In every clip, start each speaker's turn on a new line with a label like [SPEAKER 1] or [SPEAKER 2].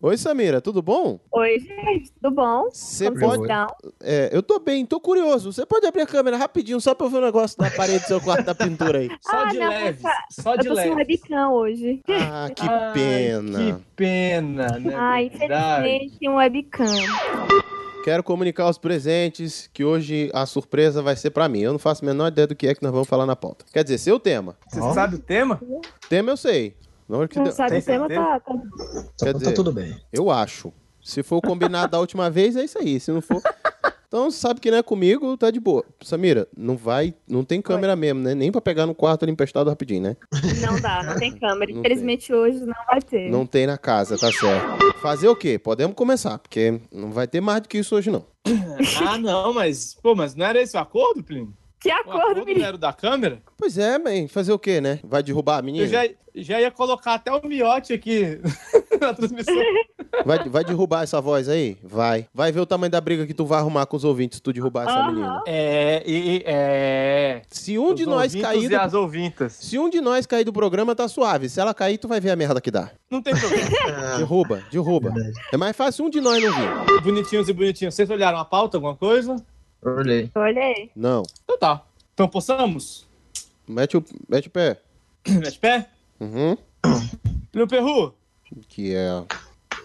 [SPEAKER 1] Oi, Samira, tudo bom?
[SPEAKER 2] Oi, gente, tudo bom? um-
[SPEAKER 1] Você
[SPEAKER 2] Como
[SPEAKER 1] pode.
[SPEAKER 2] vocês estão?
[SPEAKER 1] É, eu tô bem, tô curioso. Você pode abrir a câmera rapidinho só pra eu ver o negócio da parede do seu quarto da pintura aí.
[SPEAKER 3] Só
[SPEAKER 2] Ah,
[SPEAKER 3] de
[SPEAKER 2] não,
[SPEAKER 3] leve.
[SPEAKER 2] essa-
[SPEAKER 3] Só
[SPEAKER 2] Eu
[SPEAKER 3] de
[SPEAKER 2] tô sem
[SPEAKER 3] leve.
[SPEAKER 2] webcam hoje.
[SPEAKER 1] Ah, que
[SPEAKER 3] Ai,
[SPEAKER 1] pena.
[SPEAKER 3] Que pena, né?
[SPEAKER 2] Ah, infelizmente, tem um webcam.
[SPEAKER 1] Quero comunicar os presentes que hoje a surpresa vai ser pra mim. Eu não faço a menor ideia do que é que nós vamos falar na pauta. Quer dizer, seu tema.
[SPEAKER 3] Você sabe o tema?
[SPEAKER 1] Tema eu sei. Na hora que
[SPEAKER 2] Não
[SPEAKER 1] deu-
[SPEAKER 2] sabe
[SPEAKER 3] tem
[SPEAKER 2] o tema, tá? tá-
[SPEAKER 3] certeza?
[SPEAKER 1] Quer
[SPEAKER 4] Então tá
[SPEAKER 1] dizer-
[SPEAKER 4] tudo bem.
[SPEAKER 1] Eu acho. Se for o combinado da última vez, é isso aí. Se não for. Então, sabe que não é comigo, tá de boa. Samira, não vai. Não tem câmera mesmo, né? Nem pra pegar no quarto ali emprestado rapidinho, né?
[SPEAKER 2] Não dá, não tem câmera.
[SPEAKER 1] Não
[SPEAKER 2] Infelizmente, hoje não vai ter.
[SPEAKER 1] Não tem na casa, tá certo. Fazer o quê? Podemos começar, porque não vai ter mais do que isso hoje, não.
[SPEAKER 3] Ah, não, mas. Pô, mas não era esse o acordo, Plínio?
[SPEAKER 2] Que
[SPEAKER 3] O
[SPEAKER 2] acordo,
[SPEAKER 3] acordo não
[SPEAKER 2] menino.
[SPEAKER 3] era o da câmera?
[SPEAKER 1] Pois é, bem, fazer o quê, né? Vai derrubar a menina?
[SPEAKER 3] Eu já, já ia colocar até o miote aqui na transmissão.
[SPEAKER 1] Vai, vai derrubar essa voz aí? Vai. Vai ver o tamanho da briga que tu vai arrumar com os ouvintes se tu derrubar essa
[SPEAKER 2] Aham.
[SPEAKER 1] menina.
[SPEAKER 3] É, e. e- É.
[SPEAKER 1] Se um de
[SPEAKER 3] Os
[SPEAKER 1] nós
[SPEAKER 3] ouvintos
[SPEAKER 1] cair.
[SPEAKER 3] E
[SPEAKER 1] Do...
[SPEAKER 3] as ouvintas.
[SPEAKER 1] Se um de nós cair do programa, tá suave. Se ela cair, tu vai ver a merda que dá.
[SPEAKER 3] Não tem problema.
[SPEAKER 1] Derruba, derruba. É mais fácil um de nós não vir.
[SPEAKER 3] Bonitinhos e bonitinhos. Vocês olharam a pauta, alguma coisa?
[SPEAKER 4] Olhei.
[SPEAKER 2] Olhei.
[SPEAKER 1] Não.
[SPEAKER 3] Então tá. Então possamos?
[SPEAKER 1] Mete o, mete o pé.
[SPEAKER 3] Mete pé?
[SPEAKER 1] Uhum.
[SPEAKER 3] Plínio Perru,
[SPEAKER 1] Que é.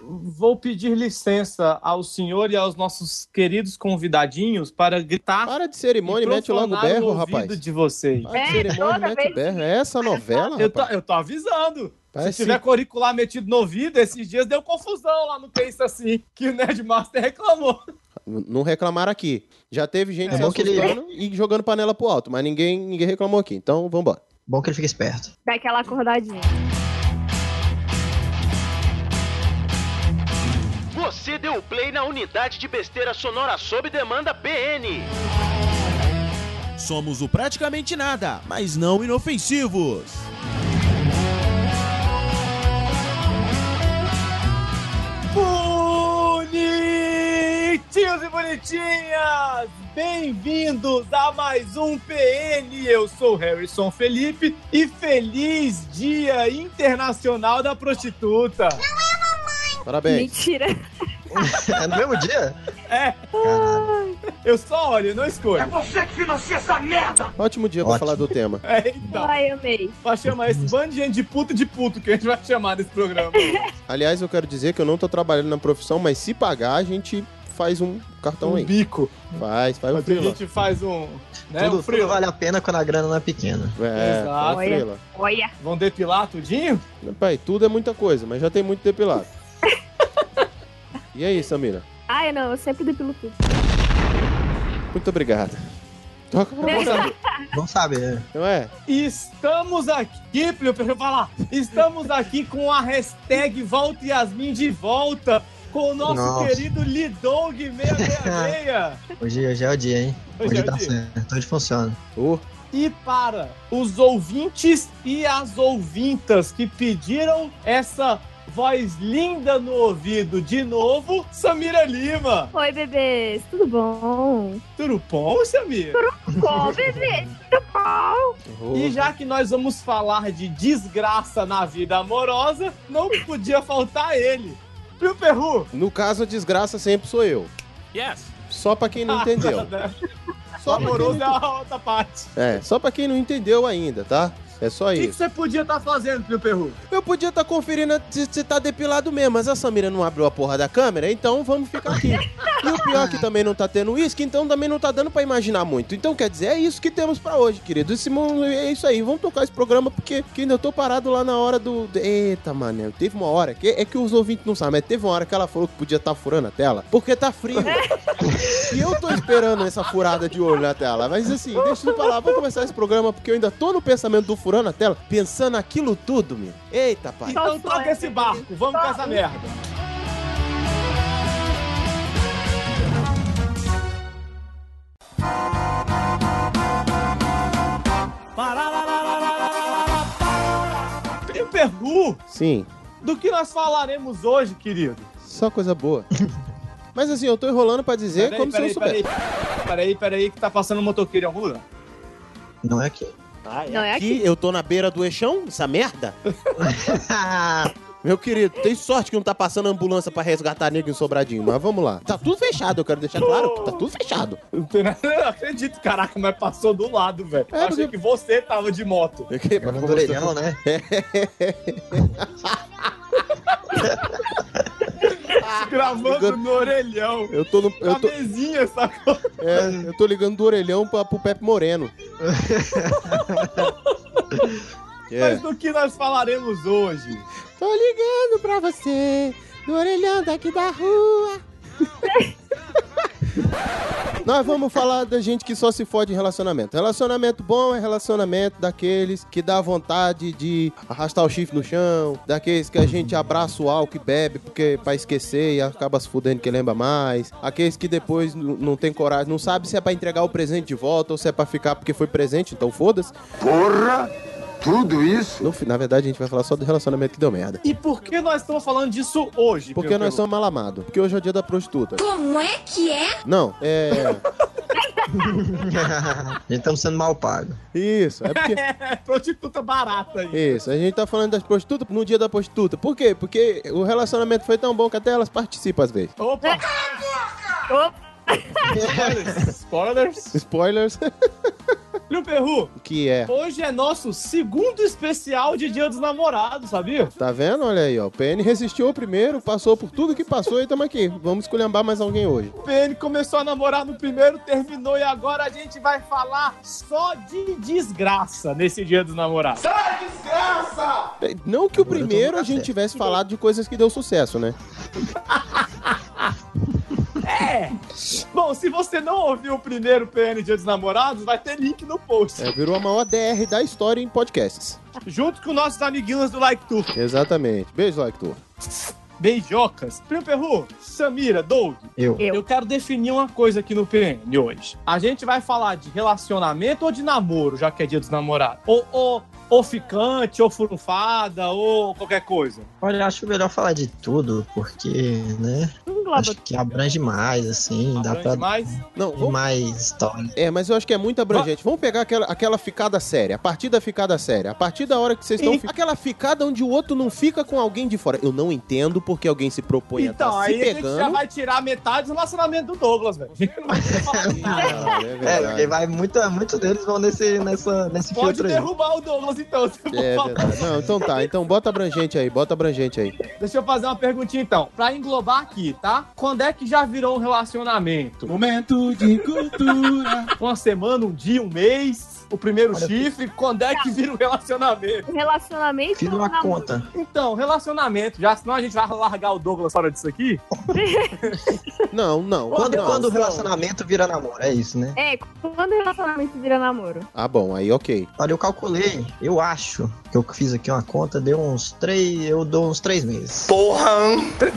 [SPEAKER 3] vou pedir licença ao senhor e aos nossos queridos convidadinhos para gritar
[SPEAKER 1] Para de cerimônia e Ah, mete logo o
[SPEAKER 3] profanar
[SPEAKER 1] berro,
[SPEAKER 3] ouvido
[SPEAKER 1] rapaz.
[SPEAKER 3] de vocês.
[SPEAKER 1] Para de
[SPEAKER 2] É,
[SPEAKER 1] cerimônia e
[SPEAKER 2] toda
[SPEAKER 1] mete o
[SPEAKER 2] vez
[SPEAKER 1] berro. É essa novela,
[SPEAKER 3] Eu tô,
[SPEAKER 1] rapaz.
[SPEAKER 3] eu tô avisando.
[SPEAKER 1] Parece-
[SPEAKER 3] Se tiver auricular metido no ouvido, esses dias deu confusão lá no Pensa Assim, que o Nerdmaster reclamou.
[SPEAKER 1] N- Não reclamaram aqui. Já teve gente
[SPEAKER 4] É
[SPEAKER 1] se
[SPEAKER 4] bom que ele-
[SPEAKER 1] assustando e jogando panela pro alto, mas ninguém, ninguém reclamou aqui. Então, vambora.
[SPEAKER 4] Bom que ele fica esperto.
[SPEAKER 2] Dá aquela acordadinha.
[SPEAKER 5] Você deu play na unidade de besteira sonora sob demanda PN.
[SPEAKER 6] Somos o praticamente nada, mas não inofensivos.
[SPEAKER 3] Bonitinhos e bonitinhas! Bem-vindos a mais um PN. Eu sou o Harrison Felipe e feliz Dia Internacional da Prostituta.
[SPEAKER 1] Parabéns.
[SPEAKER 2] Mentira.
[SPEAKER 4] É no mesmo dia?
[SPEAKER 3] É.
[SPEAKER 4] Caralho.
[SPEAKER 3] Eu só olho, eu não escolho.
[SPEAKER 1] Ótimo dia pra
[SPEAKER 4] Ótimo.
[SPEAKER 1] falar do tema.
[SPEAKER 3] É, então.
[SPEAKER 2] Ai, amei.
[SPEAKER 3] Pra chamar esse bando de gente de puto de puto que a gente vai chamar nesse programa.
[SPEAKER 1] Aliás, eu quero dizer que eu não tô trabalhando na profissão, mas se pagar, a gente faz um
[SPEAKER 4] Então,
[SPEAKER 1] cartão
[SPEAKER 3] um
[SPEAKER 1] aí.
[SPEAKER 3] bico.
[SPEAKER 1] Faz, faz um
[SPEAKER 3] Mas a
[SPEAKER 1] frila.
[SPEAKER 3] gente faz um. Né,
[SPEAKER 4] tudo,
[SPEAKER 3] um
[SPEAKER 4] tudo
[SPEAKER 3] frio.
[SPEAKER 4] vale a pena quando a grana não é pequena.
[SPEAKER 1] É, faz um
[SPEAKER 3] Exato.
[SPEAKER 1] frila.
[SPEAKER 2] Olha.
[SPEAKER 3] Vão depilar tudinho?
[SPEAKER 1] Pai, tudo é muita coisa, mas já tem muito depilado. e aí, Samira?
[SPEAKER 2] Ai, não, eu sempre depilo tudo.
[SPEAKER 1] Muito obrigado. Toca pra
[SPEAKER 3] Vamos
[SPEAKER 1] você,
[SPEAKER 3] saber.
[SPEAKER 4] Vamos saber. né?
[SPEAKER 1] não é?
[SPEAKER 3] Estamos aqui, Plio, deixa eu falar. Estamos aqui com a hashtag Volta Yasmin de volta com o nosso
[SPEAKER 4] Nossa.
[SPEAKER 3] querido Lidong666.
[SPEAKER 4] Hoje, hoje é o dia, hein? Hoje,
[SPEAKER 3] Hoje é o
[SPEAKER 4] tá
[SPEAKER 3] dia.
[SPEAKER 4] certo. Hoje funciona.
[SPEAKER 1] Ô,
[SPEAKER 3] E para os ouvintes e as ouvintas que pediram essa voz linda no ouvido de novo, Samira Lima.
[SPEAKER 2] Oi, bebês. Tudo bom?
[SPEAKER 3] Tudo bom, Samira?
[SPEAKER 2] Bom, bebês. Tudo bom?
[SPEAKER 1] ô,
[SPEAKER 3] E já que nós vamos falar de desgraça na vida amorosa, não podia faltar ele. Viu, Perru?
[SPEAKER 1] No caso, a desgraça sempre sou eu.
[SPEAKER 5] Yes.
[SPEAKER 1] Só pra quem não
[SPEAKER 3] Ah.
[SPEAKER 1] entendeu.
[SPEAKER 3] Só
[SPEAKER 1] Só pra quem
[SPEAKER 3] amoroso é a outra parte.
[SPEAKER 1] É, só pra quem não entendeu ainda, tá? É só
[SPEAKER 3] O que, que
[SPEAKER 1] isso.
[SPEAKER 3] você podia estar fazendo, Pio Perru?
[SPEAKER 1] Eu podia estar conferindo se se tá depilado mesmo, mas a Samira não abriu a porra da câmera, então vamos ficar aqui. E o pior é que também não tá tendo uísque, então também não tá dando pra imaginar muito. Então, quer dizer, é isso que temos pra hoje, querido. Esse, mu- é isso aí, vamos tocar esse programa, porque que ainda eu tô parado lá na hora do... do- Eita, mano, teve uma hora, que é que os ouvintes não sabem, mas teve uma hora que ela falou que podia estar furando a tela, porque tá frio. E eu tô esperando essa furada de olho na tela. Mas assim, deixa isso pra lá, vamos começar esse programa, porque eu ainda tô no pensamento do furando a tela, pensando aquilo tudo, meu. Eita, pai.
[SPEAKER 3] Então
[SPEAKER 2] Só sonho,
[SPEAKER 3] toca esse barco, vamos com essa merda. Pio Perru,
[SPEAKER 1] Sim,
[SPEAKER 3] do que nós falaremos hoje, querido?
[SPEAKER 1] só coisa boa. Mas assim, eu tô enrolando pra dizer como se eu soubesse.
[SPEAKER 3] peraí, peraí, peraí, que tá passando um motoqueiro em algum lugar.
[SPEAKER 4] Não é que.
[SPEAKER 2] Não é aqui.
[SPEAKER 1] eu tô na beira do eixão, essa merda? Meu querido, tem sorte que não tá passando ambulância pra resgatar nego em Sobradinho, mas vamos lá. Tá tudo fechado, eu quero deixar claro que tá tudo fechado.
[SPEAKER 3] Não tem nada- Eu não acredito, caraca, mas passou do lado, velho.
[SPEAKER 1] É,
[SPEAKER 3] Eu Achei
[SPEAKER 1] porque- É
[SPEAKER 3] que você tava de moto.
[SPEAKER 4] Era no orelhão, né?
[SPEAKER 3] Gravando
[SPEAKER 1] ligando-
[SPEAKER 3] no orelhão.
[SPEAKER 1] Eu tô, no,
[SPEAKER 3] Na
[SPEAKER 1] eu, tô,
[SPEAKER 3] mesinha, sacou?
[SPEAKER 1] é, eu tô ligando do orelhão pra, pro Pepe Moreno. é.
[SPEAKER 3] Mas do que nós falaremos hoje?
[SPEAKER 1] Tô ligando pra você, do orelhão daqui da rua. Nós vamos falar da gente que só se fode em relacionamento. Relacionamento bom é relacionamento daqueles que dá vontade de arrastar o chifre no chão, daqueles que a gente abraça o álcool e bebe porque é pra esquecer e acaba se fudendo que lembra mais, aqueles que depois n- não tem coragem, não sabe se é pra entregar o presente de volta ou se é pra ficar porque foi presente, então foda-se.
[SPEAKER 7] Porra! Tudo isso?
[SPEAKER 1] No fi- Na verdade, a gente vai falar só do relacionamento que deu merda.
[SPEAKER 3] E por que nós estamos falando disso hoje?
[SPEAKER 1] Porque
[SPEAKER 3] Pio
[SPEAKER 1] nós
[SPEAKER 3] Pelo?
[SPEAKER 1] somos mal amados. Porque hoje é o dia da prostituta.
[SPEAKER 8] Como é que é?
[SPEAKER 1] Não, é.
[SPEAKER 4] a gente estamos sendo mal pago.
[SPEAKER 1] Isso, é porque.
[SPEAKER 3] É, prostituta barata aí.
[SPEAKER 1] Isso, a gente tá falando das prostitutas no dia da prostituta. Por quê? Porque o relacionamento foi tão bom que até elas participam às vezes.
[SPEAKER 3] Opa!
[SPEAKER 1] É.
[SPEAKER 2] Opa,
[SPEAKER 3] Spoilers! Spoilers!
[SPEAKER 1] Spoilers,
[SPEAKER 3] Lio Perru,
[SPEAKER 1] que é.
[SPEAKER 3] hoje é nosso segundo especial de Dia dos Namorados, sabia?
[SPEAKER 1] Tá vendo? Olha aí, ó. O PN resistiu ao primeiro, passou por tudo que passou e tamo aqui. Vamos esculhambar mais alguém hoje.
[SPEAKER 3] O PN começou a namorar no primeiro, terminou e agora a gente vai falar só de desgraça nesse Dia dos Namorados.
[SPEAKER 1] É, Não que o
[SPEAKER 4] Agora eu tô
[SPEAKER 1] primeiro
[SPEAKER 4] no
[SPEAKER 1] a gente
[SPEAKER 4] café.
[SPEAKER 1] tivesse falado de coisas que deu sucesso, né?
[SPEAKER 3] Bom, se você não ouviu o primeiro PN Dia dos Namorados, vai ter link no post.
[SPEAKER 1] É, virou a maior DR da história em podcasts.
[SPEAKER 3] Junto com nossos amiguinhos do Like Tour.
[SPEAKER 1] Exatamente. Beijo, Lactor.
[SPEAKER 3] Beijocas. Primo Perru, Samira, Doug,
[SPEAKER 4] Eu.
[SPEAKER 2] Eu.
[SPEAKER 3] eu quero definir uma coisa aqui no PN hoje. A gente vai falar de relacionamento ou de namoro, já que é dia dos namorados? Ou, ou, ou ficante, ou furunfada, ou qualquer coisa.
[SPEAKER 4] Olha, acho melhor falar de tudo, porque, né?
[SPEAKER 2] engloba
[SPEAKER 4] Acho que abrange mais, assim, dá
[SPEAKER 3] Abrange
[SPEAKER 4] pra
[SPEAKER 3] mais.
[SPEAKER 1] Não,
[SPEAKER 4] ter
[SPEAKER 1] vamos
[SPEAKER 4] mais história.
[SPEAKER 1] É, mas eu acho que é muito abrangente. Vamos pegar aquela, aquela ficada séria, a partir da ficada séria, a partir da hora que vocês estão.
[SPEAKER 3] E-
[SPEAKER 1] fi- Aquela ficada onde o outro não fica com alguém de fora. Eu não entendo porque alguém se propõe
[SPEAKER 3] Então,
[SPEAKER 1] a tá se
[SPEAKER 3] aí a gente já
[SPEAKER 1] pegando.
[SPEAKER 3] vai tirar metade do relacionamento do Douglas, velho. A gente não vai falar nada.
[SPEAKER 1] Ah, é
[SPEAKER 4] É,
[SPEAKER 1] verdade.
[SPEAKER 4] porque vai muito, muitos deles vão nesse, nessa, nesse
[SPEAKER 3] Pode
[SPEAKER 4] filtro aí.
[SPEAKER 3] derrubar o Douglas, então. se for
[SPEAKER 1] É
[SPEAKER 3] falar.
[SPEAKER 1] verdade. Não, então tá. Então bota abrangente aí, bota abrangente aí.
[SPEAKER 3] Deixa eu fazer uma perguntinha, então. Pra englobar aqui, tá? Quando é que já virou um relacionamento?
[SPEAKER 6] Momento de cultura.
[SPEAKER 3] Uma semana, um dia, um mês? O primeiro chifre? Quando é que vira um relacionamento?
[SPEAKER 2] relacionamento.
[SPEAKER 4] Fiz
[SPEAKER 2] namoro.
[SPEAKER 4] uma conta.
[SPEAKER 3] Então, relacionamento, já, senão a gente vai largar o Douglas fora disso aqui.
[SPEAKER 1] Não, não.
[SPEAKER 4] Quando,
[SPEAKER 1] não.
[SPEAKER 4] quando o relacionamento vira namoro, é isso, né?
[SPEAKER 2] É, quando o relacionamento vira namoro?
[SPEAKER 1] Ah, bom, aí ok.
[SPEAKER 4] Olha, eu calculei, eu acho que eu fiz aqui uma conta, deu uns três, eu dou uns três meses.
[SPEAKER 2] Vai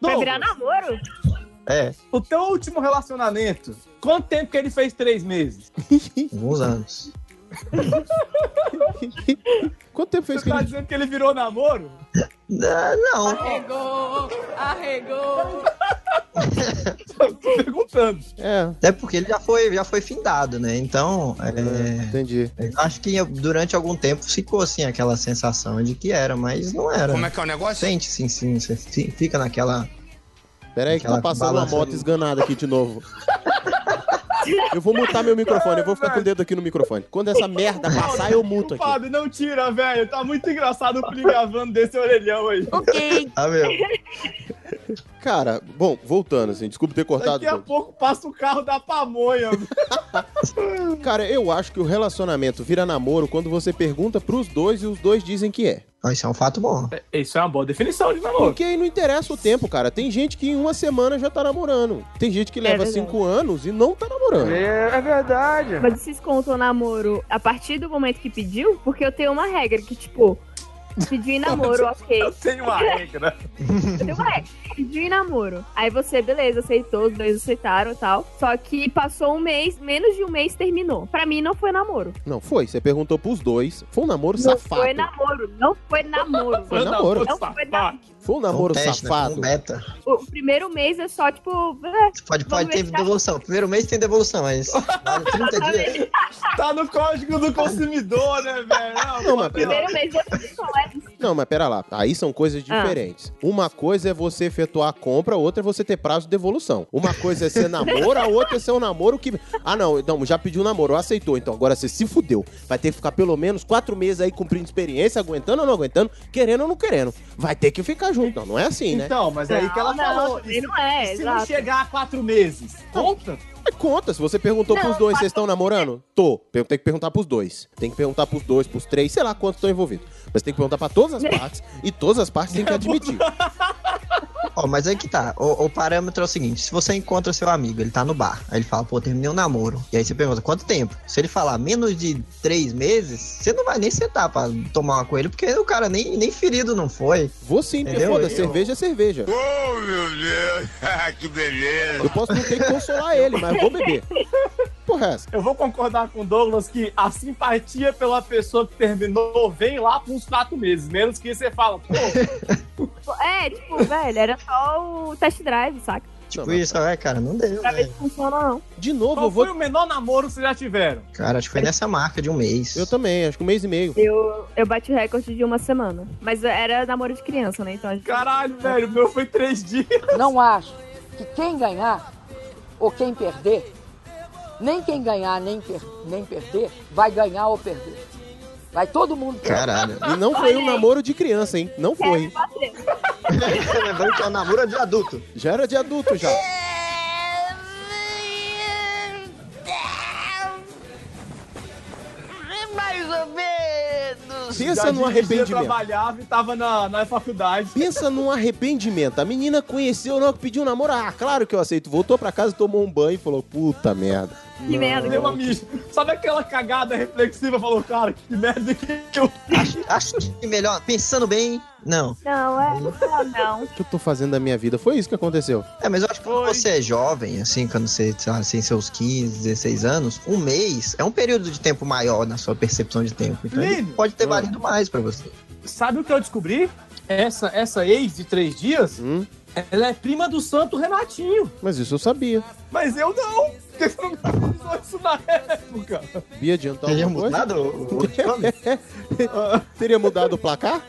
[SPEAKER 3] Douglas,
[SPEAKER 2] virar namoro?
[SPEAKER 4] É,
[SPEAKER 3] o teu último relacionamento, quanto tempo que ele fez três meses? tá
[SPEAKER 4] alguns anos.
[SPEAKER 1] Quanto tempo fez
[SPEAKER 3] Você
[SPEAKER 1] que
[SPEAKER 3] tá
[SPEAKER 1] ele.
[SPEAKER 3] dizendo que ele virou namoro?
[SPEAKER 4] Ah, Não,
[SPEAKER 3] Eu tô perguntando.
[SPEAKER 1] É,
[SPEAKER 4] é porque ele já foi, já foi findado, né? Então, é,
[SPEAKER 1] entendi.
[SPEAKER 4] eu acho que durante algum tempo ficou assim aquela sensação de que era, mas não era.
[SPEAKER 7] Como é que é o negócio?
[SPEAKER 4] Sente, sim, sim, você fi- fica naquela.
[SPEAKER 1] Pera aí que tá
[SPEAKER 4] Aquela
[SPEAKER 1] passando uma
[SPEAKER 4] balança
[SPEAKER 1] moto
[SPEAKER 4] ali.
[SPEAKER 1] esganada aqui de novo. Eu vou mutar meu microfone, eu vou ficar com o dedo aqui no microfone. Quando essa merda passar, eu muto aqui.
[SPEAKER 3] Fábio, não tira, velho. Tá muito engraçado o Pli gravando desse orelhão aí.
[SPEAKER 8] Ok.
[SPEAKER 4] Ah, meu.
[SPEAKER 1] Cara, bom, voltando, assim, desculpa ter cortado.
[SPEAKER 3] Daqui a pouco passa o carro da pamonha. velho.
[SPEAKER 1] Cara, eu acho que o relacionamento vira namoro quando você pergunta pros dois e os dois dizem que é.
[SPEAKER 4] Ah, Isso é um fato bom.
[SPEAKER 3] Isso é uma boa definição de namoro.
[SPEAKER 1] Porque aí não interessa o tempo, cara. Tem gente que em uma semana já tá namorando. Tem gente que leva
[SPEAKER 2] É verdade.
[SPEAKER 1] cinco anos e não tá namorando.
[SPEAKER 7] É verdade.
[SPEAKER 2] Mas vocês contam o namoro a partir do momento que pediu? Porque eu tenho uma regra que, tipo, pediu em namoro, ok.
[SPEAKER 3] Eu tenho uma regra. né?
[SPEAKER 2] Então, ué, pediu em namoro. Aí você, beleza, aceitou, os dois aceitaram e tal. Só que passou um mês, menos de um mês terminou. Pra mim não foi namoro.
[SPEAKER 1] Não, foi. Você perguntou pros dois. Foi um namoro
[SPEAKER 2] Não
[SPEAKER 1] safado.
[SPEAKER 2] foi namoro, não foi namoro.
[SPEAKER 1] Foi namoro.
[SPEAKER 2] Não foi namoro.
[SPEAKER 1] Foi um namoro
[SPEAKER 4] É um teste, né?
[SPEAKER 1] safado.
[SPEAKER 4] Um beta.
[SPEAKER 2] O primeiro mês é só, tipo, é,
[SPEAKER 4] Você
[SPEAKER 2] Vamos
[SPEAKER 4] Pode, pode ter
[SPEAKER 2] ver se dá-
[SPEAKER 4] devolução. Primeiro mês tem devolução, mas vale 30 dias.
[SPEAKER 3] Tá no código do consumidor, né, velho?
[SPEAKER 1] Não, mas
[SPEAKER 3] pode-
[SPEAKER 2] primeiro mês é só, é
[SPEAKER 1] Não, mas pera lá. Aí são coisas
[SPEAKER 2] Ah.
[SPEAKER 1] diferentes. Uma coisa é você efetuar a compra, outra é você ter prazo de devolução. Uma coisa é ser namoro, a outra é ser um namoro que. Ah, não, então já pediu namoro, aceitou. Então agora você se fudeu. Vai ter que ficar pelo menos quatro meses aí cumprindo experiência, aguentando ou não aguentando, querendo ou não querendo. Vai ter que ficar junto. Não, não é assim, né?
[SPEAKER 3] Então, mas aí que ela
[SPEAKER 2] não,
[SPEAKER 3] falou.
[SPEAKER 2] também
[SPEAKER 3] e
[SPEAKER 2] não é,
[SPEAKER 3] se
[SPEAKER 2] exato.
[SPEAKER 3] não chegar a quatro meses, conta?
[SPEAKER 1] Mas conta, se você perguntou
[SPEAKER 2] Não,
[SPEAKER 1] pros dois,
[SPEAKER 2] mas-
[SPEAKER 1] vocês estão namorando? Tô. Per- Tem que perguntar pros dois. Tem que perguntar pros dois, pros três, sei lá quantos estão envolvidos. Mas tem que perguntar pra todas as partes. E todas as partes têm que admitir.
[SPEAKER 4] Ó, mas aí que tá. O, o parâmetro é o seguinte: se você encontra seu amigo, ele tá no bar, aí ele fala, pô, terminei um namoro. E aí você pergunta, quanto tempo? Se ele falar menos de três meses, você não vai nem sentar pra tomar uma com ele, porque o cara nem, nem ferido não foi.
[SPEAKER 1] Vou sim, porque
[SPEAKER 4] Entendeu?
[SPEAKER 1] foda,
[SPEAKER 4] Eu-
[SPEAKER 1] cerveja é cerveja.
[SPEAKER 7] Oh, meu Deus, ah, que beleza.
[SPEAKER 1] Eu posso não ter que consolar ele, mas vou beber. Porra, é essa.
[SPEAKER 3] Eu vou concordar com o Douglas que a simpatia pela pessoa que terminou vem lá por uns quatro meses. Menos que você fala, pô,
[SPEAKER 2] É, tipo, velho, era só o test drive, saca?
[SPEAKER 4] Tipo
[SPEAKER 1] Não, mas-
[SPEAKER 4] isso, é, cara, não deu,
[SPEAKER 2] Pra ver
[SPEAKER 4] velho.
[SPEAKER 2] se funciona ou não.
[SPEAKER 1] De novo,
[SPEAKER 3] qual
[SPEAKER 1] eu
[SPEAKER 3] foi
[SPEAKER 1] vou.
[SPEAKER 3] o menor namoro que vocês já tiveram?
[SPEAKER 4] Cara, acho que foi nessa marca de um mês.
[SPEAKER 1] Eu também, acho que um mês e meio.
[SPEAKER 2] Eu, eu bati o recorde de uma semana. Mas era namoro de criança, né? Então a gente...
[SPEAKER 3] Caralho, velho, o meu foi três dias.
[SPEAKER 8] Não acho que quem ganhar ou quem perder, nem quem ganhar nem, per- nem perder, vai ganhar ou perder. Vai todo mundo perder.
[SPEAKER 4] Caralho.
[SPEAKER 1] E não foi um
[SPEAKER 2] Olha aí.
[SPEAKER 1] namoro de criança, hein? Não foi. hein?
[SPEAKER 4] Lembrando que é um namoro de adulto.
[SPEAKER 1] Já era de adulto já.
[SPEAKER 5] É, Mais ou menos.
[SPEAKER 1] Pensa num
[SPEAKER 3] Eu
[SPEAKER 1] arrependimento.
[SPEAKER 3] trabalhava e tava na, na faculdade.
[SPEAKER 1] Pensa num arrependimento. A menina conheceu, não, que pediu um namoro. Ah, claro que eu aceito. Voltou pra casa, tomou um banho e falou: puta merda.
[SPEAKER 2] Que merda.
[SPEAKER 3] Deu uma mija. Sabe aquela cagada reflexiva? Falou, cara, que merda que eu
[SPEAKER 4] Acho que melhor, pensando bem, não.
[SPEAKER 2] Não, é. Não, não.
[SPEAKER 1] O que eu tô fazendo da minha vida? Foi isso que aconteceu.
[SPEAKER 4] É, mas eu acho que quando você é jovem, assim, quando você, sei lá, tem seus 15, 16 anos, um mês é um período de tempo maior na sua percepção de tempo. Então ele
[SPEAKER 3] Lindo.
[SPEAKER 4] pode ter valido mais pra você.
[SPEAKER 3] Sabe o que eu descobri? Essa, essa ex de três dias,
[SPEAKER 1] Hum,
[SPEAKER 3] ela é prima do santo Renatinho.
[SPEAKER 1] mas isso eu sabia.
[SPEAKER 3] Mas eu não. Porque você não me avisou isso na época.
[SPEAKER 1] Bia adiantar
[SPEAKER 4] Teria
[SPEAKER 1] alguma coisa?
[SPEAKER 4] mudado o- o nome?
[SPEAKER 1] Teria mudado o placar?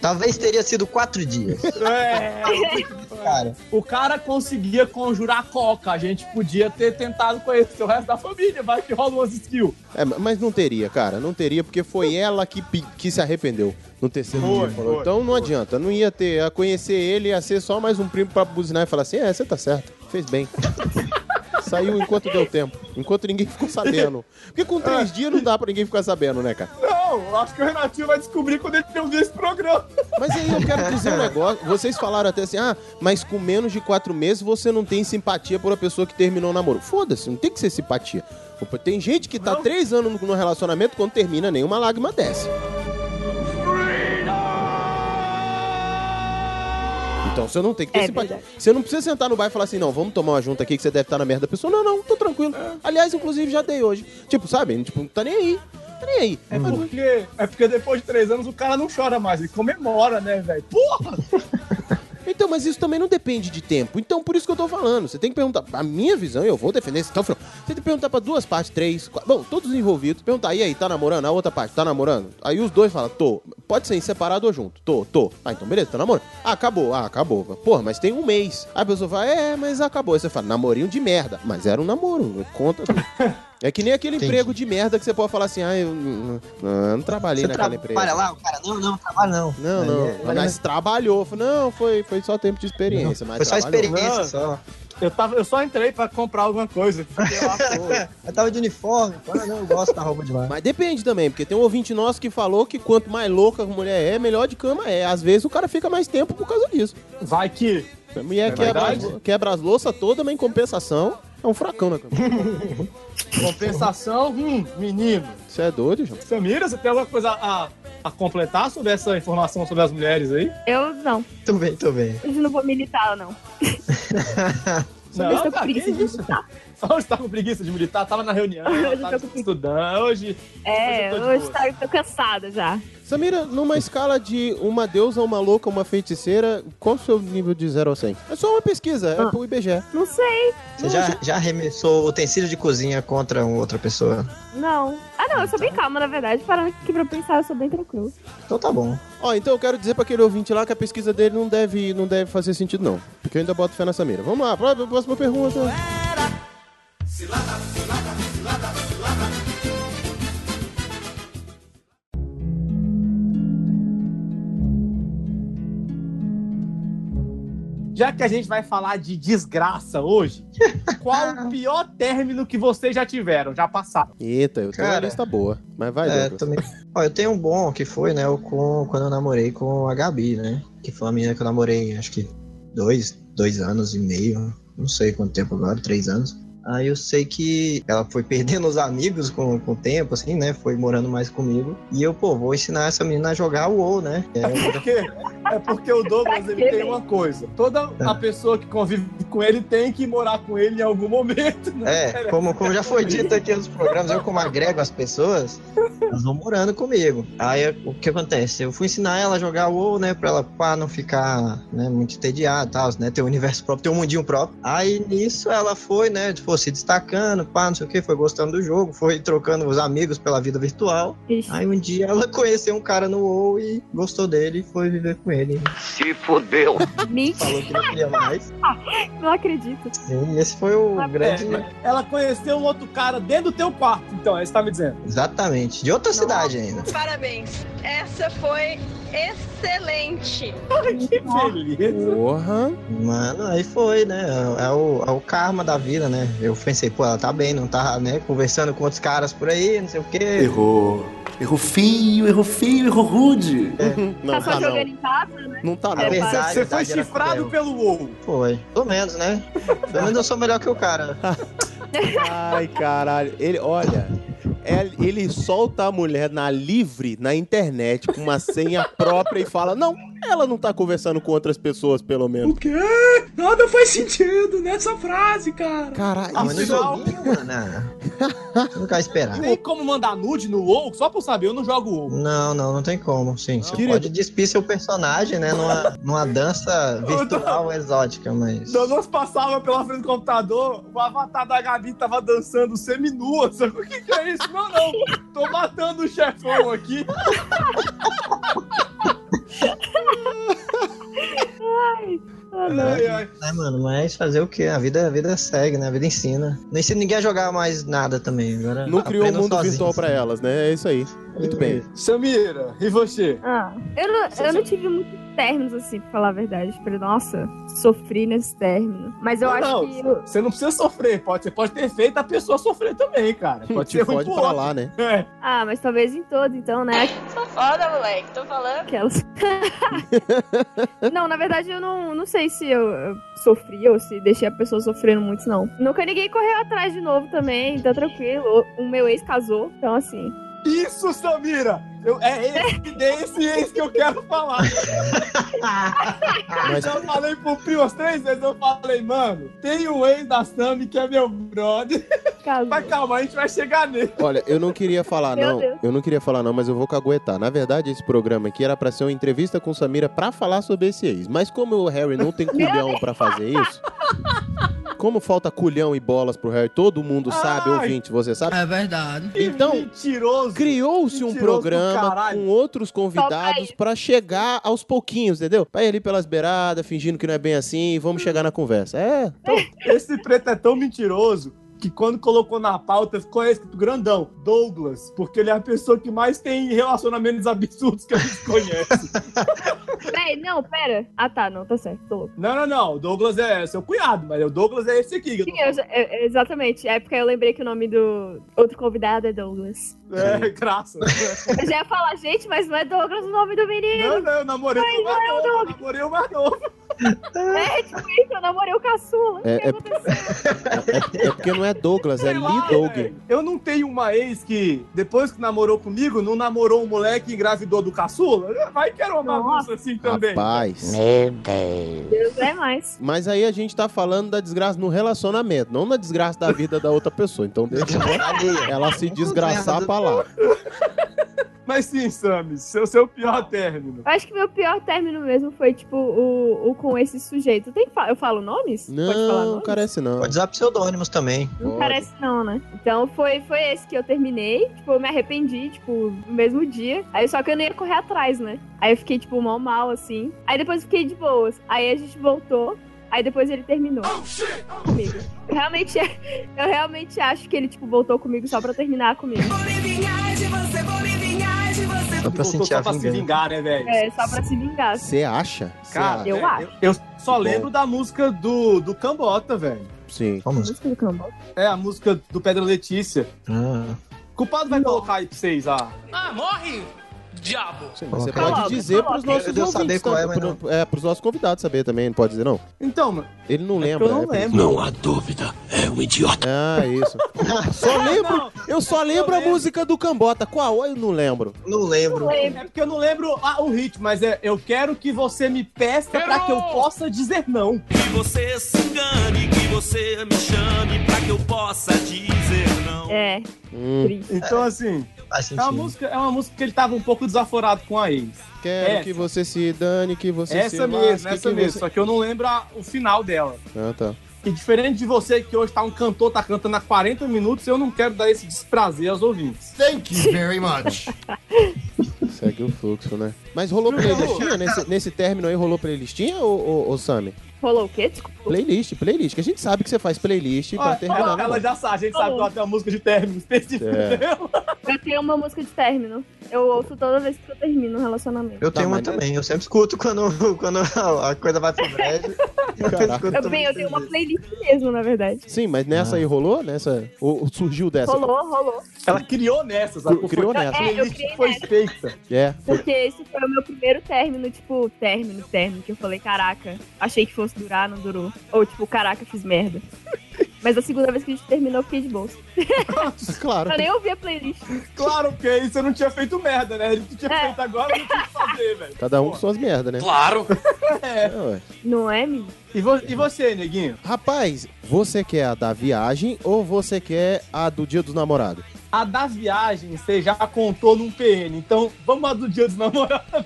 [SPEAKER 4] Talvez teria sido quatro dias,
[SPEAKER 3] É,
[SPEAKER 4] cara.
[SPEAKER 3] o cara conseguia conjurar a coca. A gente podia ter tentado conhecer o resto da família. Vai que rola umas skills.
[SPEAKER 1] É, mas não teria, cara. Não teria, porque foi ela que, pe- que se arrependeu no terceiro
[SPEAKER 3] Foi,
[SPEAKER 1] dia. falou.
[SPEAKER 3] foi,
[SPEAKER 1] então não adianta. Não ia ter. A conhecer ele ia ser só mais um primo pra buzinar e falar assim: é, você tá certo. Fez bem. Saiu enquanto deu tempo. Enquanto ninguém ficou sabendo. Porque com
[SPEAKER 3] É.
[SPEAKER 1] três dias não dá pra ninguém ficar sabendo, né, cara?
[SPEAKER 3] Não, eu acho que o Renatinho vai descobrir quando ele ouvir esse programa.
[SPEAKER 1] Mas aí eu quero dizer um negócio. Vocês falaram até assim, ah, mas com menos de quatro meses você não tem simpatia por uma pessoa que terminou o namoro. Foda-se, não tem que ser simpatia. Opa, Tem gente que tá
[SPEAKER 3] Não.
[SPEAKER 1] três anos no relacionamento, quando termina, nenhuma lágrima desce. Então você não tem que ter
[SPEAKER 2] É
[SPEAKER 1] simpatia.
[SPEAKER 2] verdade.
[SPEAKER 1] Você não precisa sentar no bar e falar assim, não, vamos tomar uma junta aqui que você deve estar na merda da pessoa. Não, não, tô tranquilo. Aliás, inclusive, já dei hoje. Tipo, sabe? Tipo, não tá nem aí. Tá nem aí.
[SPEAKER 3] É porque, é porque depois de três anos o cara não chora mais, ele comemora, né, velho? Porra!
[SPEAKER 1] Então, mas isso também não depende de tempo. Então, por isso que eu tô falando. Você tem que perguntar. A minha visão, eu vou defender isso até o final. Você tem que perguntar pra duas partes, três, quatro, bom, todos os envolvidos. Perguntar, e aí, tá namorando? A outra parte, tá namorando? Aí os dois falam, tô. Pode ser em separado ou junto. Tô, tô. Ah, então beleza, tá namorando. Ah, acabou. Ah, acabou. Porra, mas tem um mês. Aí a pessoa fala, é, mas acabou. Aí você fala, namorinho de merda. Mas era um namoro, conta tudo. É que nem aquele
[SPEAKER 4] Entendi.
[SPEAKER 1] emprego de merda que você pode falar assim, ah, eu, hum, hum, eu não trabalhei
[SPEAKER 4] Você
[SPEAKER 1] naquela empresa.
[SPEAKER 4] trabalha lá, o cara, não, não, trabalha não.
[SPEAKER 1] Não,
[SPEAKER 4] Aí
[SPEAKER 1] não.
[SPEAKER 4] é-
[SPEAKER 1] mas trabalhou. Falei, Não, foi, foi só tempo de experiência. mas
[SPEAKER 4] Foi só
[SPEAKER 1] trabalhou.
[SPEAKER 4] experiência,
[SPEAKER 3] Não.
[SPEAKER 4] só.
[SPEAKER 3] Eu, tava, eu só entrei pra comprar alguma coisa. Fiquei lá, pô.
[SPEAKER 4] Eu tava de uniforme, pô, "Ah, não, eu gosto da roupa de lá.
[SPEAKER 1] Mas depende também, porque tem um ouvinte nosso que falou que quanto mais louca a mulher é, melhor de cama é. Às vezes o cara fica mais tempo por causa disso.
[SPEAKER 3] Vai que.
[SPEAKER 1] A mulher
[SPEAKER 4] É
[SPEAKER 1] quebra,
[SPEAKER 3] verdade.
[SPEAKER 1] as- quebra as louças toda, mas em compensação é um furacão na cama.
[SPEAKER 3] Compensação, hum, menino.
[SPEAKER 1] Você é doido, João?
[SPEAKER 3] Samira, você tem alguma coisa a, a completar sobre essa informação sobre as mulheres aí?
[SPEAKER 2] Eu não.
[SPEAKER 4] Muito bem, muito bem.
[SPEAKER 2] Eu não vou militar, não. Mas
[SPEAKER 3] Não,
[SPEAKER 2] tô com
[SPEAKER 3] cara,
[SPEAKER 2] preguiça
[SPEAKER 3] que
[SPEAKER 2] de
[SPEAKER 3] isso?
[SPEAKER 2] militar.
[SPEAKER 3] Hoje tá com preguiça de militar, tava na reunião,
[SPEAKER 2] Hoje eu
[SPEAKER 3] tava
[SPEAKER 2] tô com
[SPEAKER 3] estudando. Hoje.
[SPEAKER 2] É,
[SPEAKER 3] Hoje eu tô de
[SPEAKER 2] hoje
[SPEAKER 3] boa.
[SPEAKER 2] tá, tô cansada já.
[SPEAKER 1] Samira, numa escala de uma deusa, uma louca, uma feiticeira, qual o seu nível de 0 a 100? É só uma pesquisa, é
[SPEAKER 2] Ah.
[SPEAKER 1] pro IBGE.
[SPEAKER 2] Não sei,
[SPEAKER 4] Você já, já arremessou utensílio de cozinha contra uma outra pessoa?
[SPEAKER 2] não. Ah, não, eu sou bem calma, na verdade. Parando aqui pra pensar, eu sou bem tranquila.
[SPEAKER 4] Então tá bom.
[SPEAKER 1] Ó, então eu quero dizer pra aquele ouvinte lá que a pesquisa dele não deve, não deve fazer sentido, não. Porque eu ainda boto fé na Samira. Vamos lá, pró- próxima pergunta.
[SPEAKER 3] Já que a gente vai falar de desgraça hoje, qual o pior término que vocês já tiveram, já passaram?
[SPEAKER 1] Eita, eu tenho uma
[SPEAKER 4] Cara.
[SPEAKER 1] lista boa. Mas vai,
[SPEAKER 4] É,
[SPEAKER 1] Douglas.
[SPEAKER 4] também. Ó, eu tenho um bom que foi, né, eu com, quando eu namorei com a Gabi, né? Que foi uma menina que eu namorei, acho que dois, dois anos e meio, não sei quanto tempo agora, três anos. Aí eu sei que ela foi perdendo os amigos com, com o tempo, assim, né? Foi morando mais comigo. E eu, pô, vou ensinar essa menina a jogar o WoW, né? É,
[SPEAKER 3] Porque é porque o Douglas ele
[SPEAKER 2] quê,
[SPEAKER 3] tem uma coisa. Toda a
[SPEAKER 4] É.
[SPEAKER 3] pessoa que convive com ele tem que morar com ele em algum momento, né?
[SPEAKER 4] É, como, como já foi dito aqui nos programas, eu como agrego as pessoas, elas vão morando comigo. Aí eu- o que acontece? Eu fui ensinar ela a jogar WoW, né? Pra ela pá, não ficar né, muito entediada e tal, né? Ter um universo próprio, ter um mundinho próprio. Aí nisso ela foi, né? Tipo, se destacando, pá, não sei o que, foi gostando do jogo, foi trocando os amigos pela vida virtual.
[SPEAKER 2] Ixi.
[SPEAKER 4] Aí um dia ela conheceu um cara no WoW e gostou dele e foi viver com ele.
[SPEAKER 5] Se fudeu.
[SPEAKER 2] Mentira,
[SPEAKER 4] Falou que não queria mais.
[SPEAKER 2] não acredito.
[SPEAKER 4] Sim, esse foi o
[SPEAKER 2] Mas-
[SPEAKER 4] grande.
[SPEAKER 3] É,
[SPEAKER 4] né?
[SPEAKER 3] Ela conheceu um outro cara dentro do teu quarto, então, é isso que tá me dizendo.
[SPEAKER 4] Exatamente. De outra cidade ainda.
[SPEAKER 9] Parabéns. Essa foi excelente.
[SPEAKER 3] Que beleza.
[SPEAKER 1] Porra.
[SPEAKER 4] Mano, aí foi, né? É o, é o karma da vida, né? Eu pensei, pô, ela tá bem, não tá, né? Conversando com outros caras por aí, não sei o quê.
[SPEAKER 10] Errou. Errou feio, errou feio, errou rude.
[SPEAKER 1] Não
[SPEAKER 2] tá só
[SPEAKER 1] tá,
[SPEAKER 2] jogando
[SPEAKER 1] não.
[SPEAKER 2] em casa?
[SPEAKER 1] Não tá,
[SPEAKER 4] A
[SPEAKER 1] não.
[SPEAKER 4] verdade,
[SPEAKER 3] Você foi
[SPEAKER 4] a verdade era
[SPEAKER 3] chifrado
[SPEAKER 4] cruel.
[SPEAKER 3] pelo WoW.
[SPEAKER 4] Foi. Pelo menos, né? Pelo menos eu sou melhor que o cara.
[SPEAKER 1] Ai, caralho. Ele, olha, é- ele solta a mulher na livre, na internet, com uma senha própria e fala: Não, ela não tá conversando com outras pessoas, pelo menos.
[SPEAKER 10] quê? Nada faz sentido nessa frase, cara.
[SPEAKER 1] Caralho,
[SPEAKER 4] Ah, mas no
[SPEAKER 1] isso
[SPEAKER 3] Afinal-
[SPEAKER 4] joguinho, mano. ah, Nunca vai esperar.
[SPEAKER 3] Tem como mandar nude no WoW? Só pra eu saber, eu não jogo WoW.
[SPEAKER 4] Não, não, não tem como. Sim, você
[SPEAKER 1] Querido.
[SPEAKER 4] pode despir seu personagem, né? Numa, numa dança virtual exótica, mas.
[SPEAKER 3] Douglas passava pela frente do computador, o avatar da Gabi tava dançando seminua. Sabe o que, que é isso? Não, não. Tô matando o chefão aqui.
[SPEAKER 2] Ah, não.
[SPEAKER 3] Ai, ai.
[SPEAKER 4] É, mano, mas fazer o quê? A vida, a vida segue, né? A vida ensina. Não ensina ninguém a jogar mais nada também. Agora assim.
[SPEAKER 1] não criou o
[SPEAKER 4] aprendam
[SPEAKER 1] mundo
[SPEAKER 4] sozinhos.
[SPEAKER 1] virtual pra elas, né? É isso aí. Muito bem.
[SPEAKER 3] Samira, e você?
[SPEAKER 2] Ah, eu não, eu não tive muitos términos, assim, pra falar a verdade. Falei, nossa, sofri nesse término. Mas eu
[SPEAKER 3] Não,
[SPEAKER 2] acho
[SPEAKER 3] não.
[SPEAKER 2] que. eu-
[SPEAKER 3] Você não precisa sofrer, pode, você pode ter feito a pessoa sofrer também, cara. É, Pode
[SPEAKER 1] Te
[SPEAKER 3] ser
[SPEAKER 1] fode
[SPEAKER 3] muito
[SPEAKER 1] pra lá, né?
[SPEAKER 2] Ah, mas talvez em todo, então, né?
[SPEAKER 9] Foda, moleque. Tô falando.
[SPEAKER 2] Aquelas. não, na verdade, eu não, não sei se eu, eu sofri ou se deixei a pessoa sofrendo muito, não. Nunca ninguém correu atrás de novo também, então tranquilo. O meu ex casou, então assim.
[SPEAKER 3] Isso, Samira! Eu- é esse, é esse, ex que eu quero falar.
[SPEAKER 1] Mas-
[SPEAKER 3] Eu falei pro Pri umas três vezes, eu falei, mano, tem um ex da Sami que é meu brother.
[SPEAKER 2] Casou.
[SPEAKER 3] Mas calma, a gente vai chegar nele.
[SPEAKER 1] Olha, eu não queria falar,
[SPEAKER 2] Meu
[SPEAKER 1] não.
[SPEAKER 2] Deus.
[SPEAKER 1] Eu não queria falar, não, mas eu vou caguetar. Na verdade, esse programa aqui era pra ser uma entrevista com Samira pra falar sobre esse ex. Mas como o Harry não tem culhão pra fazer isso. Como falta culhão e bolas pro Harry, todo mundo sabe,
[SPEAKER 3] Ai.
[SPEAKER 1] ouvinte, você sabe.
[SPEAKER 10] verdade.
[SPEAKER 3] Que
[SPEAKER 1] Então,
[SPEAKER 3] mentiroso.
[SPEAKER 1] criou-se um
[SPEAKER 3] Mentiroso do
[SPEAKER 1] programa
[SPEAKER 3] caralho.
[SPEAKER 1] com outros
[SPEAKER 2] Só pra
[SPEAKER 1] convidados
[SPEAKER 2] isso.
[SPEAKER 1] pra chegar aos pouquinhos, entendeu? Pra ir ali pelas beiradas, fingindo que não é bem assim, e
[SPEAKER 3] Hum.
[SPEAKER 1] vamos chegar na conversa. É,
[SPEAKER 3] Esse preto é tão mentiroso que quando colocou na pauta ficou escrito grandão, Douglas, porque ele é a pessoa que mais tem relacionamentos absurdos que a gente conhece.
[SPEAKER 2] Peraí, não, pera. Ah, tá, não, tá certo, tô louco.
[SPEAKER 3] não, não, não. O Douglas é seu cunhado, mas o Douglas é esse aqui.
[SPEAKER 2] Sim, eu já- eu- eu- exatamente. É porque eu lembrei que o nome do outro convidado é Douglas.
[SPEAKER 3] É, graça.
[SPEAKER 2] Eu já ia falar, gente, mas não é Douglas o nome do menino.
[SPEAKER 3] não, não, eu namorei com o mais novo. eu Namorei o mais novo.
[SPEAKER 2] É, tipo isso, eu namorei o caçula.
[SPEAKER 1] É,
[SPEAKER 2] o que aconteceu?
[SPEAKER 1] é porque não é Douglas, é Lee Doug.
[SPEAKER 3] Eu não tenho uma ex que, depois que namorou comigo, não namorou um moleque e engravidou do caçula? Vai que era uma bagunça assim também.
[SPEAKER 1] Rapaz.
[SPEAKER 2] Meu Deus. Deus é mais.
[SPEAKER 1] Mas aí a gente tá falando da desgraça no relacionamento, não na desgraça da vida da outra pessoa. Então deixa ela- ela se desgraçar pra lá.
[SPEAKER 3] Mas sim, Samis, seu, seu pior término.
[SPEAKER 2] Eu acho que meu pior término mesmo foi, tipo, o, o com esse sujeito. Tem que fa- eu falo nomes? Pode falar
[SPEAKER 1] Não,
[SPEAKER 2] nomes?
[SPEAKER 1] carece não.
[SPEAKER 4] Pode usar pseudônimos também.
[SPEAKER 2] Não parece não, né? Então foi, foi esse que eu terminei. Tipo, eu me arrependi, tipo, no mesmo dia. Aí só que eu não ia correr atrás, né? Aí eu fiquei, tipo, mal mal, assim. Aí depois eu fiquei de boas. Aí a gente voltou. Aí depois ele terminou comigo. Eu Realmente, eu realmente acho que ele, tipo, voltou comigo só pra terminar comigo.
[SPEAKER 4] Só pra
[SPEAKER 3] Voltou
[SPEAKER 4] sentir
[SPEAKER 3] só
[SPEAKER 4] a
[SPEAKER 3] pra se
[SPEAKER 4] vingança.
[SPEAKER 3] vingar, né, velho?
[SPEAKER 2] É, só pra se vingar.
[SPEAKER 1] Você acha?
[SPEAKER 3] Cara,
[SPEAKER 2] Eu
[SPEAKER 3] é,
[SPEAKER 2] acho.
[SPEAKER 3] eu só lembro da música do, do Cambota, velho.
[SPEAKER 1] Sim.
[SPEAKER 4] Vamos.
[SPEAKER 3] É, a música do Pedro Letícia.
[SPEAKER 4] Ah,
[SPEAKER 3] Culpado vai colocar aí pra vocês, ah.
[SPEAKER 10] Ah, morre! Diabo!
[SPEAKER 1] Sim, mas você
[SPEAKER 4] Coloca.
[SPEAKER 1] pode dizer pros
[SPEAKER 2] Coloca.
[SPEAKER 1] nossos
[SPEAKER 4] Eu devo
[SPEAKER 1] ouvintes,
[SPEAKER 4] saber qual é, mas
[SPEAKER 1] pro- é, pros nossos convidados saber também, não pode dizer não.
[SPEAKER 3] Então, mano,
[SPEAKER 1] Ele não
[SPEAKER 3] é que
[SPEAKER 1] lembra.
[SPEAKER 3] eu não
[SPEAKER 1] é por isso.
[SPEAKER 3] lembro.
[SPEAKER 1] Ah, isso. só lembro,
[SPEAKER 3] não.
[SPEAKER 1] eu só lembro a
[SPEAKER 3] lembro.
[SPEAKER 1] música do Cambota. Qual? Eu não lembro.
[SPEAKER 4] não lembro.
[SPEAKER 3] É porque eu não lembro ah, o ritmo, mas é eu quero que você me peça pra que eu possa dizer não.
[SPEAKER 6] Que você se engane, que você me chame pra que eu possa dizer não.
[SPEAKER 2] É,
[SPEAKER 1] Hum,
[SPEAKER 2] triste.
[SPEAKER 3] Então, assim,
[SPEAKER 4] Faz
[SPEAKER 3] é uma,
[SPEAKER 4] sentido.
[SPEAKER 3] música, é uma música que ele tava um pouco desaforado com a ex.
[SPEAKER 1] quero
[SPEAKER 3] Essa.
[SPEAKER 1] que você se dane, que você se
[SPEAKER 3] essa mesmo,
[SPEAKER 1] lasque,
[SPEAKER 3] essa
[SPEAKER 1] que
[SPEAKER 3] mesmo.
[SPEAKER 1] você-
[SPEAKER 3] Só que eu não lembro a- o final dela.
[SPEAKER 1] Ah, tá.
[SPEAKER 3] E diferente de você, que hoje tá um cantor, tá cantando há 40 minutos, eu não quero dar esse desprazer aos ouvintes.
[SPEAKER 7] Thank you very much.
[SPEAKER 1] Segue o fluxo, né? Mas rolou playlistinha? Nesse, nesse término aí rolou playlistinha, ô, ô, ô Sami?
[SPEAKER 2] Rolou o quê? Desculpa.
[SPEAKER 1] Playlist, playlist. Que a gente sabe que você faz playlist pra
[SPEAKER 3] Olha,
[SPEAKER 1] terminar.
[SPEAKER 3] ela,
[SPEAKER 1] né,
[SPEAKER 3] ela
[SPEAKER 1] mano?
[SPEAKER 3] já sabe, a gente sabe que ela tem uma música de término específica
[SPEAKER 1] É.
[SPEAKER 3] dela.
[SPEAKER 2] Eu tenho uma música de término. Eu ouço toda vez que eu termino um relacionamento.
[SPEAKER 4] Eu
[SPEAKER 1] Tá,
[SPEAKER 4] tenho uma
[SPEAKER 1] mas-
[SPEAKER 4] também, eu sempre escuto quando, quando a coisa vai pro brejo.
[SPEAKER 1] Caraca.
[SPEAKER 2] Eu, bem, eu tenho uma playlist mesmo, na verdade.
[SPEAKER 1] Sim, mas nessa aí rolou? Nessa? Ou surgiu dessa?
[SPEAKER 2] Rolou, rolou.
[SPEAKER 3] Ela criou nessa, sabe?
[SPEAKER 1] Criou
[SPEAKER 3] Foi-
[SPEAKER 1] nessa.
[SPEAKER 3] A
[SPEAKER 2] É, eu
[SPEAKER 3] playlist
[SPEAKER 2] criei
[SPEAKER 3] foi
[SPEAKER 2] nessa.
[SPEAKER 3] feita.
[SPEAKER 1] É.
[SPEAKER 2] Porque esse foi o meu primeiro término, tipo, término, término, que eu falei, caraca, achei que fosse durar, não durou. Ou tipo, caraca, fiz merda. Mas a segunda vez que a gente terminou, eu fiquei de bolsa.
[SPEAKER 1] Claro.
[SPEAKER 2] Eu nem ouvi a playlist.
[SPEAKER 3] Claro, porque aí você não tinha feito merda, né? Ele que
[SPEAKER 2] É.
[SPEAKER 3] tinha feito agora, não tinha que fazer, velho.
[SPEAKER 1] Cada um com
[SPEAKER 3] Pô.
[SPEAKER 1] suas merdas, né?
[SPEAKER 10] Claro!
[SPEAKER 1] É, ué.
[SPEAKER 2] Não é, menino?
[SPEAKER 3] E, vo- e você, neguinho?
[SPEAKER 1] Rapaz, você quer a da viagem ou você quer a do dia dos namorados?
[SPEAKER 3] A da viagem você já contou num PN, então vamos a do dia dos namorados.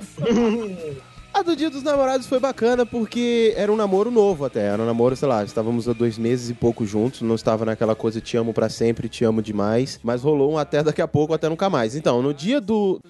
[SPEAKER 1] A do dia dos namorados foi bacana porque era um namoro novo até. Era um namoro, sei lá, estávamos há dois meses e pouco juntos. Não estava naquela coisa te amo pra sempre, te amo demais. Mas rolou um até daqui a pouco, até nunca mais. Então, no dia do.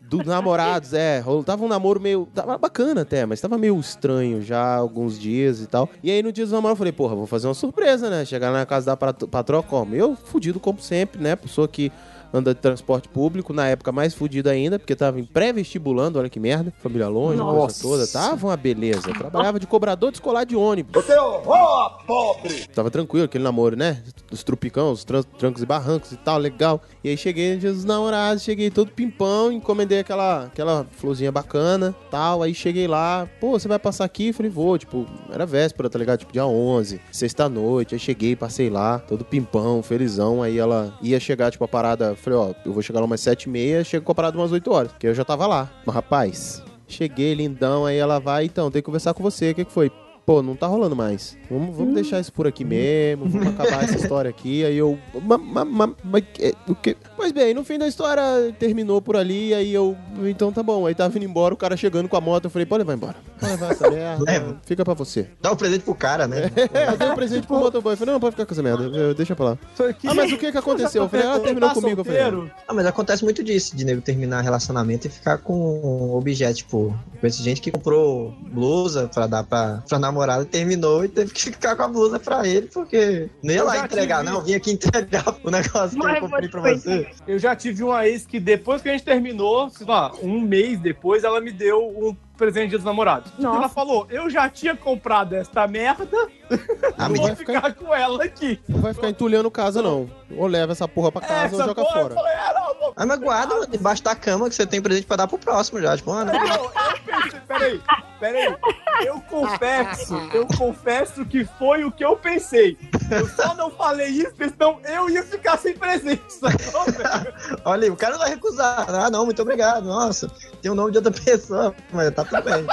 [SPEAKER 1] Dos namorados, é. rolou- Tava um namoro meio. Tava bacana até, mas tava meio estranho já há alguns dias e tal. E aí no dia dos namorados eu falei, porra, vou fazer uma surpresa, né? Chegar na casa da pat- patroa como? Eu, fudido como sempre, né? Pessoa que anda de transporte público, na época mais fudida ainda, porque tava em pré-vestibulando, olha que merda, família longe, coisa
[SPEAKER 4] Nossa.
[SPEAKER 1] toda, tava uma beleza. Trabalhava de cobrador de escolar de ônibus.
[SPEAKER 7] Você é horror, pobre.
[SPEAKER 1] Tava tranquilo aquele namoro, né? Os trupicão, os tran- trancos e barrancos e tal, legal. E aí cheguei no dia dos namorados, cheguei todo pimpão, encomendei aquela, aquela florzinha bacana, tal. Aí cheguei lá, pô, você vai passar aqui? Falei, vou, tipo, era véspera, tá ligado? Tipo, dia 11, sexta-noite. Aí cheguei, passei lá, todo pimpão, felizão. Aí ela ia chegar, tipo, a parada, falei, ó, eu vou chegar lá umas sete e meia, chego com a parada umas 8 horas, porque eu já tava lá. Mas, rapaz, cheguei lindão, aí ela vai, então, tem que conversar com você, o que que foi? Pô, não tá rolando mais. Vamos,
[SPEAKER 3] Hum.
[SPEAKER 1] vamos deixar isso por aqui mesmo, vamos acabar essa história aqui. Aí eu. Ma, ma, ma, ma- é, o quê? Pois bem, no fim da história terminou por ali, aí eu. Então tá bom. Aí tava indo embora, o cara chegando com a moto, eu falei, pode levar embora. Pode levar essa merda.
[SPEAKER 4] Leva.
[SPEAKER 1] Fica pra você.
[SPEAKER 4] Dá um presente pro cara, né?
[SPEAKER 1] É, eu dei um presente pro motoboy. Eu falei, não, pode ficar com essa merda. eu- deixa pra lá.
[SPEAKER 3] Isso aqui-
[SPEAKER 1] Ah, mas o que que aconteceu? Eu falei, ela terminou
[SPEAKER 3] Tá
[SPEAKER 1] comigo. Eu falei,
[SPEAKER 3] solteiro?
[SPEAKER 4] Ah, mas acontece muito disso, de nego terminar relacionamento e ficar com objeto, tipo, conheço gente que comprou blusa pra dar pra, pra namorada e terminou e teve que ficar com a blusa pra ele, porque não ia
[SPEAKER 3] Eu
[SPEAKER 4] lá
[SPEAKER 3] já
[SPEAKER 4] entregar,
[SPEAKER 3] tive.
[SPEAKER 4] não, vim aqui entregar o negócio que
[SPEAKER 2] Mas
[SPEAKER 4] eu comprei pra
[SPEAKER 2] você-
[SPEAKER 4] você.
[SPEAKER 3] Eu já tive uma ex que depois que a gente terminou, sei lá, um mês depois, ela me deu um presente de dia dos namorados. Tipo,
[SPEAKER 2] Nossa.
[SPEAKER 3] Ela falou, eu já tinha comprado esta merda,
[SPEAKER 4] Ah,
[SPEAKER 3] eu
[SPEAKER 4] mas
[SPEAKER 3] vou
[SPEAKER 1] vai
[SPEAKER 3] ficar com ela aqui.
[SPEAKER 1] não vai ficar entulhando casa, não. Ou leva essa porra pra casa ou
[SPEAKER 3] É, Essa
[SPEAKER 1] joga
[SPEAKER 3] porra,
[SPEAKER 1] fora.
[SPEAKER 3] Eu falei, "Ah, não, vou
[SPEAKER 4] Ah, mas guarda mano, debaixo da cama que você tem presente pra dar pro próximo já. Tipo, mano,
[SPEAKER 3] Não, eu pensei, peraí, peraí. Eu confesso, eu confesso que foi o que eu pensei. Eu só não falei isso, porque senão eu ia ficar sem presença.
[SPEAKER 4] Olha aí, o cara vai recusar. Ah, não, muito obrigado. Nossa, tem o nome de outra pessoa, mas tá tudo bem.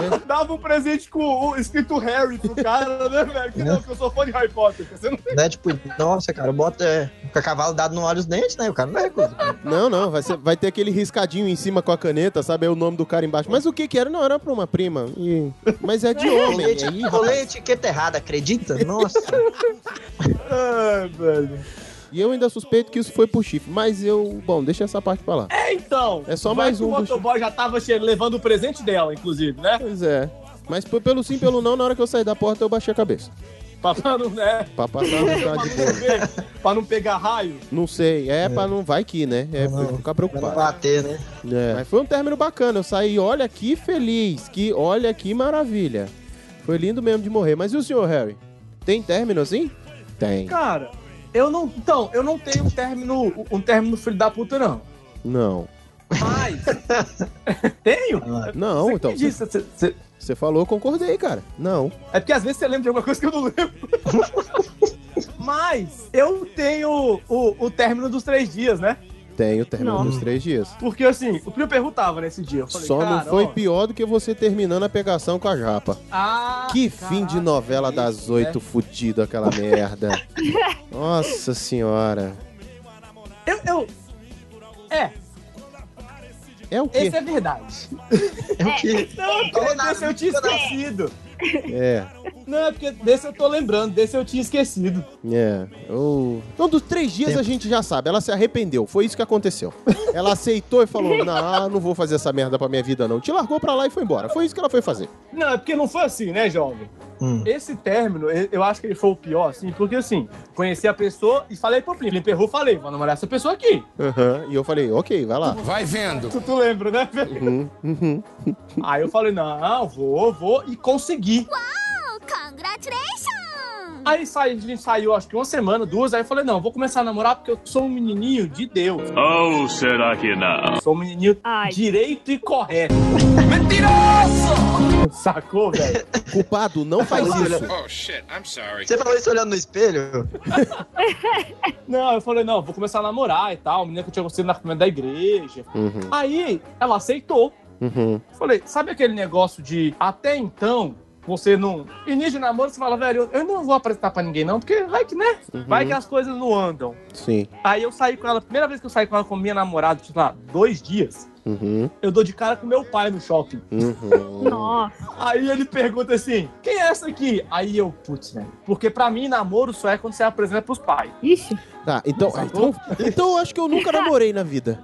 [SPEAKER 3] Dava- Dava um presente com o escrito Harry pro cara, né, velho? Que não, que eu sou fã de Harry Potter. Você não tá-
[SPEAKER 4] né? Tipo, nossa, cara, bota é, com a cavalo dado no olho os dentes, né? O cara não vai recusar.
[SPEAKER 1] Não, não, vai, ser- vai ter aquele riscadinho em cima com a caneta, sabe? Aí o nome do cara embaixo. Mas o que que era? Não, era pra uma prima. E- Mas é de homem.
[SPEAKER 4] Colete,
[SPEAKER 1] Aí,
[SPEAKER 4] colete, etiqueta errada, acredita? Nossa.
[SPEAKER 3] Ah, velho.
[SPEAKER 1] E eu ainda suspeito que isso foi pro chifre. Mas eu... Bom, deixa essa parte pra lá.
[SPEAKER 3] É, então.
[SPEAKER 1] É só
[SPEAKER 3] vai
[SPEAKER 1] mais
[SPEAKER 3] que
[SPEAKER 1] um
[SPEAKER 3] O
[SPEAKER 1] do
[SPEAKER 3] motoboy já tava che- levando o presente dela, inclusive, né?
[SPEAKER 1] Pois é. Mas p- pelo sim, pelo não, na hora que eu saí da porta, eu baixei a cabeça.
[SPEAKER 3] Pra não, né?
[SPEAKER 1] Pra passar a vontade Tá de boa.
[SPEAKER 3] ver, pra não pegar raio.
[SPEAKER 1] Não sei, é, pra não vai que, né? É pra eu ficar preocupado.
[SPEAKER 4] Bater, né?
[SPEAKER 1] É. Mas foi um término bacana. Eu saí, olha que feliz, que olha que maravilha. Foi lindo mesmo de morrer. Mas e o senhor, Harry? Tem término assim? Tem.
[SPEAKER 3] Cara, eu não. Então, eu não tenho um término, um término filho da puta, não.
[SPEAKER 1] Não.
[SPEAKER 3] Mas. tenho?
[SPEAKER 1] Não, então.
[SPEAKER 3] me disse, você-
[SPEAKER 1] Você falou, eu concordei, cara. Não.
[SPEAKER 3] É porque às vezes você lembra de alguma coisa que eu não lembro. Mas eu tenho o, o término dos três dias, né?
[SPEAKER 1] Tem o término
[SPEAKER 3] Não.
[SPEAKER 1] dos três dias.
[SPEAKER 3] Porque assim, o Pio perguntava nesse dia. Eu falei,
[SPEAKER 1] Só não
[SPEAKER 3] cara,
[SPEAKER 1] foi
[SPEAKER 3] ó,
[SPEAKER 1] pior do que você terminando a pegação com a japa.
[SPEAKER 3] Ah,
[SPEAKER 1] que fim de novela das oito
[SPEAKER 3] né?
[SPEAKER 1] fudido aquela merda. Nossa senhora.
[SPEAKER 3] Eu, eu. É,
[SPEAKER 1] É o quê?
[SPEAKER 3] esse é verdade.
[SPEAKER 4] É o quê?
[SPEAKER 3] Não, porque desse eu tinha esquecido.
[SPEAKER 1] É.
[SPEAKER 3] Não, é porque desse eu tô lembrando, desse eu tinha esquecido.
[SPEAKER 1] É. ou- Então, dos três dias a gente já sabe. Ela se arrependeu. Foi isso que aconteceu. Ela aceitou e falou: Não, não vou fazer essa merda pra minha vida, não. Te largou pra lá e foi embora. Foi isso que ela foi fazer.
[SPEAKER 3] Não, é porque não foi assim, né, jovem?
[SPEAKER 1] É.
[SPEAKER 4] Hum.
[SPEAKER 3] Esse término, eu eu acho que ele foi o pior, assim, porque assim, conheci a pessoa e falei pro Plim, Plim Perru, falei, vou namorar essa pessoa aqui.
[SPEAKER 1] Aham. E eu falei: Ok, vai lá.
[SPEAKER 7] Vai vendo.
[SPEAKER 3] Tu, tu lembra, né?
[SPEAKER 1] Uhum, uhum.
[SPEAKER 3] Aí eu falei, não, vou, vou, e consegui. Aí sai- a gente saiu, acho que uma semana, duas, aí eu falei, não, vou começar a namorar porque eu sou um menininho de Deus.
[SPEAKER 6] Ou será que não?
[SPEAKER 3] Sou um menininho
[SPEAKER 2] Ai.
[SPEAKER 3] direito e correto. Mentiroso! Sacou, velho?
[SPEAKER 1] Culpado, não faz isso.
[SPEAKER 7] Oh shit, I'm sorry.
[SPEAKER 4] Você falou isso olhando no espelho?
[SPEAKER 3] Não, eu falei, não, vou começar a namorar e tal, menina que eu tinha conhecido na primeira da igreja.
[SPEAKER 1] Uhum,
[SPEAKER 3] Aí ela aceitou.
[SPEAKER 1] uhum.
[SPEAKER 3] Falei, sabe aquele negócio de até então você não. Início de namoro, você fala, velho, eu não vou apresentar pra ninguém, não, porque vai que, né?
[SPEAKER 1] Uhum.
[SPEAKER 3] Vai que as coisas não andam.
[SPEAKER 1] Sim.
[SPEAKER 3] Aí eu saí com ela, a primeira vez que eu saí com ela com minha namorada, sei lá, dois dias,
[SPEAKER 1] Uhum,
[SPEAKER 3] eu dou de cara com meu pai no shopping.
[SPEAKER 1] uhum.
[SPEAKER 2] Nossa.
[SPEAKER 3] Aí ele pergunta assim: quem é essa aqui? Aí eu, putz, velho. Porque pra mim, namoro só é quando você apresenta pros pais.
[SPEAKER 2] Ixi.
[SPEAKER 1] Tá, então, então, então eu acho que eu nunca namorei na vida.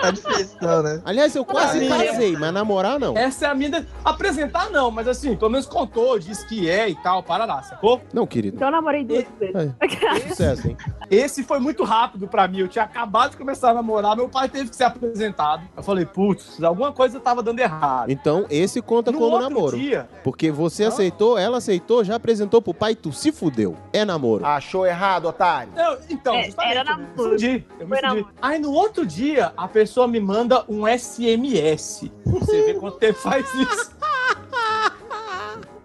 [SPEAKER 4] Tá difícil, não, né?
[SPEAKER 1] Aliás, eu quase
[SPEAKER 3] Olha.
[SPEAKER 1] casei, mas namorar não.
[SPEAKER 3] Essa é a minha. Apresentar não, mas assim, pelo menos contou, disse que é e tal, parará, sacou?
[SPEAKER 1] Não, querido.
[SPEAKER 2] Então eu namorei duas vezes.
[SPEAKER 1] Sucesso, hein?
[SPEAKER 3] Esse foi muito rápido pra mim. Eu tinha acabado de começar a namorar, meu pai teve que ser apresentado. Eu falei, putz, alguma coisa tava dando errado.
[SPEAKER 1] Então, esse conta
[SPEAKER 3] No
[SPEAKER 1] como
[SPEAKER 3] outro
[SPEAKER 1] namoro.
[SPEAKER 3] dia,
[SPEAKER 1] Porque você
[SPEAKER 3] Hã?
[SPEAKER 1] aceitou, ela aceitou, já apresentou pro pai, tu se fudeu. É namoro.
[SPEAKER 7] Achou errado, otário.
[SPEAKER 3] Não, então,
[SPEAKER 2] É,
[SPEAKER 3] justamente,
[SPEAKER 2] era
[SPEAKER 3] eu me
[SPEAKER 2] namoro.
[SPEAKER 3] fudi, eu me
[SPEAKER 2] Foi
[SPEAKER 3] fudi.
[SPEAKER 2] namoro.
[SPEAKER 3] Aí no outro dia, a pessoa me manda um SMS. Você vê quanto tempo faz isso.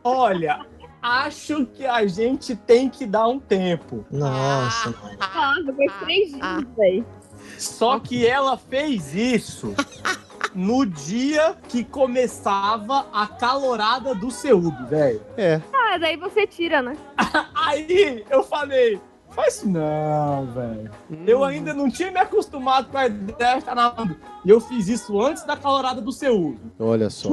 [SPEAKER 3] Olha, acho que a gente tem que dar um tempo.
[SPEAKER 4] Nossa, mano.
[SPEAKER 2] Nossa, foi três dias, velho.
[SPEAKER 3] Só que ela fez isso no dia que começava a calorada do Seúbe, velho.
[SPEAKER 1] É.
[SPEAKER 2] Ah, daí você tira, né?
[SPEAKER 3] Aí eu falei, faz isso não, velho. Eu ainda não tinha me acostumado com a ideia de estar namorando. E eu fiz isso antes da calorada do Seul.
[SPEAKER 1] Olha só.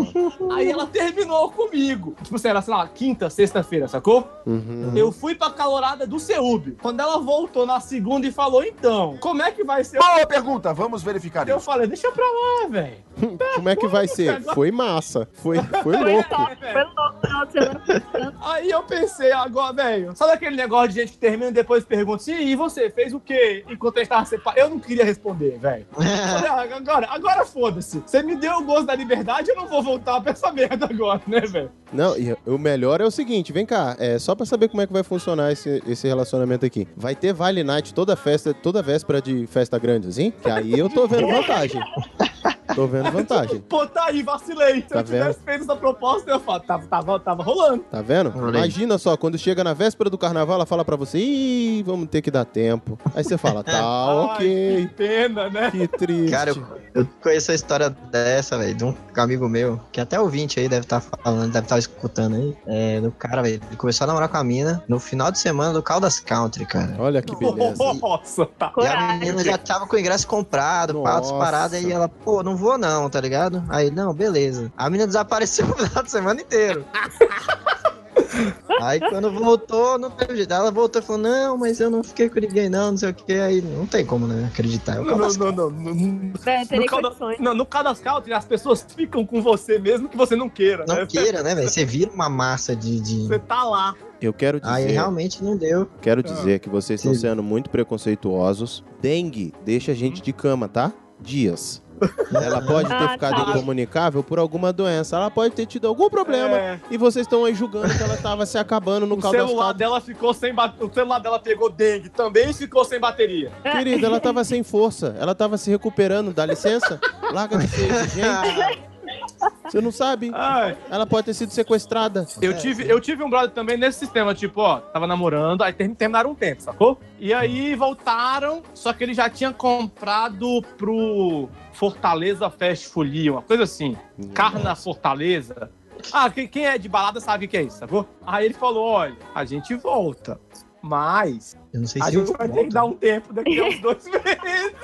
[SPEAKER 3] Aí ela terminou comigo. Tipo assim, era, sei lá, quinta, sexta-feira, sacou?
[SPEAKER 1] Uhum.
[SPEAKER 3] Eu fui pra calorada do Seúb. Quando ela voltou na segunda e falou, então, como é que vai ser?
[SPEAKER 7] Boa pergunta, vamos verificar
[SPEAKER 3] Eu
[SPEAKER 7] isso.
[SPEAKER 3] falei, deixa pra lá, velho.
[SPEAKER 1] Como é que vai ser? Foi massa. Foi, foi louco.
[SPEAKER 2] top, foi louco. Final de semana foi tanto.
[SPEAKER 3] Aí eu pensei, agora, velho, sabe aquele negócio de gente que termina e depois pergunta, sim, e você, fez o quê? Enquanto a gente tava separado? Eu não queria responder, velho. Falei, "Ah, Agora, agora foda-se. Você me deu o gosto da liberdade, eu não vou voltar pra essa merda agora, né, velho?
[SPEAKER 1] Não, e o melhor é o seguinte: vem cá, é só pra saber como é que vai funcionar esse, esse relacionamento aqui. Vai ter Vale Night toda festa, toda véspera de festa grande, assim? Que aí eu tô vendo vantagem. Tô vendo vantagem.
[SPEAKER 3] Pô, tá aí, vacilei. Se
[SPEAKER 1] Tá
[SPEAKER 3] eu tivesse feito essa proposta, eu ia falar, tava, tava, tava rolando.
[SPEAKER 1] Tá vendo?
[SPEAKER 3] Olha aí.
[SPEAKER 1] Imagina só, quando chega na véspera do carnaval, ela fala pra você, ih, vamos ter que dar tempo. Aí você fala, tá, ok.
[SPEAKER 3] Que pena, né?
[SPEAKER 1] Que triste.
[SPEAKER 4] Cara, eu, eu conheço a história dessa, velho, de um amigo meu, que até ouvinte aí deve estar falando, deve estar escutando aí. É, do cara, velho, ele começou a namorar com a mina no final de semana do Caldas Country, cara.
[SPEAKER 1] Olha que beleza.
[SPEAKER 3] Nossa, tá.
[SPEAKER 4] E a menina já tava com o ingresso comprado, pá,
[SPEAKER 1] Nossa.
[SPEAKER 4] disparada, e ela, pô, não vou não, tá ligado? Aí, não, beleza. A menina desapareceu o final de semana inteiro. Aí quando voltou, não teve jeito. Ela voltou e falou, não, mas eu não fiquei com ninguém não, não sei o que. Aí não tem como, né, acreditar. É o
[SPEAKER 3] Não,
[SPEAKER 4] Caldas
[SPEAKER 3] não, não, não, não.
[SPEAKER 2] É, teria
[SPEAKER 3] no
[SPEAKER 2] condições.
[SPEAKER 3] não, no Caldas Country, as pessoas ficam com você mesmo que você não queira.
[SPEAKER 4] Não
[SPEAKER 3] né?
[SPEAKER 4] queira, né, velho? Você vira uma massa de. de...
[SPEAKER 3] Você tá lá.
[SPEAKER 1] Eu quero dizer...
[SPEAKER 3] é
[SPEAKER 4] Aí realmente não deu.
[SPEAKER 1] Quero dizer que vocês estão sendo muito preconceituosos. Dengue deixa a
[SPEAKER 3] Uhum.
[SPEAKER 1] gente de cama, tá? Dias. Ela pode ter
[SPEAKER 2] Ah,
[SPEAKER 1] ficado
[SPEAKER 2] tá.
[SPEAKER 1] incomunicável por alguma doença. Ela pode ter tido algum problema.
[SPEAKER 3] É.
[SPEAKER 1] E vocês estão aí julgando que ela tava se acabando no
[SPEAKER 3] O
[SPEAKER 1] caldo
[SPEAKER 3] celular dela ficou sem bateria. O celular dela pegou dengue, também ficou sem bateria.
[SPEAKER 1] Querida, ela tava sem força. Ela tava se recuperando. Dá licença? Larga de ser exigente. Você não sabe?
[SPEAKER 3] Ai.
[SPEAKER 1] Ela pode ter sido sequestrada.
[SPEAKER 3] Eu, tive, eu tive um brother também nesse sistema, tipo, ó, tava namorando, aí ter- terminaram um tempo, sacou? E aí voltaram, só que ele já tinha comprado pro Fortaleza Fest Folia, uma coisa assim. Carna Fortaleza. Ah, quem, quem é de balada sabe o que é isso, sacou? Aí ele falou, olha, a gente volta, mas
[SPEAKER 4] Eu não sei
[SPEAKER 3] a
[SPEAKER 4] se
[SPEAKER 3] gente
[SPEAKER 4] eu
[SPEAKER 3] vai ter
[SPEAKER 4] volto.
[SPEAKER 3] que dar um tempo daqui a uns dois meses.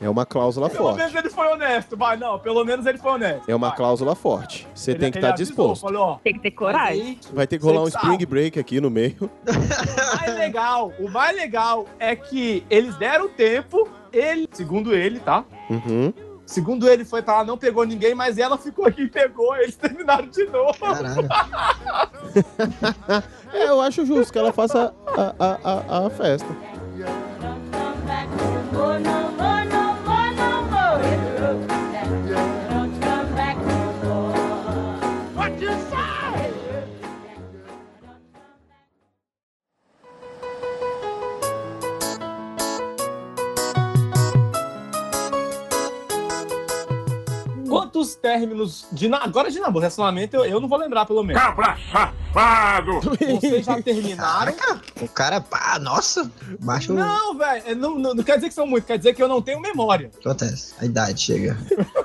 [SPEAKER 1] É uma cláusula
[SPEAKER 3] Pelo
[SPEAKER 1] forte.
[SPEAKER 3] menos ele foi honesto, vai, não, pelo menos ele foi honesto.
[SPEAKER 1] É uma cláusula forte. Você
[SPEAKER 3] Ele-
[SPEAKER 1] tem que
[SPEAKER 3] ele
[SPEAKER 1] estar
[SPEAKER 3] avisou,
[SPEAKER 1] disposto.
[SPEAKER 3] Falou, ó,
[SPEAKER 2] Tem que ter coragem.
[SPEAKER 1] Vai ter que rolar um
[SPEAKER 3] Você que
[SPEAKER 1] spring
[SPEAKER 3] sabe.
[SPEAKER 1] break aqui no meio.
[SPEAKER 3] O mais legal, o mais legal é que eles deram tempo, ele, segundo ele, tá?
[SPEAKER 1] Uhum.
[SPEAKER 3] Segundo ele foi pra lá, não pegou ninguém, mas ela ficou aqui e pegou, eles terminaram de novo.
[SPEAKER 4] Caralho.
[SPEAKER 1] É, eu acho justo que ela faça a, a, a, a festa.
[SPEAKER 3] Quantos términos de. na- Agora de namoro, relacionamento eu, eu não vou lembrar, pelo menos.
[SPEAKER 7] Cabra safado!
[SPEAKER 3] Vocês já terminaram?
[SPEAKER 4] O cara, pá, nossa, baixo
[SPEAKER 3] Não, velho, é, não, não, não quer dizer que são muitos, quer dizer que eu não tenho memória.
[SPEAKER 4] acontece. A idade chega.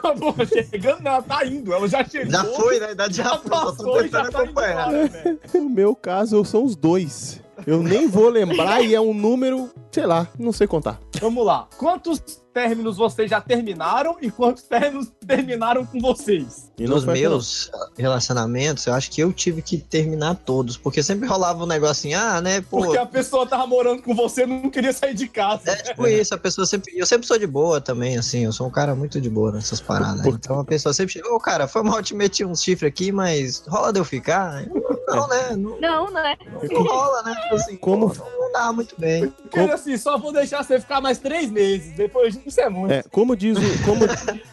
[SPEAKER 3] Pô, chegando, ela tá indo, ela já chegou.
[SPEAKER 4] Já foi, né? A idade já,
[SPEAKER 3] já
[SPEAKER 4] foi. eu
[SPEAKER 3] passou
[SPEAKER 4] Tô
[SPEAKER 3] e já
[SPEAKER 4] tentando
[SPEAKER 3] tá indo
[SPEAKER 4] acompanhar.
[SPEAKER 3] embora, velho.
[SPEAKER 1] No meu caso, são os dois. Eu nem vou lembrar e é um número, sei lá, não sei contar.
[SPEAKER 3] Vamos lá. Quantos términos vocês já terminaram e quantos términos terminaram com vocês?
[SPEAKER 1] E
[SPEAKER 4] Nos
[SPEAKER 1] foi aqui,
[SPEAKER 4] meus relacionamentos, eu acho que eu tive que terminar todos, porque sempre rolava um negócio assim, ah, né, pô,
[SPEAKER 3] Porque a pessoa tava morando com você e não queria sair de casa.
[SPEAKER 4] é tipo isso, a pessoa sempre, eu sempre sou de boa também, assim, eu sou um cara muito de boa nessas paradas,
[SPEAKER 1] Por-
[SPEAKER 4] então a pessoa sempre chega, ô cara, foi mal te meti um chifre aqui, mas rola de eu ficar? Não, né, não,
[SPEAKER 2] Não, né?
[SPEAKER 4] não rola, né, Tipo assim,
[SPEAKER 1] Como-
[SPEAKER 4] pô, não dá muito bem.
[SPEAKER 3] Porque assim, só vou deixar você ficar mais três meses. Depois disso é muito.
[SPEAKER 1] É, como diz o. Como,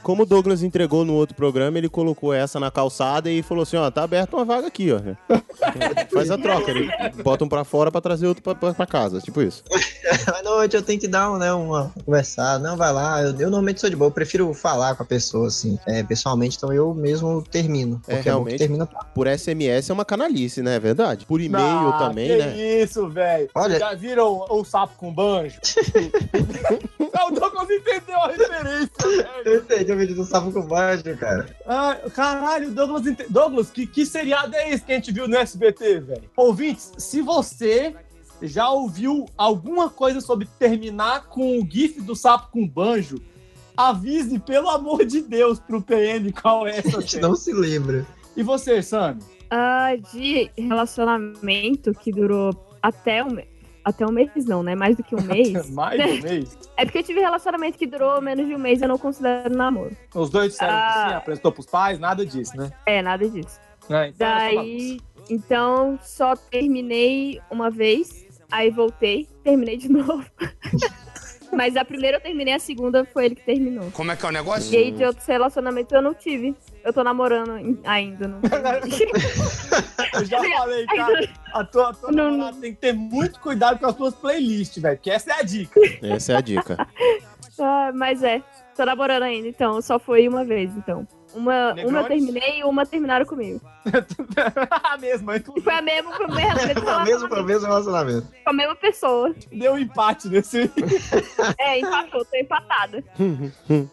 [SPEAKER 1] como o Douglas entregou no outro programa, ele colocou essa na calçada e falou assim: ó, tá aberta uma vaga aqui, ó. Faz a troca. Ele bota um pra fora pra trazer outro pra, pra- pra casa. Tipo isso.
[SPEAKER 4] à noite eu tenho que dar um, né, uma conversada. Não, vai lá. Eu, eu normalmente sou de boa. Eu prefiro falar com a pessoa, assim, é, pessoalmente. Então eu mesmo termino.
[SPEAKER 1] É,
[SPEAKER 4] Porque
[SPEAKER 1] realmente.
[SPEAKER 4] realmente. Termina...
[SPEAKER 1] Por SMS é uma canalice, né? É verdade. Por e-mail
[SPEAKER 3] Ah,
[SPEAKER 1] também,
[SPEAKER 3] que
[SPEAKER 1] né?
[SPEAKER 3] isso, velho.
[SPEAKER 4] Olha-
[SPEAKER 3] Já viram o, o sapo com banjo? Não, o Douglas entendeu a referência, velho.
[SPEAKER 4] Eu entendi o vídeo do Sapo com Banjo, cara.
[SPEAKER 3] Ah, caralho, Douglas, ente- Douglas que, que seriado é esse que a gente viu no SBT, velho? Ouvintes, se você já ouviu alguma coisa sobre terminar com o gif do sapo com banjo, avise, pelo amor de Deus, pro PN qual é essa
[SPEAKER 4] A gente
[SPEAKER 3] série.
[SPEAKER 4] não se lembra.
[SPEAKER 3] E você, Sam?
[SPEAKER 2] Ah, de relacionamento que durou até um mês. Até um mês não, né? Mais do que um mês.
[SPEAKER 3] Mais um mês?
[SPEAKER 2] é porque eu tive relacionamento que durou menos de um mês, eu não considero namoro.
[SPEAKER 3] Os dois disseram que
[SPEAKER 2] Ah.
[SPEAKER 3] sim, apresentou pros pais, nada disso, né?
[SPEAKER 2] É, nada disso.
[SPEAKER 3] Ah, então é só bagunça.
[SPEAKER 2] Daí, então, só terminei uma vez, aí voltei, terminei de novo. Mas a primeira eu terminei, a segunda foi ele que terminou.
[SPEAKER 7] Como é que é o negócio?
[SPEAKER 2] E aí, de outros relacionamentos, eu não tive. Eu tô namorando em- ainda, não
[SPEAKER 3] Eu já falei, cara, a tua, a tua
[SPEAKER 2] Não,
[SPEAKER 3] namorada tem que ter muito
[SPEAKER 1] né?
[SPEAKER 3] cuidado com as tuas playlists, velho, porque essa é a dica.
[SPEAKER 1] Essa é a dica.
[SPEAKER 2] Ah, mas é. Tô namorando ainda, então. Só foi uma vez, então. Uma, uma eu
[SPEAKER 3] Negronis?
[SPEAKER 2] terminei e uma terminaram comigo.
[SPEAKER 3] a mesma,
[SPEAKER 2] E foi a mesma pro mesmo,
[SPEAKER 4] Pro mesmo, pro mesmo relacionamento.
[SPEAKER 2] com a mesma pessoa.
[SPEAKER 3] Deu um empate nesse.
[SPEAKER 2] É, empatou, tô empatada.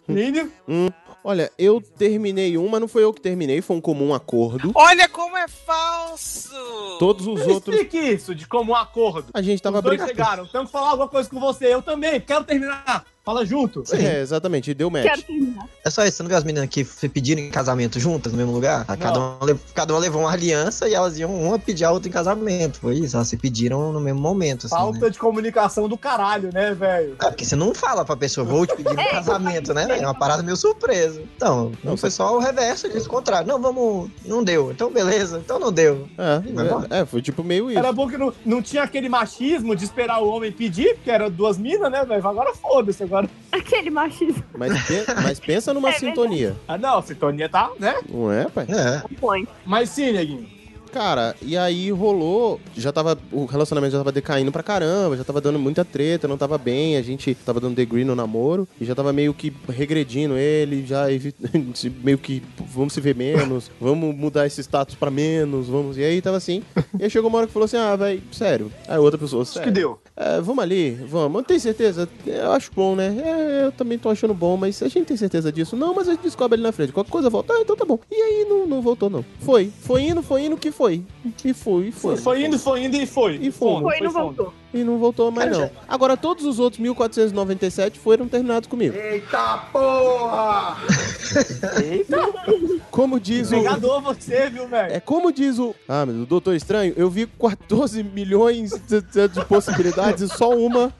[SPEAKER 3] Lídio?
[SPEAKER 1] Hum. Olha, eu terminei um, mas não foi eu que terminei, foi um comum acordo.
[SPEAKER 11] Olha como é falso!
[SPEAKER 1] Todos os outros.
[SPEAKER 3] Explique isso, de como um acordo.
[SPEAKER 1] A gente tava
[SPEAKER 3] Os dois
[SPEAKER 1] brincando.
[SPEAKER 3] chegaram, tenho que falar alguma coisa com você. Eu também, quero terminar. Fala junto.
[SPEAKER 1] É, exatamente, e deu match.
[SPEAKER 2] terminar.
[SPEAKER 4] É só isso, você não viu as meninas que f- pediram em casamento juntas no mesmo lugar? Ah, Cada uma, le- cada uma levou uma aliança e elas iam uma pedir a outra em casamento. Foi isso, elas se pediram no mesmo momento. Assim, né?
[SPEAKER 3] Falta de comunicação do caralho, né, velho?
[SPEAKER 4] É, porque você não fala pra pessoa, vou te pedir em casamento, né? velho? É uma parada meio surpresa. Então, não foi só o reverso disso, o contrário. Não, vamos, não deu. Então, beleza, então não deu. Vai embora.
[SPEAKER 1] É, é, foi tipo meio isso.
[SPEAKER 3] Era bom que não, não tinha aquele machismo de esperar o homem pedir, porque era duas minas, né, velho? Agora foda-se, agora.
[SPEAKER 2] Aquele machismo.
[SPEAKER 1] Mas, pe- mas pensa numa
[SPEAKER 2] É verdade.
[SPEAKER 1] sintonia.
[SPEAKER 3] Ah, não, a sintonia tá, né?
[SPEAKER 1] Não é, pai?
[SPEAKER 4] É.
[SPEAKER 2] Põe.
[SPEAKER 3] Mas sim, neguinho.
[SPEAKER 1] Cara, e aí rolou, já tava, o relacionamento já tava decaindo pra caramba, já tava dando muita treta, não tava bem, a gente tava dando degree no namoro, e já tava meio que regredindo ele, já evi- se- meio que, vamos se ver menos, vamos mudar esse status pra menos, vamos, e aí tava assim, e aí chegou uma hora que falou assim, ah, véi, sério, aí outra pessoa, sério.
[SPEAKER 3] que deu.
[SPEAKER 1] É, vamos ali, vamos. Tem certeza? Eu acho bom, né? É, eu também tô achando bom, mas a gente tem certeza disso. Não, mas a gente descobre ali na frente. Qualquer coisa volta, ah, então tá bom. E aí não, não voltou, não. Foi. Foi indo, foi indo que foi. E foi, e foi.
[SPEAKER 3] Foi, indo, foi indo e foi.
[SPEAKER 1] E fomos.
[SPEAKER 2] Foi e não
[SPEAKER 3] fundo.
[SPEAKER 2] voltou.
[SPEAKER 1] E não voltou mais,
[SPEAKER 3] Cara,
[SPEAKER 1] não. Agora, todos os outros 1497 foram terminados comigo.
[SPEAKER 3] É.
[SPEAKER 7] Eita porra!
[SPEAKER 1] Como diz o.
[SPEAKER 3] Tá Pegador você, viu, velho?
[SPEAKER 1] É como diz o. Ah, mas o Doutor Estranho, eu vi 14 milhões de, de- de possibilidades e só uma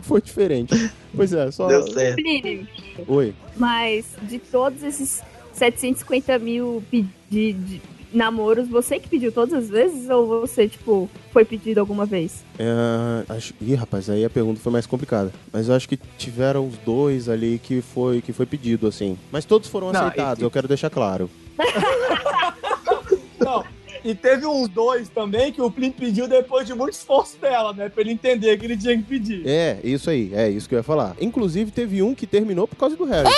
[SPEAKER 1] foi diferente. Pois é, só.
[SPEAKER 4] Deu certo.
[SPEAKER 2] Plínio,
[SPEAKER 1] Oi.
[SPEAKER 2] Mas de todos esses 750 mil pedi- de namoros, você que pediu todas as vezes ou você, tipo, foi pedido alguma vez?
[SPEAKER 1] É, acho... Ih, rapaz, aí a pergunta foi mais complicada. Mas eu acho que tiveram os dois ali que foi, que foi pedido, assim. Mas todos foram
[SPEAKER 3] Não,
[SPEAKER 1] aceitados,
[SPEAKER 3] e-
[SPEAKER 1] eu quero deixar claro.
[SPEAKER 3] Não. E teve uns dois também que o Plin pediu depois de muito esforço dela, né? Pra ele entender que ele tinha que pedir.
[SPEAKER 1] É, isso aí, é isso que eu ia falar. Inclusive, teve um que terminou por causa do Harry.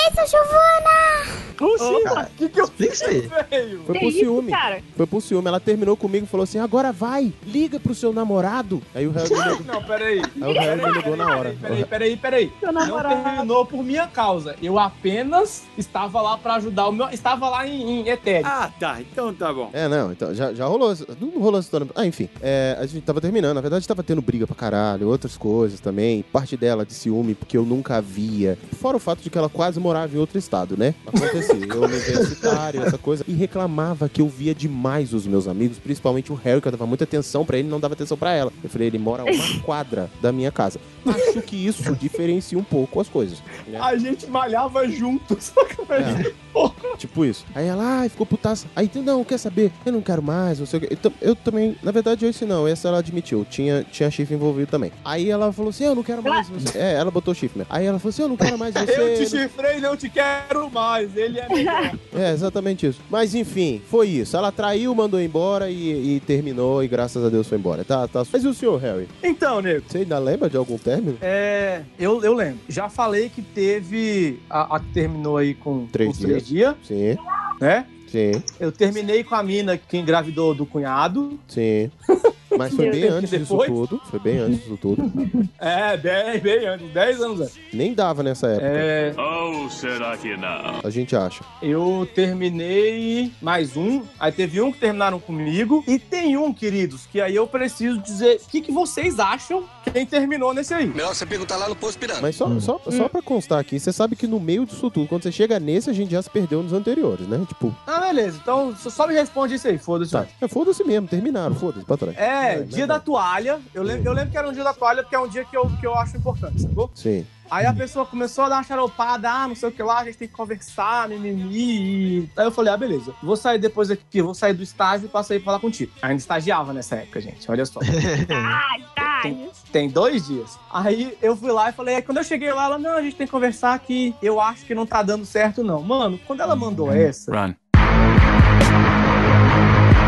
[SPEAKER 3] Puxa,
[SPEAKER 4] cara.
[SPEAKER 3] o que, que eu
[SPEAKER 4] Explica isso aí.
[SPEAKER 3] fiz, velho?
[SPEAKER 1] Foi
[SPEAKER 2] que
[SPEAKER 1] por
[SPEAKER 2] isso,
[SPEAKER 1] ciúme.
[SPEAKER 2] cara?
[SPEAKER 1] Foi por ciúme. Ela terminou comigo e falou assim: agora vai, liga pro seu namorado. Aí o Harry, aí
[SPEAKER 3] Não, peraí.
[SPEAKER 1] o Harry me ligou na hora.
[SPEAKER 3] Peraí, peraí, peraí.
[SPEAKER 2] Seu
[SPEAKER 3] Não
[SPEAKER 2] namorado.
[SPEAKER 3] terminou por minha causa. Eu apenas estava lá pra ajudar o meu. Estava lá em, em Ethereum.
[SPEAKER 11] Ah, tá. Então tá bom.
[SPEAKER 1] É, não, então já, já rolou. essa- Não rolou essa história. Ah, enfim. é, a gente tava terminando. Na verdade, tava tendo briga pra caralho, outras coisas também. Parte dela de ciúme, porque eu nunca via. Fora o fato de que ela quase morava em outro estado, né? Acontecia. eu universitário, essa coisa. E reclamava que eu via demais os meus amigos, principalmente o Harry, que eu dava muita atenção pra ele não dava atenção pra ela. Eu falei, ele mora a uma quadra da minha casa. Acho que isso diferencia um pouco as coisas. né?
[SPEAKER 3] A gente malhava juntos. Só que, velho,
[SPEAKER 1] Tipo isso. Aí ela, ai, ficou putaça. Aí, tu, não, quer saber? Eu não quero mais, não sei o quê. Então, eu também, na verdade, eu disse não. Essa ela admitiu. Tinha, tinha chifre envolvido também. Aí ela falou assim, eu não quero mais você. É, ela botou chifre mesmo. Aí ela falou assim, eu não quero mais você.
[SPEAKER 3] eu te
[SPEAKER 1] não-
[SPEAKER 3] chifrei, não te quero mais. Ele é melhor.
[SPEAKER 1] É, exatamente isso. Mas, enfim, foi isso. Ela traiu, mandou embora e, e terminou. E graças a Deus foi embora. Tá, tá. Mas e o senhor, Harry?
[SPEAKER 3] então, nego.
[SPEAKER 1] Você ainda lembra de algum término?
[SPEAKER 3] É, eu, eu lembro. Já falei que teve. A, a que terminou aí com
[SPEAKER 1] Três
[SPEAKER 3] com três dias,
[SPEAKER 1] Sim,
[SPEAKER 3] né?
[SPEAKER 1] sim,
[SPEAKER 3] Eu terminei com a mina que engravidou do cunhado.
[SPEAKER 1] sim. Mas foi
[SPEAKER 2] Meu
[SPEAKER 1] bem
[SPEAKER 3] Deus,
[SPEAKER 1] antes
[SPEAKER 3] que
[SPEAKER 1] disso
[SPEAKER 3] depois?
[SPEAKER 1] tudo. Foi bem antes disso tudo.
[SPEAKER 3] É, bem, bem antes, 10 anos antes.
[SPEAKER 1] Nem dava nessa época,
[SPEAKER 3] É,
[SPEAKER 7] Ou será que não?
[SPEAKER 1] a gente acha.
[SPEAKER 3] eu terminei mais um. Aí teve um que terminaram comigo. E tem um, queridos, que aí eu preciso dizer o que, que vocês acham quem terminou nesse aí.
[SPEAKER 6] Melhor você perguntar lá no Posto Piranga.
[SPEAKER 1] Mas só,
[SPEAKER 4] Hum.
[SPEAKER 1] só,
[SPEAKER 3] Hum.
[SPEAKER 1] só pra constar aqui, você sabe que no meio disso tudo, quando você chega nesse, a gente já se perdeu nos anteriores, né? Tipo,
[SPEAKER 3] Ah, beleza. Então só- só me responde isso aí, foda-se.
[SPEAKER 1] tá, é, foda-se mesmo, terminaram, foda-se, pra trás.
[SPEAKER 3] É,
[SPEAKER 1] Vai,
[SPEAKER 3] dia
[SPEAKER 1] vai,
[SPEAKER 3] da
[SPEAKER 1] vai.
[SPEAKER 3] toalha. Eu lembro, eu lembro que era um dia da toalha, porque é um dia que eu, que eu acho importante, tá sacou?
[SPEAKER 1] Sim.
[SPEAKER 3] Aí a pessoa começou a dar uma charopada, ah, não sei o que lá, a gente tem que conversar, mimimi. e- Aí eu falei, ah, beleza, vou sair depois aqui, vou sair do estágio e passo aí pra falar contigo. Ainda estagiava nessa época, gente, olha só.
[SPEAKER 2] Tarde.
[SPEAKER 3] tem dois dias. Aí eu fui lá e falei, aí quando eu cheguei lá, ela, não, a gente tem que conversar que eu acho que não tá dando certo não. Mano, quando ela mandou essa,
[SPEAKER 6] Run.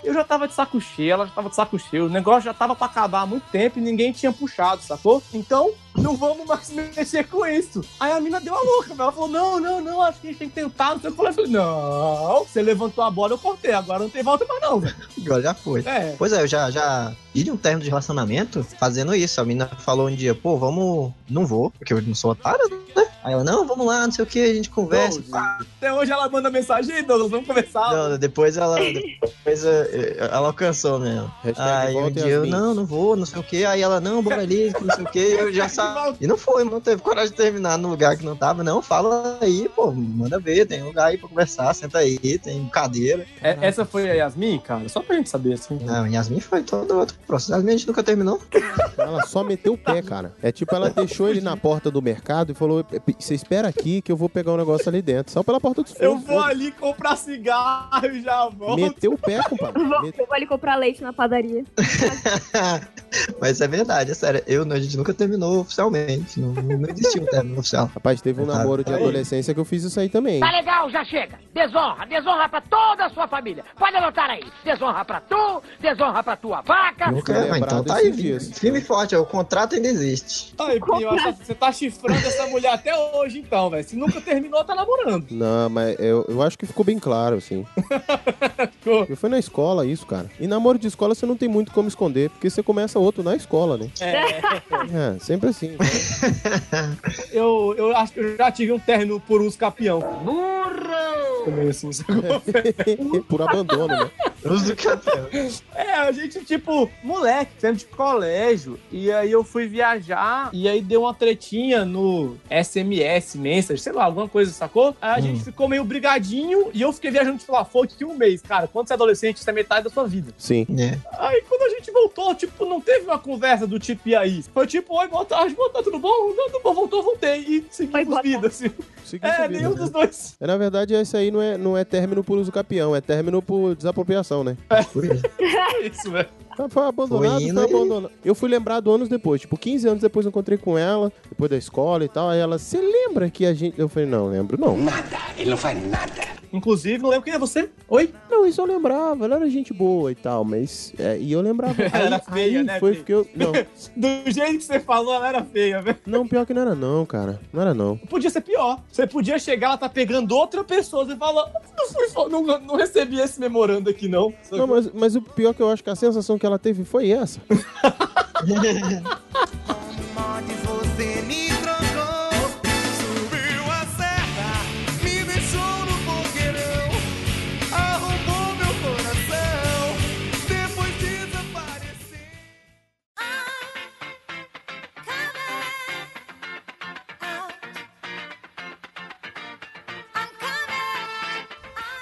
[SPEAKER 3] eu já tava de saco cheio, ela já tava de saco cheio, o negócio já tava pra acabar há muito tempo e ninguém tinha puxado, sacou? Então, não vamos mais mexer com isso. Aí a mina deu a louca, velho. Ela falou: não, não, não, acho que a gente tem que tentar. Eu falei, eu falei, não, você levantou a bola, eu cortei. Agora não tem volta mais, não, velho.
[SPEAKER 4] Agora já foi.
[SPEAKER 3] É.
[SPEAKER 4] Pois é, eu já, já tive um término de relacionamento fazendo isso. A mina falou um dia, pô, vamos. Não vou, porque eu não sou otário, né? Aí ela, não, vamos lá, não sei o que, a gente conversa.
[SPEAKER 3] Douglas. Até hoje ela manda mensagem, "Ei, Douglas, vamos conversar.
[SPEAKER 4] Não, depois ela. Depois eh, ela alcançou mesmo.
[SPEAKER 1] Hashtag
[SPEAKER 4] Aí um
[SPEAKER 1] voltem
[SPEAKER 4] dia eu,
[SPEAKER 1] às
[SPEAKER 4] não, não vou, não sei o que. Aí ela, não, bora ali, que não sei o que. Eu já saí. E não foi, não teve coragem de terminar no lugar que não tava. Não, fala aí, pô, manda ver, tem lugar aí pra conversar, senta aí, tem cadeira.
[SPEAKER 3] É, essa foi a Yasmin, cara? Só pra gente saber, assim.
[SPEAKER 4] Não, Yasmin foi todo outro processo. Yasmin a gente nunca terminou.
[SPEAKER 1] Ela só meteu o pé, cara. É tipo, ela deixou ele na porta do mercado e falou: "É, você espera aqui que eu vou pegar um negócio ali dentro. Só pela porta do fundo.
[SPEAKER 3] Eu vou ali comprar cigarro e já volto.
[SPEAKER 1] Meteu o pé, compadre.
[SPEAKER 2] Eu vou, eu vou ali comprar leite na padaria.
[SPEAKER 4] Mas é verdade, é sério. Eu, a gente nunca terminou oficialmente. Não, não existiu um término oficial.
[SPEAKER 1] Rapaz, teve um namoro de adolescência que eu fiz isso aí também.
[SPEAKER 12] Tá legal, já chega. Desonra, desonra pra toda a sua família. Pode anotar aí. Desonra pra tu, desonra pra tua vaca.
[SPEAKER 4] Nunca, mas então tá aí. Firme e forte, ó, o contrato ainda existe.
[SPEAKER 3] Aí, Pinho, essa- você tá chifrando essa mulher até hoje, então, velho. Se nunca terminou, tá namorando.
[SPEAKER 1] Não, mas eu, eu acho que ficou bem claro, assim. Porque foi na escola isso, cara. E namoro de escola você não tem muito como esconder, porque você começa outro na escola, né? É, sempre assim.
[SPEAKER 3] Eu, eu acho que eu já tive um término por uso capião. Burro! Também assim,
[SPEAKER 1] Por abandono, né?
[SPEAKER 4] Uso capião.
[SPEAKER 3] É, a gente, tipo, moleque, sempre de colégio. E aí eu fui viajar e aí deu uma tretinha no SMS, mensagem, sei lá, alguma coisa, sacou? Aí a gente ficou meio brigadinho e eu fiquei viajando de Flafoque um mês. Cara, quando você é adolescente, isso é metade da sua vida.
[SPEAKER 1] Sim.
[SPEAKER 4] É,
[SPEAKER 3] Aí quando a gente voltou, tipo, não teve uma conversa do tipo, e aí? Foi tipo, oi, boa tarde, boa tarde, tudo bom? Não, tudo bom, voltou, voltei. E seguimos vida, assim.
[SPEAKER 1] Seguimos
[SPEAKER 3] é,
[SPEAKER 1] a vida,
[SPEAKER 3] nenhum
[SPEAKER 1] né?
[SPEAKER 3] dos dois.
[SPEAKER 1] É, na verdade, isso aí não é, não é término por uso capião, é término por desapropriação, né?
[SPEAKER 3] isso, velho.
[SPEAKER 1] Foi abandonado,
[SPEAKER 4] Foi
[SPEAKER 1] foi,
[SPEAKER 4] indo né? e-
[SPEAKER 1] abandonado. Eu fui lembrado anos depois, tipo, 15 anos depois eu encontrei com ela, depois da escola e tal. Aí ela, você lembra que a gente. Eu falei, não, lembro não. Nada,
[SPEAKER 3] ele não faz nada. Inclusive, não lembro quem é você. Oi?
[SPEAKER 1] Não, isso eu lembrava, ela era gente boa e tal, mas. é, e eu lembrava. Aí,
[SPEAKER 3] Ela era feia,
[SPEAKER 1] aí
[SPEAKER 3] né,
[SPEAKER 1] Foi
[SPEAKER 3] Pedro?
[SPEAKER 1] porque eu. Não.
[SPEAKER 3] Do jeito que você falou, ela era feia, velho.
[SPEAKER 1] Não, pior que não era não, cara. Não era não.
[SPEAKER 3] Podia ser pior. Você podia chegar, ela tá pegando outra pessoa. Você fala, "Ah, não, fui, só- não, não recebi esse memorando aqui, não.
[SPEAKER 1] Não, mas, mas o pior que eu acho que a sensação que ela teve foi essa.
[SPEAKER 6] Onde você me trocou, subiu a serra, me deixou no fogueirão, arrombou meu coração, depois desapareceu.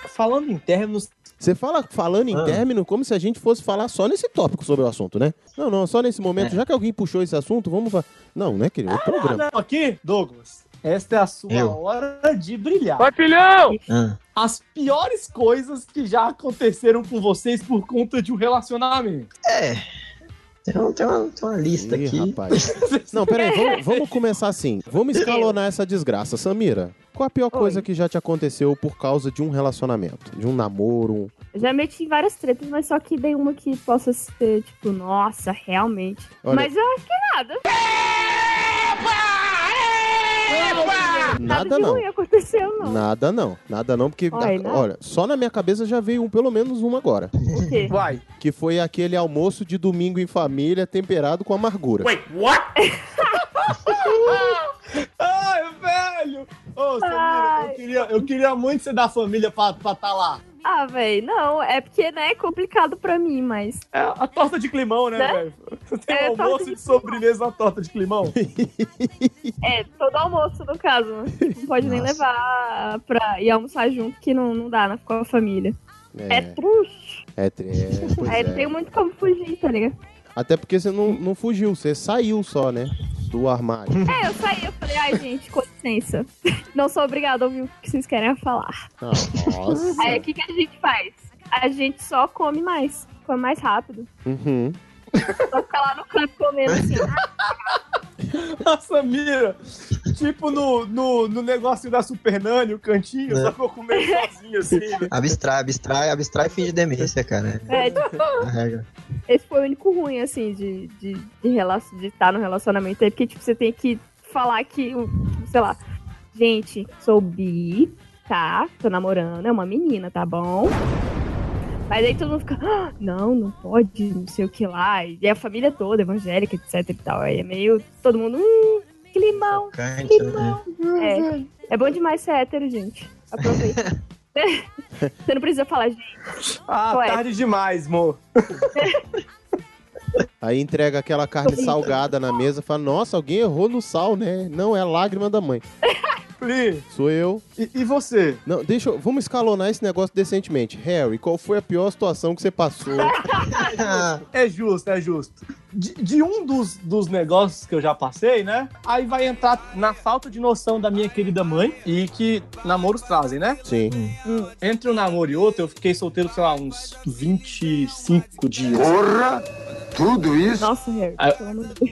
[SPEAKER 3] Falando em términos.
[SPEAKER 1] Você fala falando em término como se a gente fosse falar só nesse tópico sobre o assunto, né? Não, não, só nesse momento. Já que alguém puxou esse assunto, vamos falar. Não, né, querido? É o programa.
[SPEAKER 3] Não, Então, aqui, Douglas, esta é a sua
[SPEAKER 1] Eu.
[SPEAKER 3] hora de brilhar.
[SPEAKER 1] Vai,
[SPEAKER 3] filhão!
[SPEAKER 4] Ah.
[SPEAKER 3] As piores coisas que já aconteceram com vocês por conta de um relacionamento.
[SPEAKER 4] É. Tem, um- tem uma, tem uma lista aqui.
[SPEAKER 1] Rapaz. Não, peraí, vamos, vamos começar assim. Vamos escalonar essa desgraça. Samira, qual a pior coisa que já te aconteceu por causa de um relacionamento? De um namoro? um-
[SPEAKER 2] Eu Já meti várias tretas, mas só que dei uma que possa ser, tipo, nossa, realmente.
[SPEAKER 1] Olha-
[SPEAKER 2] Mas eu acho que nada. Epa!
[SPEAKER 1] Nada
[SPEAKER 2] de
[SPEAKER 1] não.
[SPEAKER 2] ruim aconteceu, não.
[SPEAKER 1] Nada não, nada não, porque,
[SPEAKER 2] Olha,
[SPEAKER 1] ah,
[SPEAKER 2] não.
[SPEAKER 1] olha, só na minha cabeça já veio um, pelo menos um agora.
[SPEAKER 2] O quê?
[SPEAKER 3] Vai.
[SPEAKER 1] Que foi aquele almoço de domingo em família temperado com amargura.
[SPEAKER 3] what? Ai, velho! Ô, Samira, eu queria, eu queria muito ser da família pra estar tá lá.
[SPEAKER 2] Ah, velho, não. É porque, né, é complicado pra mim, mas...
[SPEAKER 3] É a torta de climão, né,
[SPEAKER 2] Né?
[SPEAKER 3] velho? Você tem
[SPEAKER 2] É,
[SPEAKER 3] um
[SPEAKER 2] torta
[SPEAKER 3] almoço
[SPEAKER 2] de
[SPEAKER 3] de sobremesa uma torta de climão?
[SPEAKER 2] É, todo almoço, no caso, né? Não pode nem
[SPEAKER 3] Nossa.
[SPEAKER 2] levar pra ir almoçar junto, que não, não dá, né? Ficou a família. É, truxo.
[SPEAKER 1] É, tre- é, pois
[SPEAKER 2] Aí
[SPEAKER 1] é.
[SPEAKER 2] não tem muito como fugir, tá ligado?
[SPEAKER 1] Até porque você não, não fugiu, você saiu só, né? Do armário.
[SPEAKER 2] É, eu saí, eu falei, ai, gente, com licença. Não sou obrigada a ouvir o que vocês querem falar.
[SPEAKER 1] Ah, nossa.
[SPEAKER 2] Aí, É, o que, que a gente faz? A gente só come mais. Come mais rápido.
[SPEAKER 1] Uhum.
[SPEAKER 2] Só fica lá no canto comendo assim.
[SPEAKER 3] A Samira, tipo no, no, no negócio da Supernani, o cantinho,
[SPEAKER 4] É.
[SPEAKER 3] só ficou comendo sozinho assim.
[SPEAKER 4] Abstrai, abstrai, abstrai e finge demência, cara.
[SPEAKER 2] É,
[SPEAKER 4] A regra.
[SPEAKER 2] Esse foi o único ruim, assim, de de, de, relacion- de estar no relacionamento. É porque, tipo, você tem que falar que, o- sei lá, gente, sou bi, tá? Tô namorando, é uma menina, tá bom? Mas aí todo mundo fica, "Ah, não, não pode, não sei o que lá. E a família toda, evangélica, etc e tal. Aí é meio todo mundo, hum, que limão. É, é bom demais ser hétero, gente. Aproveita. Você não precisa falar, gente.
[SPEAKER 3] Ah,
[SPEAKER 2] Ué.
[SPEAKER 3] tarde demais, amor.
[SPEAKER 1] Aí entrega aquela carne salgada na mesa, fala, nossa, alguém errou no sal, né? Não, é lágrima da mãe.
[SPEAKER 3] Pli,
[SPEAKER 1] Sou eu.
[SPEAKER 3] E, você?
[SPEAKER 1] Não, deixa eu. Vamos escalonar esse negócio decentemente. Harry, qual foi a pior situação que você passou?
[SPEAKER 4] Ah,
[SPEAKER 3] é justo, é justo. De, de um dos, dos negócios que eu já passei, né? Aí vai entrar na falta de noção da minha querida mãe e que namoros trazem, né?
[SPEAKER 1] Sim.
[SPEAKER 3] Entre um namoro e outro, eu fiquei solteiro, sei lá, uns 25 dias.
[SPEAKER 7] Porra!
[SPEAKER 3] Tudo isso?
[SPEAKER 2] Nossa, Harry.
[SPEAKER 3] Ah,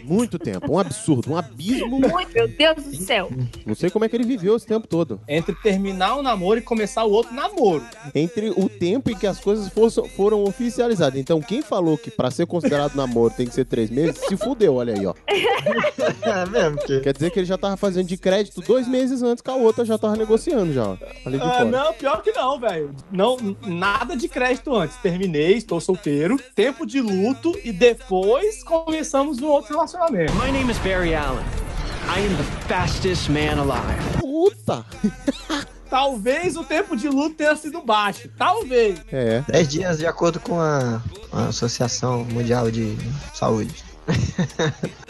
[SPEAKER 1] Muito tempo, um absurdo, um abismo.
[SPEAKER 2] Muito, meu Deus do céu.
[SPEAKER 1] Não sei como é que ele viveu esse tempo todo.
[SPEAKER 3] Entre terminar um namoro e começar o outro namoro.
[SPEAKER 1] Entre o tempo em que as coisas fossem- foram oficializadas. Então, quem falou que pra ser considerado namoro tem que ser três meses, se fudeu, olha aí, ó.
[SPEAKER 4] É mesmo, porque...
[SPEAKER 1] Quer dizer que ele já tava fazendo de crédito dois meses antes que a outra já tava negociando já, ó. Falei de
[SPEAKER 3] Ah,
[SPEAKER 1] fora.
[SPEAKER 3] não, pior que não, velho. Não, nada de crédito antes. Terminei, estou solteiro, tempo de luto e depois começamos um outro relacionamento.
[SPEAKER 13] My name is Barry Allen. I am the fastest man alive.
[SPEAKER 1] Puta!
[SPEAKER 3] Talvez o tempo de luto tenha sido baixo. Talvez.
[SPEAKER 1] É.
[SPEAKER 4] 10 dias de acordo com a, a Associação Mundial de Saúde.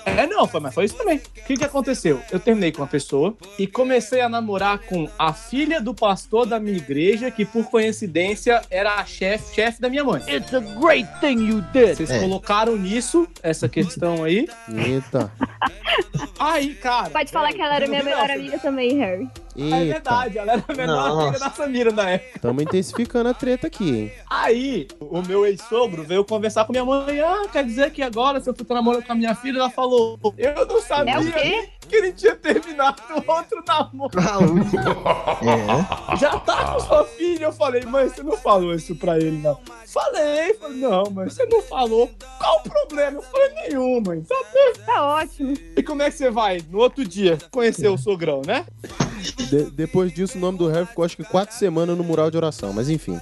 [SPEAKER 3] É, não, foi, mas foi isso também. O que, que aconteceu? Eu terminei com uma pessoa e comecei a namorar com a filha do pastor da minha igreja, que por coincidência era a chefe chefe da minha mãe. It's a great thing you did. Vocês
[SPEAKER 1] É.
[SPEAKER 3] colocaram nisso, essa questão aí.
[SPEAKER 1] Eita.
[SPEAKER 3] Aí, cara.
[SPEAKER 2] Pode falar que ela era minha melhor amiga também, Harry.
[SPEAKER 3] É
[SPEAKER 1] Eita.
[SPEAKER 3] verdade, ela era a menor
[SPEAKER 1] Nossa.
[SPEAKER 3] amiga da Samira na época.
[SPEAKER 1] Tamo intensificando a treta aqui, hein?
[SPEAKER 3] Aí, o meu ex-sogro veio conversar com minha mãe. Ah, quer dizer que agora, se eu tô namorando com a minha filha, ela falou: Eu não sabia
[SPEAKER 2] É o quê?
[SPEAKER 3] que ele tinha terminado outro namoro.
[SPEAKER 1] um. É.
[SPEAKER 3] Já tá com sua filha. Eu falei, mãe, você não falou isso pra ele, não. Falei, falei, não, mãe, você não falou. Qual o problema? Eu falei, nenhum, mãe. Tá,
[SPEAKER 2] tá ótimo.
[SPEAKER 3] E como é que você vai, no outro dia, conhecer o sogrão, né?
[SPEAKER 1] De- depois disso, o nome do Harry ficou acho que quatro semanas no mural de oração, mas enfim.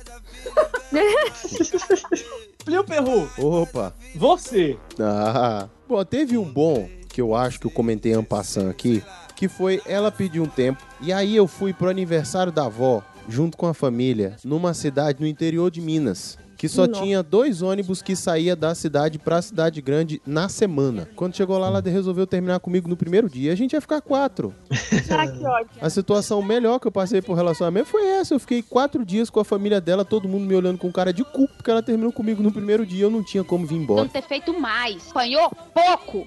[SPEAKER 3] Plio Perru,
[SPEAKER 1] Opa!
[SPEAKER 3] você.
[SPEAKER 1] Ah. Bom, teve um bom que eu acho que eu comentei ano passando aqui, que foi ela pediu um tempo e aí eu fui pro aniversário da avó junto com a família numa cidade no interior de Minas. Que só
[SPEAKER 14] Nossa.
[SPEAKER 1] tinha dois ônibus que saía da cidade pra cidade grande na semana. Quando chegou lá, ela resolveu terminar comigo no primeiro dia. A gente ia ficar quatro.
[SPEAKER 2] Ah, que ótimo.
[SPEAKER 1] A situação melhor que eu passei por relacionamento foi essa. Eu fiquei quatro dias com a família dela, todo mundo me olhando com cara de cu, porque ela terminou comigo no primeiro dia. Eu não tinha como vir embora.
[SPEAKER 15] Não ter feito mais. Apanhou pouco.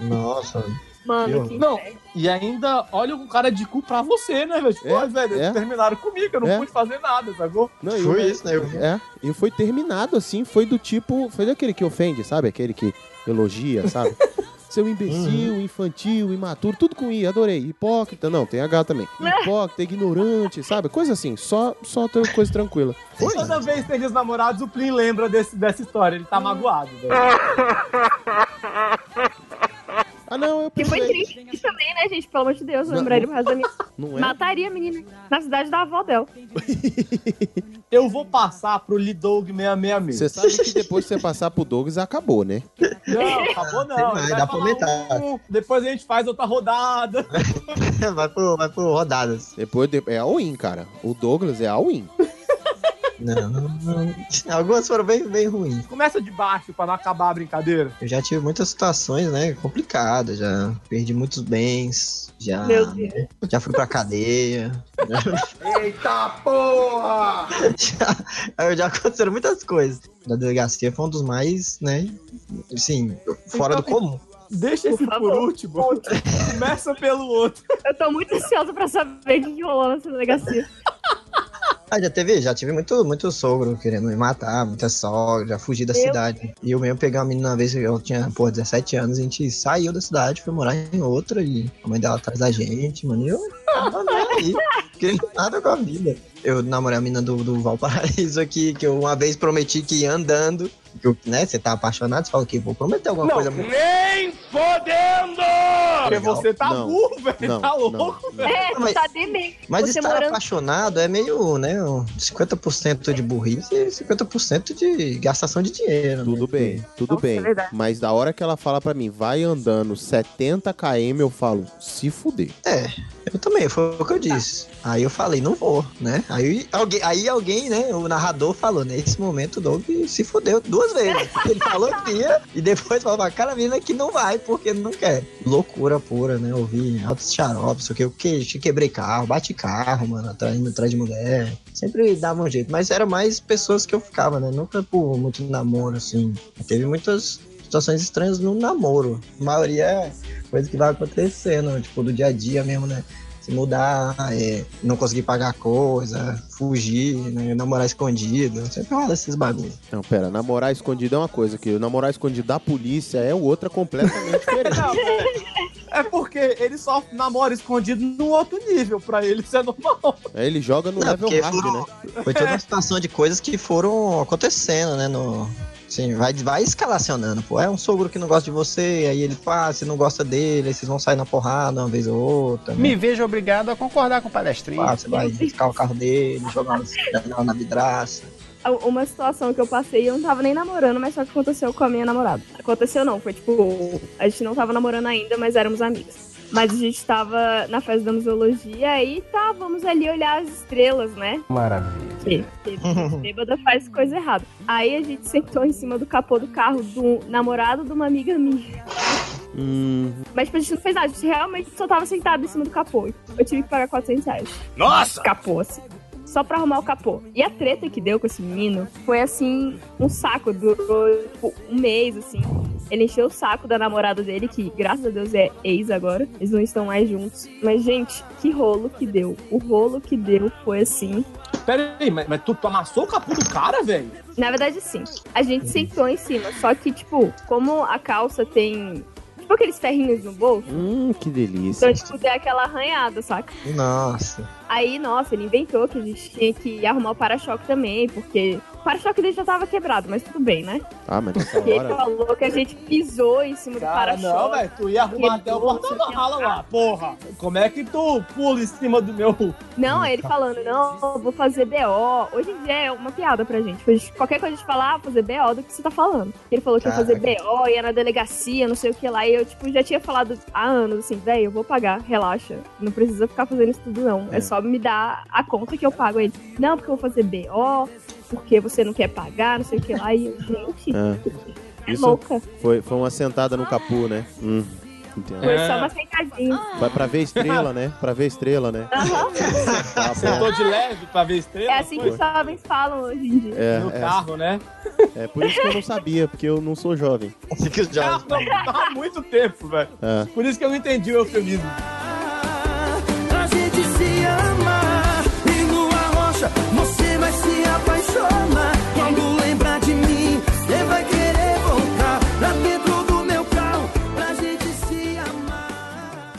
[SPEAKER 4] Nossa.
[SPEAKER 2] Mano,
[SPEAKER 1] que
[SPEAKER 3] Não, e ainda olha com cara de cu pra você, né, velho? Tipo,
[SPEAKER 4] É,
[SPEAKER 3] "Ai, velho, eles terminaram comigo, eu não
[SPEAKER 1] É.
[SPEAKER 3] pude fazer nada, sacou?
[SPEAKER 1] Não, e o-
[SPEAKER 4] né?
[SPEAKER 1] É, e foi terminado assim, foi do tipo, foi daquele que ofende, sabe? Aquele que elogia, sabe? Seu
[SPEAKER 2] Uhum.
[SPEAKER 1] imbecil, infantil, imaturo, tudo com i, adorei. Hipócrita, não, tem H também.
[SPEAKER 2] Né?
[SPEAKER 1] Hipócrita, ignorante, sabe? Coisa assim, só, só tran- coisa tranquila. Foi?
[SPEAKER 4] é.
[SPEAKER 3] Toda vez que tem desnamorados, o Plin lembra desse- dessa história. Ele tá magoado, velho.
[SPEAKER 1] Ah, não, eu
[SPEAKER 2] Que foi
[SPEAKER 1] pensei.
[SPEAKER 2] triste isso também, né, gente? Pelo amor de Deus,
[SPEAKER 1] Não,
[SPEAKER 2] lembrar ele pro resto da minha...
[SPEAKER 1] Não é?
[SPEAKER 2] Mataria a menina na cidade da avó dela.
[SPEAKER 3] Eu vou passar pro Lidog 666.
[SPEAKER 1] Você sabe que depois que você passar pro Douglas, acabou, né?
[SPEAKER 3] Não, acabou não.
[SPEAKER 4] mais,
[SPEAKER 3] Vai
[SPEAKER 4] dá pra
[SPEAKER 3] falar
[SPEAKER 4] aumentar.
[SPEAKER 3] um, depois a gente faz outra rodada.
[SPEAKER 4] vai, pro, vai pro rodadas.
[SPEAKER 1] Depois de- é all-in, cara. O Douglas é all-in.
[SPEAKER 4] Não, não. Algumas foram bem, bem ruins.
[SPEAKER 3] Começa de baixo pra não acabar a brincadeira.
[SPEAKER 4] Eu já tive muitas situações, né? Complicadas. Já perdi muitos bens. Já,
[SPEAKER 3] Meu Deus.
[SPEAKER 4] já fui pra cadeia.
[SPEAKER 7] Eita porra!
[SPEAKER 4] já, já aconteceram muitas coisas. Da delegacia foi um dos mais, né? Assim, fora
[SPEAKER 2] Então,
[SPEAKER 4] do comum.
[SPEAKER 3] Deixa esse por, último. Começa pelo outro.
[SPEAKER 2] Eu tô muito ansiosa pra saber o que que rolou nessa delegacia.
[SPEAKER 4] Ah, já teve, já tive muito, muito sogro querendo me matar, muita sogra, já fugi da
[SPEAKER 2] Meu
[SPEAKER 4] cidade. E eu mesmo peguei uma menina uma vez, eu tinha, pô, 17 anos, a gente saiu da cidade, foi morar em outra, e a mãe dela atrás da gente, mano, e eu tava nem aí, querendo nada com a vida. Eu namorei a menina do, do Valparaíso aqui, que eu uma vez prometi que ia andando, que, né, você tá apaixonado, você fala que vou prometer alguma
[SPEAKER 3] Não,
[SPEAKER 4] coisa.
[SPEAKER 3] nem podendo! Porque
[SPEAKER 4] Legal.
[SPEAKER 3] você tá
[SPEAKER 4] Não,
[SPEAKER 3] burro, velho.
[SPEAKER 4] não,
[SPEAKER 3] Tá
[SPEAKER 4] não.
[SPEAKER 3] louco, velho.
[SPEAKER 2] É, tu tá demente.
[SPEAKER 4] Mas
[SPEAKER 2] Você
[SPEAKER 4] estar
[SPEAKER 2] morando
[SPEAKER 4] apaixonado é meio, né, um 50% de burrice e 50% de gastação de dinheiro. né?
[SPEAKER 1] Tudo bem, tudo
[SPEAKER 2] é
[SPEAKER 1] bem. Mas da hora que ela fala pra mim, vai andando 70 km, eu falo, se fuder.
[SPEAKER 4] É, eu também, foi o que eu disse. Aí eu falei, não vou, né? Aí alguém, aí alguém né, o narrador falou, nesse momento o Doug se fodeu duas vezes. Ele falou que ia e depois falou pra cara menina que não vai porque não quer. Loucura pura, né? Ouvi altos xaropes, o que, o que, quebrei carro, bati carro, mano, atrás, atrás de mulher. Sempre dava um jeito, mas era mais pessoas que eu ficava, né? Nunca por muito namoro, assim. Teve muitas situações estranhas no namoro. A maioria é coisa que vai acontecendo, tipo, do dia a dia mesmo, né? Se mudar, é, não conseguir pagar coisa, fugir, né? namorar escondido. Sempre rola esses bagulho.
[SPEAKER 1] Não, pera, namorar escondido é uma coisa, que namorar escondido da polícia é outra completamente diferente.
[SPEAKER 3] É porque ele só namora escondido num outro nível. Pra ele isso é normal.
[SPEAKER 1] Aí ele joga no
[SPEAKER 4] Não,
[SPEAKER 14] um
[SPEAKER 1] level
[SPEAKER 4] porque
[SPEAKER 1] hard,
[SPEAKER 4] foram-
[SPEAKER 1] né?
[SPEAKER 4] Foi toda uma situação de coisas que foram acontecendo, né? No, assim, vai, vai escalacionando, pô. É um sogro que não gosta de você, aí ele passa, você não gosta dele, aí vocês vão sair na porrada uma vez ou outra.
[SPEAKER 14] Me vejo obrigado a concordar com o palestrinho.
[SPEAKER 4] Ah, você vai riscar o carro dele, jogar na, na vidraça.
[SPEAKER 2] uma situação que eu passei, eu não tava nem namorando, mas só que aconteceu com a minha namorada. Aconteceu não, foi tipo, a gente não tava namorando ainda, mas éramos amigas. Mas a gente tava na festa da museologia e tá, vamos ali olhar as estrelas, né?
[SPEAKER 14] Maravilha.
[SPEAKER 2] Bê- bê-
[SPEAKER 4] Uhum.
[SPEAKER 2] Bêbada faz coisa errada. Aí a gente sentou em cima do capô do carro do namorado de uma amiga minha.
[SPEAKER 1] Hum,
[SPEAKER 2] Mas tipo, a gente não fez nada, a gente realmente só tava sentado em cima do capô. Eu tive que pagar 400 reais.
[SPEAKER 12] Nossa!
[SPEAKER 2] Capô, assim. Só pra arrumar o capô. E a treta que deu com esse menino foi assim, um saco. Durou tipo, um mês, assim. Ele encheu o saco da namorada dele, que graças a Deus é ex agora. Eles não estão mais juntos. Mas, gente, que rolo que deu. O rolo que deu foi assim.
[SPEAKER 3] Pera aí, mas, mas tu amassou o capô do cara, velho?
[SPEAKER 2] Na verdade, sim. A gente sentou em cima. Só que, tipo, como a calça tem. Tipo aqueles ferrinhos no bolso.
[SPEAKER 1] hum, que delícia.
[SPEAKER 2] Então, tipo, deu aquela arranhada, saca?
[SPEAKER 4] Nossa.
[SPEAKER 2] Aí, nossa, ele inventou que a gente tinha que arrumar o para-choque também, porque o para-choque dele já tava quebrado, mas tudo bem, né?
[SPEAKER 1] Ah, mas nessa
[SPEAKER 2] E ele
[SPEAKER 1] hora...
[SPEAKER 2] falou que a gente pisou em cima do
[SPEAKER 3] Cara,
[SPEAKER 2] para-choque.
[SPEAKER 3] não, velho. Tu ia arrumar até o
[SPEAKER 2] quebrou,
[SPEAKER 3] portão da rala
[SPEAKER 2] tá-
[SPEAKER 3] lá, porra. Como é que tu pula em cima do meu...
[SPEAKER 2] Não, aí ele falando, não, eu vou fazer BO. Hoje em dia é uma piada pra gente. Hoje, Qualquer coisa de falar, fazer BO do que você tá falando. Ele falou que ia fazer
[SPEAKER 12] Caraca.
[SPEAKER 2] BO, ia na delegacia, não sei o que lá. E eu, tipo, já tinha falado há anos, assim, velho, eu vou pagar, relaxa. Não precisa ficar fazendo isso tudo, não. É,
[SPEAKER 12] É.
[SPEAKER 2] só me dar a conta que eu pago. Aí Ele, não, porque eu vou fazer BO, porque você não quer pagar, não sei o que lá. E eu, gente,
[SPEAKER 1] Ah.
[SPEAKER 2] é
[SPEAKER 1] Isso
[SPEAKER 2] louca.
[SPEAKER 1] foi, foi uma sentada no capu, né? Hum, entendo.
[SPEAKER 2] Foi só uma sentadinha.
[SPEAKER 1] Vai pra ver estrela, né? Pra ver estrela, né? Tá bom.
[SPEAKER 3] Sentou de leve pra ver estrela?
[SPEAKER 2] É assim que
[SPEAKER 3] foi?
[SPEAKER 2] os jovens falam hoje em dia.
[SPEAKER 1] É,
[SPEAKER 3] No
[SPEAKER 1] é.
[SPEAKER 3] carro, né?
[SPEAKER 1] É por isso que eu não sabia, porque eu não sou jovem.
[SPEAKER 3] Ah, não, tá há muito tempo, velho.
[SPEAKER 1] É.
[SPEAKER 3] Por isso que eu não entendi o eufemismo.
[SPEAKER 6] A gente se ama e numa rocha você vai se apaixonar. Quando lembrar de mim, você vai querer voltar pra dentro do meu carro pra gente se amar.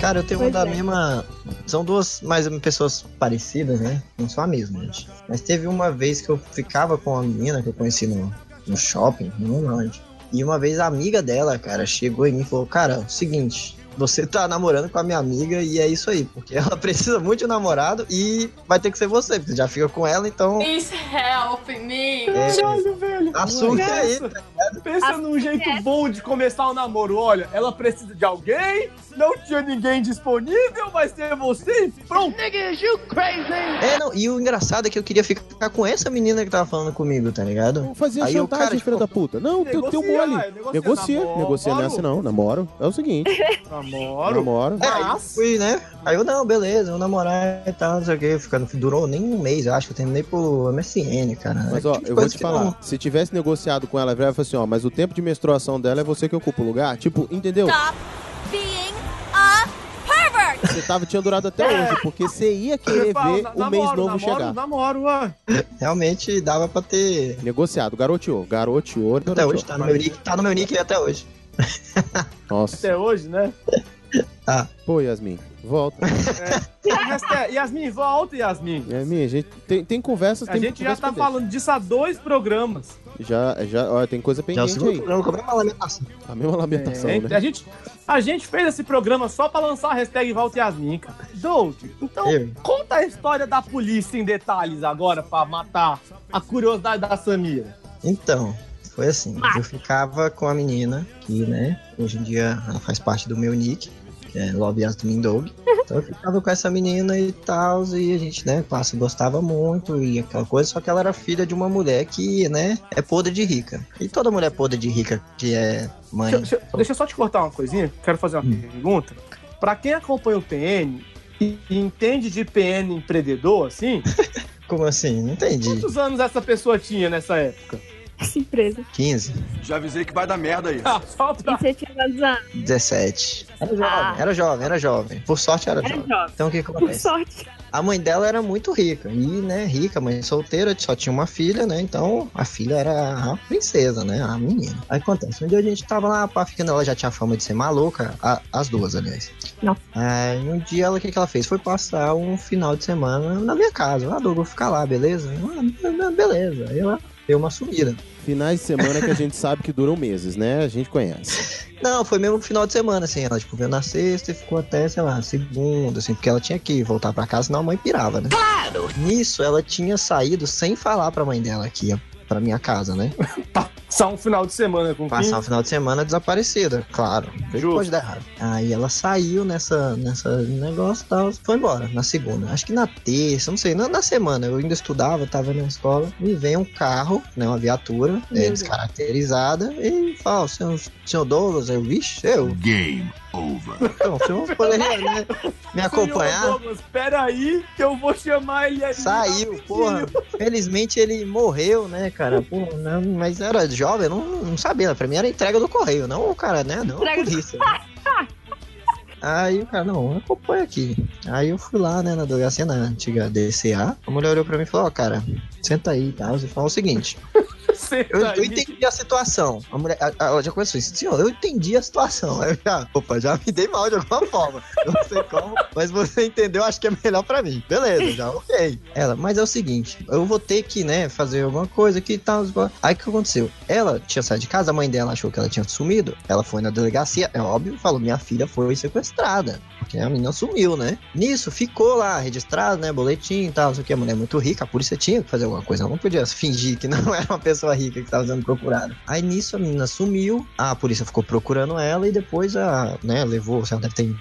[SPEAKER 4] Cara, eu tenho uma
[SPEAKER 6] Pois
[SPEAKER 4] da
[SPEAKER 6] é.
[SPEAKER 4] mesma. São duas mais pessoas parecidas, né? Não são a mesma, gente. Mas teve uma vez que eu ficava com uma menina que eu conheci no, no shopping, não lembro onde. E uma vez a amiga dela, cara, chegou em mim e falou: Cara, é seguinte, você tá namorando com a minha amiga e é isso aí, porque ela precisa muito de um namorado e vai ter que ser você, porque você já fica com ela, então. é,
[SPEAKER 16] Please help me.
[SPEAKER 3] Caralho, velho.
[SPEAKER 4] Assunto é esse,
[SPEAKER 1] tá
[SPEAKER 3] Pensa num jeito bom de começar o namoro. Olha, ela precisa de alguém, não tinha ninguém disponível, vai ser você e pronto.
[SPEAKER 12] Niggas, you crazy!
[SPEAKER 4] É, não, e o engraçado é que eu queria ficar com essa menina que tava falando comigo, tá ligado?
[SPEAKER 1] Fazia
[SPEAKER 4] Aí o
[SPEAKER 1] chantagem,
[SPEAKER 4] cara,
[SPEAKER 1] filho da puta. Não, teu, teu
[SPEAKER 4] Negocia,
[SPEAKER 1] mole.
[SPEAKER 4] é, negocia,
[SPEAKER 1] Negocia.
[SPEAKER 4] namoro.
[SPEAKER 1] Negocia nessa não, namoro. É o seguinte.
[SPEAKER 3] Namoro.
[SPEAKER 1] Namoro.
[SPEAKER 4] É, aí eu fui, né? Aí eu, não, beleza, vou namorar e tal, não sei o que. Ficando, durou nem um mês, eu acho que eu terminei por MSN, cara.
[SPEAKER 1] Mas ó,
[SPEAKER 4] Tipo
[SPEAKER 1] eu vou
[SPEAKER 4] coisa
[SPEAKER 1] te
[SPEAKER 4] que
[SPEAKER 1] falar, se tivesse negociado com ela, ela falou assim, ó, mas o tempo de menstruação dela é você que ocupa o lugar. Tipo, entendeu?
[SPEAKER 3] Tá.
[SPEAKER 12] being a pervert!
[SPEAKER 1] Você tava, tinha durado até hoje, porque você ia querer
[SPEAKER 12] fala,
[SPEAKER 1] ver o
[SPEAKER 12] namoro,
[SPEAKER 1] mês novo
[SPEAKER 12] namoro,
[SPEAKER 1] chegar.
[SPEAKER 3] Namoro, ó.
[SPEAKER 4] Realmente dava pra ter.
[SPEAKER 1] Negociado, garoteou, garoteou,
[SPEAKER 4] tá Até hoje, tá no meu nick, tá no meu nick até hoje.
[SPEAKER 1] Nossa.
[SPEAKER 3] Até hoje, né?
[SPEAKER 1] Ah. Pô, Yasmin, volta.
[SPEAKER 3] E o resto é, Yasmin, volta, Yasmin.
[SPEAKER 1] Yasmin, a gente tem, tem conversas,
[SPEAKER 3] A
[SPEAKER 1] tem
[SPEAKER 3] gente já
[SPEAKER 1] conversa
[SPEAKER 3] tá
[SPEAKER 1] pra
[SPEAKER 3] falando disso há dois programas.
[SPEAKER 1] dentro. Já, já, olha, tem coisa
[SPEAKER 3] Já é o
[SPEAKER 1] pendente
[SPEAKER 3] segundo
[SPEAKER 1] aí.
[SPEAKER 3] programa com a mesma
[SPEAKER 1] lamentação. A mesma lamentação,
[SPEAKER 3] É,
[SPEAKER 1] né?
[SPEAKER 3] a, gente, a gente fez esse programa só pra lançar a hashtag Volta Yasmin, cara. Doug, então
[SPEAKER 1] Eu.
[SPEAKER 3] conta a história da polícia em detalhes agora pra matar a curiosidade da Samira.
[SPEAKER 4] Então, foi assim. Eu ficava com a menina, que, né, hoje em dia ela faz parte do meu nick, que é Love Yasmin Dog.
[SPEAKER 2] Uhum.
[SPEAKER 4] Então eu ficava com essa menina e tal, e a gente, né, passa, gostava muito e aquela coisa, só que ela era filha de uma mulher que, né, é podre de rica. E toda mulher podre de rica que é mãe.
[SPEAKER 3] Deixa, deixa- deixa eu só te cortar uma coisinha, quero fazer
[SPEAKER 4] Hum.
[SPEAKER 3] uma pergunta. Pra quem acompanha o PN e e entende de PN empreendedor, assim,
[SPEAKER 4] Como assim? Não entendi.
[SPEAKER 3] quantos anos essa pessoa tinha nessa época?
[SPEAKER 2] Essa empresa.
[SPEAKER 4] 15,
[SPEAKER 7] Já avisei que vai dar merda aí.
[SPEAKER 3] Ah, Só pra...
[SPEAKER 2] E você tinha quantos anos?
[SPEAKER 4] 17. Era jovem, era jovem, era jovem. Por sorte era,
[SPEAKER 2] Ah. Era
[SPEAKER 4] jovem.
[SPEAKER 2] jovem.
[SPEAKER 4] Então o que que
[SPEAKER 2] Por
[SPEAKER 4] acontece?
[SPEAKER 2] sorte.
[SPEAKER 4] A mãe dela era muito rica, e né, rica, mãe solteira, só tinha uma filha, né? Então a filha era a princesa, né? A menina. Aí acontece, um dia a gente tava lá, pá, ficando, ela já tinha fama de ser maluca, a- as duas, aliás.
[SPEAKER 2] Não.
[SPEAKER 4] Aí um dia ela, o que, que ela fez? Foi passar um final de semana na minha casa. Ah, Doug, eu vou ficar lá, beleza? Eu, "Ah, be- be- beleza. Aí ela deu uma sumida.
[SPEAKER 3] é.
[SPEAKER 1] Finais de semana que a gente sabe que duram meses, né? A gente conhece.
[SPEAKER 4] Não, foi mesmo final de semana, assim. Ela, tipo, veio na sexta e ficou até, sei lá, segunda, assim, porque ela tinha que voltar pra casa, senão a mãe pirava, né? Claro! Nisso, ela tinha saído sem falar pra mãe dela que ia pra minha casa, né?
[SPEAKER 3] Passar um final de semana com
[SPEAKER 4] Passar
[SPEAKER 3] quem?
[SPEAKER 4] um final de semana desaparecida, claro. O que que Pode dar errado. Aí ela saiu nessa, nessa negócio e tal, foi embora na segunda. Acho que na terça, não sei, na, na semana. Eu ainda estudava, tava na escola. Me vem um carro, né? Uma viatura,
[SPEAKER 7] Meu
[SPEAKER 4] é,
[SPEAKER 7] Deus.
[SPEAKER 4] descaracterizada, e fala: senhor, senhor Douglas, eu, vixe, eu.
[SPEAKER 7] Game over.
[SPEAKER 4] Então, se eu poderia, né, me
[SPEAKER 3] Senhor
[SPEAKER 4] acompanhar.
[SPEAKER 3] Douglas, Pera aí, que eu vou chamar ele aí.
[SPEAKER 4] Saiu, porra. Felizmente ele morreu, né, cara? Pô, não, mas era jovem, eu não, não sabia. Pra mim era entrega do correio, não o cara, né? Não a polícia. né? Aí o cara, não, acompanha aqui. Aí eu fui lá, né, na delegacia, na antiga DCA. A mulher olhou pra mim e falou: Ó, cara, senta aí e tal. E falou o seguinte: eu,
[SPEAKER 3] Tá,
[SPEAKER 4] eu entendi a situação. A mulher, a- a- ela já começou isso. Senhor, eu entendi a situação. Aí eu já, opa, já me dei mal de alguma forma. Eu não sei como, mas você entendeu, acho que é melhor pra mim. Beleza, já, ok. Ela, mas é o seguinte, eu vou ter que, né, fazer alguma coisa aqui e tal. Aí o que aconteceu? Ela tinha saído de casa, a mãe dela achou que ela tinha sumido. Ela foi na delegacia, é óbvio, falou, minha filha foi sequestrada. Porque a menina sumiu, né? Nisso, ficou lá registrado, né? Boletim e tal, não sei o que. A mulher é muito rica, a polícia tinha que fazer alguma coisa. Ela não podia fingir que não era uma pessoa rica que estava sendo procurada. Aí nisso, a menina sumiu, a polícia ficou procurando ela e depois a, né, levou, sei lá, deve ter.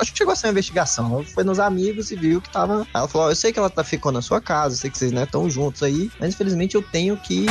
[SPEAKER 4] Acho que chegou a ser uma investigação. Ela foi nos amigos e viu que tava. Ela falou: ó, Eu sei que ela tá ficou na sua casa, eu sei que vocês né, estão juntos aí, mas infelizmente eu tenho que.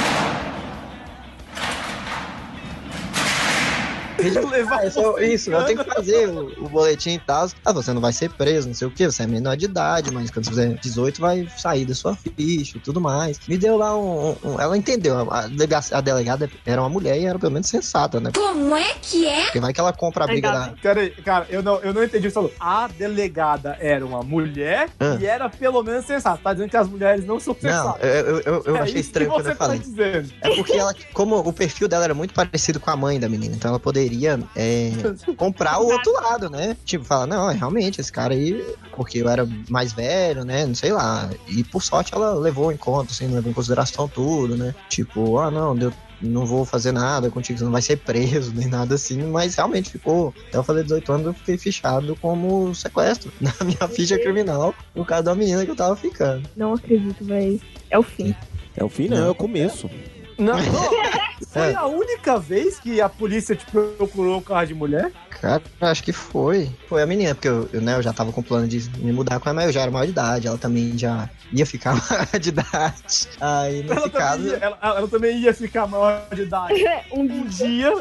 [SPEAKER 3] Levar
[SPEAKER 4] Ah, isso, é- isso, eu tenho que fazer o, o boletim e tal. Ah, você não vai ser preso, não sei o que, você é menor de idade, mas quando você fizer 18 vai sair da sua ficha e tudo mais. Me deu lá um. um- ela entendeu, a, delega- a delegada era uma mulher e era pelo menos sensata, né?
[SPEAKER 3] Como é que é?
[SPEAKER 4] Porque vai que ela compra a briga da.
[SPEAKER 3] Peraí, cara, eu não, eu não entendi o que você falou. A delegada era uma mulher
[SPEAKER 4] Ah.
[SPEAKER 3] e era pelo menos sensata. Tá dizendo que as mulheres não são
[SPEAKER 4] Não,
[SPEAKER 3] sensatas.
[SPEAKER 4] eu, eu, eu, eu
[SPEAKER 3] É
[SPEAKER 4] achei
[SPEAKER 3] isso que
[SPEAKER 4] estranho quando
[SPEAKER 3] você
[SPEAKER 4] eu
[SPEAKER 3] tá
[SPEAKER 4] falei.
[SPEAKER 3] dizendo.
[SPEAKER 4] É porque ela, como o perfil dela era muito parecido com a mãe da menina, então ela poderia é, comprar o outro lado, né? Tipo, falar, não, é realmente, esse cara aí, porque eu era mais velho, né? Não sei lá. E por sorte ela levou em conta, assim, levou em consideração tudo, né? Tipo, ah, não, deu. Não vou fazer nada contigo, você não vai ser preso nem nada assim, mas realmente ficou. Até eu fazer 18 anos, eu fiquei fichado como sequestro na minha ficha criminal por causa da menina que eu tava ficando.
[SPEAKER 2] Não acredito, velho. É o fim.
[SPEAKER 1] É o fim, não, é o começo.
[SPEAKER 3] Não, não. Foi
[SPEAKER 4] É.
[SPEAKER 3] a única vez que a polícia te procurou o carro de mulher?
[SPEAKER 4] Cara, acho que foi. Foi a menina, porque eu, eu, né, eu já tava com o plano de me mudar com ela, mas eu já era maior de idade, ela também já ia ficar maior de idade. Aí,
[SPEAKER 3] Ela
[SPEAKER 4] nesse
[SPEAKER 3] também,
[SPEAKER 4] caso.
[SPEAKER 3] ia, ela, ela também ia ficar maior de idade.
[SPEAKER 2] um,
[SPEAKER 3] dia.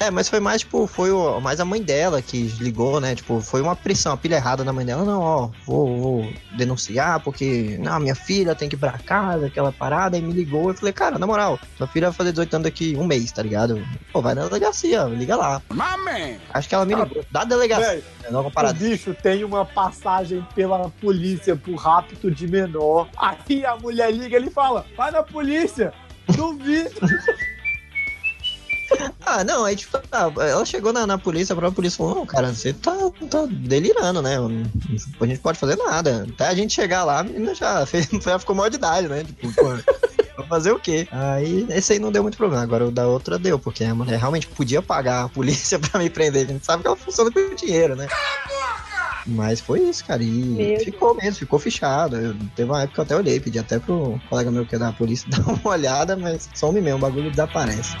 [SPEAKER 4] É, mas foi mais, tipo, foi o, mais a mãe dela que ligou, né? Tipo, foi uma pressão, uma pilha errada na mãe dela. Não, ó, vou, vou denunciar, porque, não, minha filha tem que ir pra casa, aquela parada. Aí me ligou, eu falei, cara, na moral, sua filha vai fazer 18 anos daqui um mês, tá ligado? Pô, vai na delegacia, liga lá.
[SPEAKER 3] Mame!
[SPEAKER 4] Acho que ela me ligou, da delegacia.
[SPEAKER 3] Tá. Véi,
[SPEAKER 4] né, logo parada.
[SPEAKER 3] O bicho tem uma passagem pela polícia por rapto de menor. Aí a mulher liga ele fala: vai na polícia! Duvido!
[SPEAKER 4] Ah, não, aí tipo, tá, ela chegou na, na polícia, a própria polícia falou, não, cara, você tá, tá delirando, né? A gente pode fazer nada. Até a gente chegar lá, a menina já, fez, já ficou maior de idade, né? Tipo, pô, vai fazer o quê? Aí esse aí não deu muito problema. Agora o da outra deu, porque a mulher realmente podia pagar a polícia pra me prender. A gente sabe que ela funciona com dinheiro, né? Mas foi isso, cara. E
[SPEAKER 2] Meu
[SPEAKER 4] ficou mesmo, ficou fechado. Eu, teve uma época que eu até olhei, pedi até pro colega meu que é da polícia dar uma olhada, mas some mesmo, o bagulho desaparece.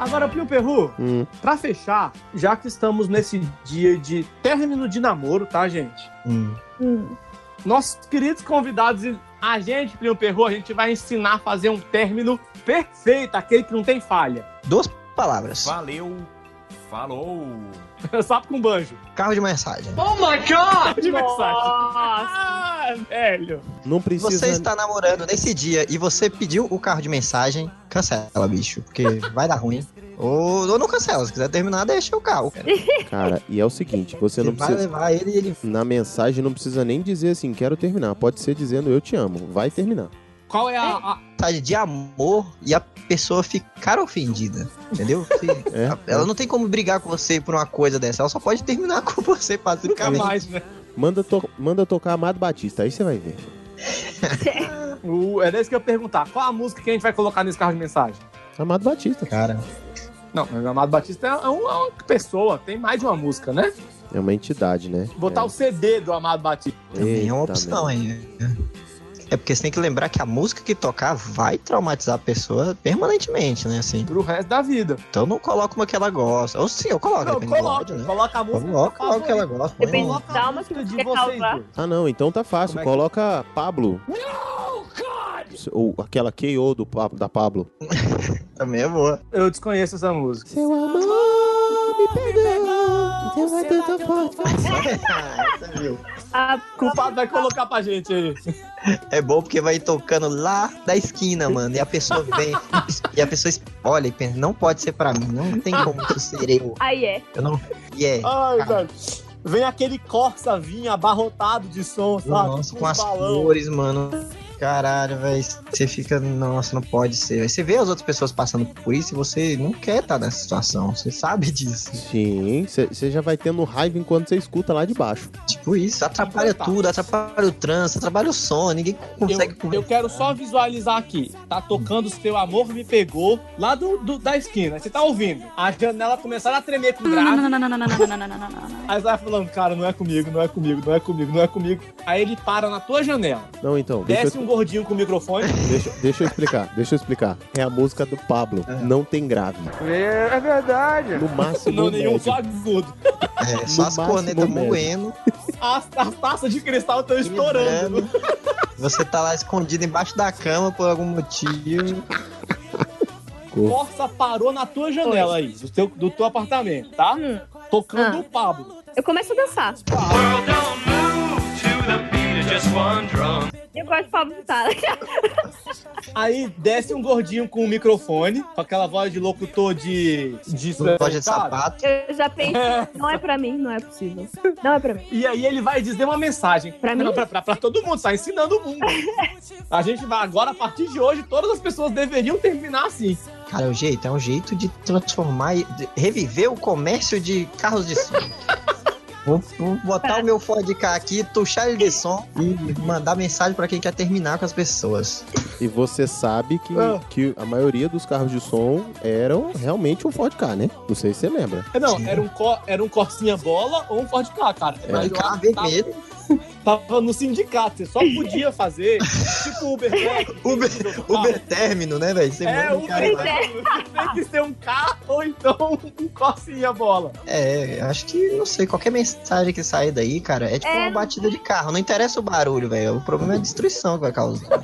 [SPEAKER 3] Agora, Plio Perru, pra fechar, já que estamos nesse dia de término de namoro, tá, gente?
[SPEAKER 4] Hum.
[SPEAKER 2] um.
[SPEAKER 3] Nossos queridos convidados e a gente, Plio Perru, a gente vai ensinar a fazer um término perfeito, aquele que não tem falha.
[SPEAKER 4] Duas palavras.
[SPEAKER 3] Valeu, falou. Sapo com banjo. é
[SPEAKER 4] Carro de mensagem.
[SPEAKER 3] Oh my God! De mensagem.
[SPEAKER 2] Nossa!
[SPEAKER 3] Ah, Velho.
[SPEAKER 1] Não precisa.
[SPEAKER 4] Você está namorando nesse dia e você pediu o carro de mensagem, cancela, bicho, porque vai dar ruim. Ou, ou não cancela, se quiser terminar, deixa o carro. cara.
[SPEAKER 1] Cara, e é o seguinte, você não
[SPEAKER 4] vai
[SPEAKER 1] precisa.
[SPEAKER 4] levar ele e ele.
[SPEAKER 1] Na mensagem não precisa nem dizer assim, quero terminar. Pode ser dizendo eu te amo. Vai terminar.
[SPEAKER 3] Qual é a. a-
[SPEAKER 4] Mensagem tá de amor e a pessoa ficar ofendida, entendeu? Se- Ela não tem como brigar com você por uma coisa dessa, ela só pode terminar com você pacificamente.
[SPEAKER 3] né?
[SPEAKER 1] Manda, to- manda tocar Amado Batista, aí você vai ver.
[SPEAKER 3] Uh, era isso que eu ia perguntar. Qual a música que a gente vai colocar nesse carro de mensagem?
[SPEAKER 1] Amado Batista.
[SPEAKER 4] Cara.
[SPEAKER 3] Não, mas Amado Batista é, um- é uma pessoa, tem mais de uma música, né?
[SPEAKER 1] É uma entidade, né?
[SPEAKER 3] Botar o CD do Amado Batista.
[SPEAKER 4] Também é uma opção, hein? É porque você tem que lembrar que a música que tocar vai traumatizar a pessoa permanentemente, né? Assim.
[SPEAKER 3] Pro resto da vida.
[SPEAKER 4] Então não coloca uma que ela gosta. Ou sim, eu coloco.
[SPEAKER 3] Não,
[SPEAKER 4] dependendo do
[SPEAKER 3] coloca,
[SPEAKER 4] áudio, né?
[SPEAKER 3] coloca a música.
[SPEAKER 4] Coloca logo que ela gosta. põe
[SPEAKER 2] Depende
[SPEAKER 4] lá.
[SPEAKER 2] da alma que é você quer
[SPEAKER 3] vocês
[SPEAKER 2] causar.
[SPEAKER 1] Ah, não, então tá fácil. Coloca Pablo. Ou aquela KO do, Pa- da Pablo.
[SPEAKER 4] Também é boa.
[SPEAKER 3] Eu desconheço essa música.
[SPEAKER 1] Seu amor me então é pegou. Seu vai tão forte.
[SPEAKER 2] Ah,
[SPEAKER 3] O culpado vai colocar pra gente aí.
[SPEAKER 4] É bom porque vai tocando lá da esquina, mano. E a pessoa vem. e a pessoa olha e pensa, não pode ser pra mim. Não tem como isso ser eu.
[SPEAKER 2] Aí é.
[SPEAKER 4] Eu não. E é.
[SPEAKER 3] Ai, velho. Vem aquele Corsa vinha abarrotado de som, sabe?
[SPEAKER 4] Nossa, com
[SPEAKER 3] um
[SPEAKER 4] as flores, mano. Caralho, velho. Você fica. Nossa, não pode ser. véi. Você vê as outras pessoas passando por isso e você não quer estar nessa situação. Você sabe disso.
[SPEAKER 1] Sim, você já vai tendo raiva enquanto você escuta lá de baixo.
[SPEAKER 4] Tipo isso, atrapalha tudo, atrapalha o trânsito, atrapalha o som, ninguém consegue
[SPEAKER 3] Eu, eu quero só visualizar aqui. Tá tocando Seu Amor Me Pegou lá do, do- da esquina. Você tá ouvindo? A janela começaram a tremer com grave. Aí você vai falando, cara, não é comigo, não é comigo, não é comigo, não é comigo. Aí ele para na tua janela.
[SPEAKER 1] Não, então, deixa
[SPEAKER 3] Desce
[SPEAKER 1] eu,
[SPEAKER 3] um gordinho com o microfone.
[SPEAKER 1] deixa, deixa eu explicar, deixa eu explicar. É a música do Pablo, não tem grave.
[SPEAKER 3] É verdade.
[SPEAKER 1] No máximo
[SPEAKER 3] Não, nenhum,
[SPEAKER 1] médio.
[SPEAKER 3] só absurdo.
[SPEAKER 4] É, só
[SPEAKER 1] No
[SPEAKER 4] as
[SPEAKER 1] máximo
[SPEAKER 4] cornetas
[SPEAKER 1] médio.
[SPEAKER 4] moendo,
[SPEAKER 3] As, as taças de cristal estão estourando.
[SPEAKER 4] você tá lá escondido embaixo da cama por algum motivo.
[SPEAKER 3] Corsa parou na tua janela aí, do teu, do teu apartamento, tá? Tocando
[SPEAKER 2] Ah.
[SPEAKER 3] o Pablo.
[SPEAKER 2] Eu começo a dançar. Eu gosto de Pablo Vittar.
[SPEAKER 3] Aí desce um gordinho com o microfone, com aquela voz de locutor de. de
[SPEAKER 4] Loja de
[SPEAKER 3] sabe?
[SPEAKER 4] sapato.
[SPEAKER 2] Eu já penso, não é pra mim, não é possível. Não é pra mim.
[SPEAKER 3] E aí ele vai dizer uma mensagem. Pra
[SPEAKER 2] mim?
[SPEAKER 3] Pra, pra- pra todo mundo, tá ensinando o mundo. a gente vai agora, a partir de hoje, todas as pessoas deveriam terminar assim.
[SPEAKER 4] Cara, é um jeito, é um jeito de transformar, e- de reviver o comércio de carros de som. Vou, vou botar o meu Ford Ka aqui, tuchar ele de som e mandar mensagem pra quem quer terminar com as pessoas.
[SPEAKER 1] E você sabe que,
[SPEAKER 4] Ah.
[SPEAKER 1] que a maioria dos carros de som eram realmente um Ford K, né? Não sei se você lembra.
[SPEAKER 3] Não, era um, cor, era um Corsinha Bola ou um Ford K, cara.
[SPEAKER 1] É.
[SPEAKER 3] Mas eu
[SPEAKER 4] K
[SPEAKER 3] acho que tá tava-
[SPEAKER 4] vermelho.
[SPEAKER 3] Tava no sindicato, você só podia fazer tipo Uber Black.
[SPEAKER 4] Uber, Uber término, né, velho? Você
[SPEAKER 3] É,
[SPEAKER 4] manda o
[SPEAKER 3] Uber
[SPEAKER 4] cara lá.
[SPEAKER 3] Black. Tem que ser um K ou então um Corsinha Bola.
[SPEAKER 4] É, acho que, não sei, qualquer mensagem que sair daí, cara, é tipo uma batida de carro. Não interessa o barulho, velho. O problema é a destruição que vai causar.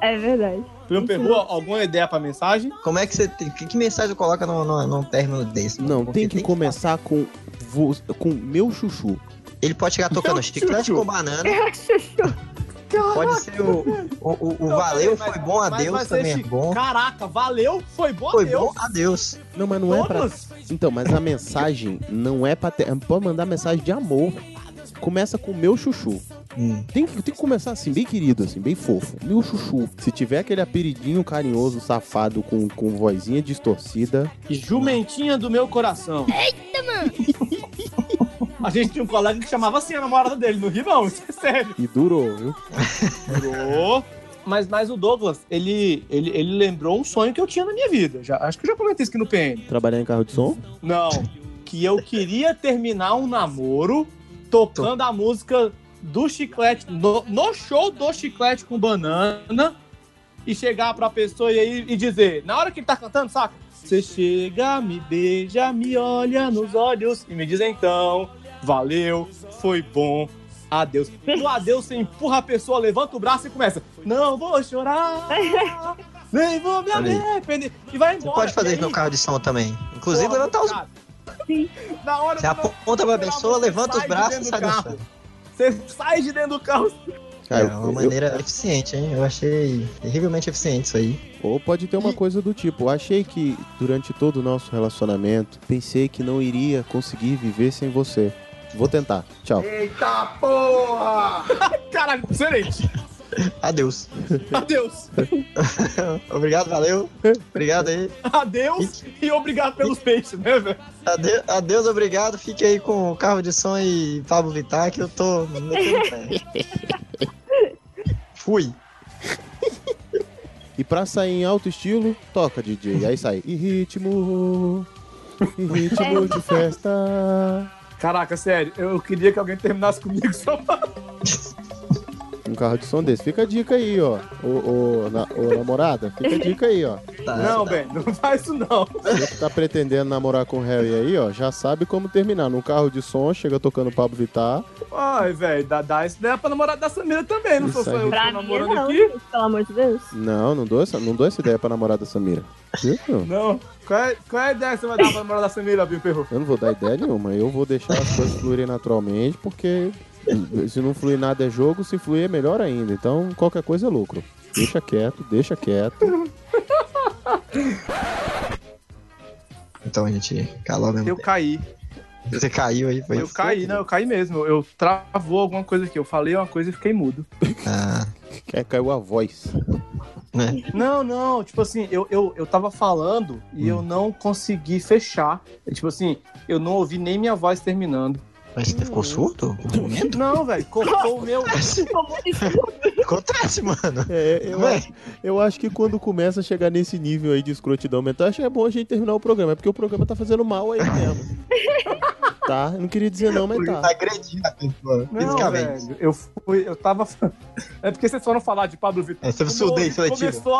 [SPEAKER 2] É verdade.
[SPEAKER 3] Não pegou alguma ideia pra mensagem?
[SPEAKER 4] Como é que você tem. Que, que mensagem coloca num, num, num término desse?
[SPEAKER 1] Não,
[SPEAKER 4] Porque
[SPEAKER 1] tem que começar com, vo- com meu chuchu.
[SPEAKER 4] Ele pode chegar tocando
[SPEAKER 1] Meu
[SPEAKER 4] chiclete
[SPEAKER 1] chuchu.
[SPEAKER 4] com banana.
[SPEAKER 2] Eu acho chuchu.
[SPEAKER 4] Pode ser o, o, o, o
[SPEAKER 3] Não,
[SPEAKER 4] valeu,
[SPEAKER 3] mas-
[SPEAKER 4] foi bom,
[SPEAKER 3] mas
[SPEAKER 4] adeus
[SPEAKER 3] vai ser
[SPEAKER 4] também
[SPEAKER 3] esse-
[SPEAKER 4] é bom.
[SPEAKER 3] Caraca, valeu, foi bom,
[SPEAKER 4] Foi
[SPEAKER 3] adeus.
[SPEAKER 4] bom, adeus.
[SPEAKER 1] Não, mas não é pra. Então, mas a mensagem não é pra. Ter... Pode mandar mensagem de amor. Começa com meu chuchu. Tem, que, tem que começar assim, bem querido, assim, bem fofo. Meu chuchu. Se tiver aquele aperidinho carinhoso, safado, com, com vozinha distorcida.
[SPEAKER 3] Jumentinha do meu coração. Eita, mano! A gente tinha um colega que chamava assim a namorada dele, não ri não, isso é sério.
[SPEAKER 1] E durou, viu?
[SPEAKER 3] Durou. Mas, mas o Douglas, ele, ele, ele lembrou um sonho que eu tinha na minha vida. Já, acho que eu já comentei isso aqui no PM.
[SPEAKER 1] Trabalhar em carro de som?
[SPEAKER 3] Não, que eu queria terminar um namoro tocando a música do Chiclete, no, no show do Chiclete com Banana, e chegar pra pessoa e, aí- e dizer, na hora que ele tá cantando, saca? Você chega, me beija, me olha nos olhos e me diz então, valeu, foi bom, adeus. No adeus, você empurra a pessoa, levanta o braço e começa, não vou chorar, nem vou me
[SPEAKER 4] Olha aí.
[SPEAKER 3] arrepender, e vai embora.
[SPEAKER 4] Pode fazer
[SPEAKER 3] E
[SPEAKER 4] isso no
[SPEAKER 3] aí,
[SPEAKER 4] carro de som também. Inclusive,
[SPEAKER 3] Porra,
[SPEAKER 4] levantar os.
[SPEAKER 3] cara. Na hora
[SPEAKER 4] Você aponta pra pessoa, levanta os
[SPEAKER 3] sai de
[SPEAKER 4] braços e
[SPEAKER 3] dentro
[SPEAKER 4] sai
[SPEAKER 3] do carro.
[SPEAKER 4] dançando.
[SPEAKER 3] Você sai de dentro do carro.
[SPEAKER 4] É uma maneira eficiente, hein? Eu achei terrivelmente eficiente isso aí.
[SPEAKER 1] Ou pode ter uma coisa do tipo, "Eu achei que durante todo o nosso relacionamento, pensei que não iria conseguir viver sem você. Vou tentar. Tchau.
[SPEAKER 3] Eita porra! Caralho, excelente.
[SPEAKER 4] Adeus.
[SPEAKER 3] Adeus.
[SPEAKER 4] obrigado, valeu. Obrigado aí.
[SPEAKER 3] Adeus e obrigado pelos peixes, né, velho?
[SPEAKER 4] Adeus, adeus, obrigado. Fique aí com o carro de som e Pablo Vittar, que eu tô. metendo pé. Fui.
[SPEAKER 1] E pra sair em alto estilo, toca DJ. Aí sai. E ritmo. E ritmo de festa.
[SPEAKER 3] Caraca, sério, eu queria que alguém terminasse comigo só pra...
[SPEAKER 1] Um carro de som desse. Fica a dica aí, ó. Ô, ô, na- ô, namorada, fica a dica aí, ó.
[SPEAKER 4] Tá,
[SPEAKER 3] não, Ben, não faz isso não.
[SPEAKER 1] Você que tá pretendendo namorar com o Harry aí, ó, já sabe como terminar. Num carro de som, chega tocando Pablo Vittar.
[SPEAKER 3] Ai, velho, dá, dá isso daí pra namorada da Samira também, não sou
[SPEAKER 1] Isso
[SPEAKER 3] só
[SPEAKER 1] aí.
[SPEAKER 3] eu que tô
[SPEAKER 2] Pra mim,
[SPEAKER 3] tá
[SPEAKER 2] é
[SPEAKER 3] namorando
[SPEAKER 2] não,
[SPEAKER 3] aqui.
[SPEAKER 2] gente, pelo amor de Deus.
[SPEAKER 1] Não, não dou essa, não dou essa ideia pra namorada Samira. Viu? meu?
[SPEAKER 3] Não, qual é, qual é a ideia que você vai dar pra namorada da Samira, viu, perro?
[SPEAKER 1] Eu não vou dar ideia nenhuma. Eu vou deixar as coisas fluírem naturalmente, porque se não fluir nada é jogo, se fluir é melhor ainda. Então, qualquer coisa é lucro. Deixa quieto, deixa quieto.
[SPEAKER 4] Então, gente, calou mesmo.
[SPEAKER 3] Eu caí.
[SPEAKER 4] Você caiu aí, foi.
[SPEAKER 3] Eu caí, né? não, eu caí mesmo. Eu travou alguma coisa aqui. Eu falei uma coisa e fiquei mudo.
[SPEAKER 4] Ah,
[SPEAKER 1] É, caiu a voz.
[SPEAKER 4] né?
[SPEAKER 3] Não, não, tipo assim, eu, eu, eu tava falando e eu não consegui fechar. É, Tipo assim, eu não ouvi nem minha voz terminando.
[SPEAKER 4] Mas você
[SPEAKER 1] Hum.
[SPEAKER 4] ficou surdo?
[SPEAKER 3] Não, velho, cortou o meu.
[SPEAKER 4] Acontece, mano.
[SPEAKER 1] É, eu,
[SPEAKER 4] Ué.
[SPEAKER 1] acho, eu acho que quando começa a chegar nesse nível aí de escrotidão mental, acho que é bom a gente terminar o programa, é porque o programa tá fazendo mal aí mesmo. tá? Eu não queria dizer não, mas tá.
[SPEAKER 4] agredindo a pessoa.
[SPEAKER 3] Não,
[SPEAKER 4] Fisicamente.
[SPEAKER 3] velho, eu fui, eu tava. É porque vocês foram falar de Pablo Vittar.
[SPEAKER 4] É, teve
[SPEAKER 3] O
[SPEAKER 4] surdez
[SPEAKER 3] meu ouvido
[SPEAKER 4] seletiva.
[SPEAKER 3] Começou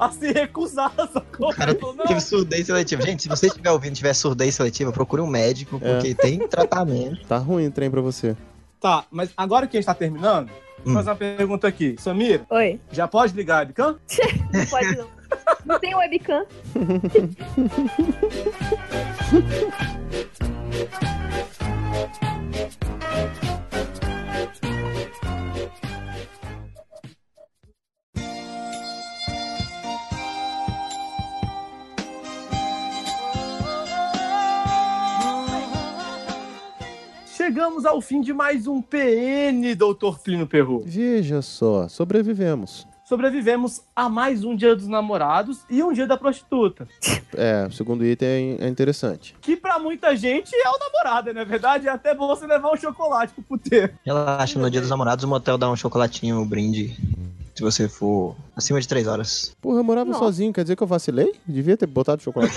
[SPEAKER 3] a, a se recusar, sacou?
[SPEAKER 4] Cara, teve surdez seletiva. Gente, se você estiver ouvindo e tiver surdez seletiva, procure um médico, porque
[SPEAKER 1] É.
[SPEAKER 4] tem tratamento.
[SPEAKER 1] Tá ruim o trem pra você.
[SPEAKER 3] Tá, mas agora que a gente tá terminando,
[SPEAKER 4] Hum.
[SPEAKER 3] vou fazer uma pergunta aqui. Samira,
[SPEAKER 2] Oi.
[SPEAKER 3] já pode ligar a webcam?
[SPEAKER 2] Não pode não. Não tem webcam.
[SPEAKER 3] Chegamos ao fim de mais um PN, doutor Plínio Perru.
[SPEAKER 1] Veja só, sobrevivemos.
[SPEAKER 3] Sobrevivemos a mais um dia dos namorados e um dia da prostituta.
[SPEAKER 1] É, o segundo item é interessante.
[SPEAKER 3] Que pra muita gente é o namorado, na verdade. É até bom você levar um chocolate pro puteiro.
[SPEAKER 4] Relaxa, no dia dos namorados, o motel dá um chocolatinho, um brinde. Se você for acima de três horas.
[SPEAKER 1] Porra, eu morava sozinho, quer dizer que eu vacilei? Devia ter botado chocolate.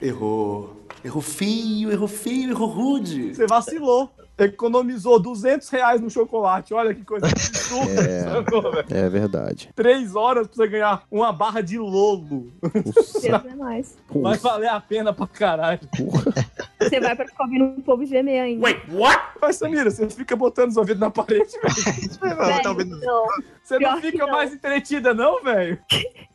[SPEAKER 7] Errou. Errou feio, errou feio, errou rude.
[SPEAKER 3] Você vacilou. Economizou 200 reais no chocolate. Olha que coisa absurda. sacou, velho?
[SPEAKER 1] É verdade.
[SPEAKER 3] Três horas pra você ganhar uma barra de lolo.
[SPEAKER 2] Deus é mais.
[SPEAKER 3] Vai valer a pena pra caralho.
[SPEAKER 2] Você vai pra ficar ouvindo o povo gemer ainda.
[SPEAKER 3] Wait, what? Mas, Samira, você fica botando os ouvidos na parede,
[SPEAKER 4] É,
[SPEAKER 3] velho.
[SPEAKER 2] Velho,
[SPEAKER 4] tá
[SPEAKER 2] não.
[SPEAKER 3] Você
[SPEAKER 2] Pior
[SPEAKER 3] não
[SPEAKER 2] que
[SPEAKER 3] fica
[SPEAKER 2] não.
[SPEAKER 3] mais entretida, não, velho?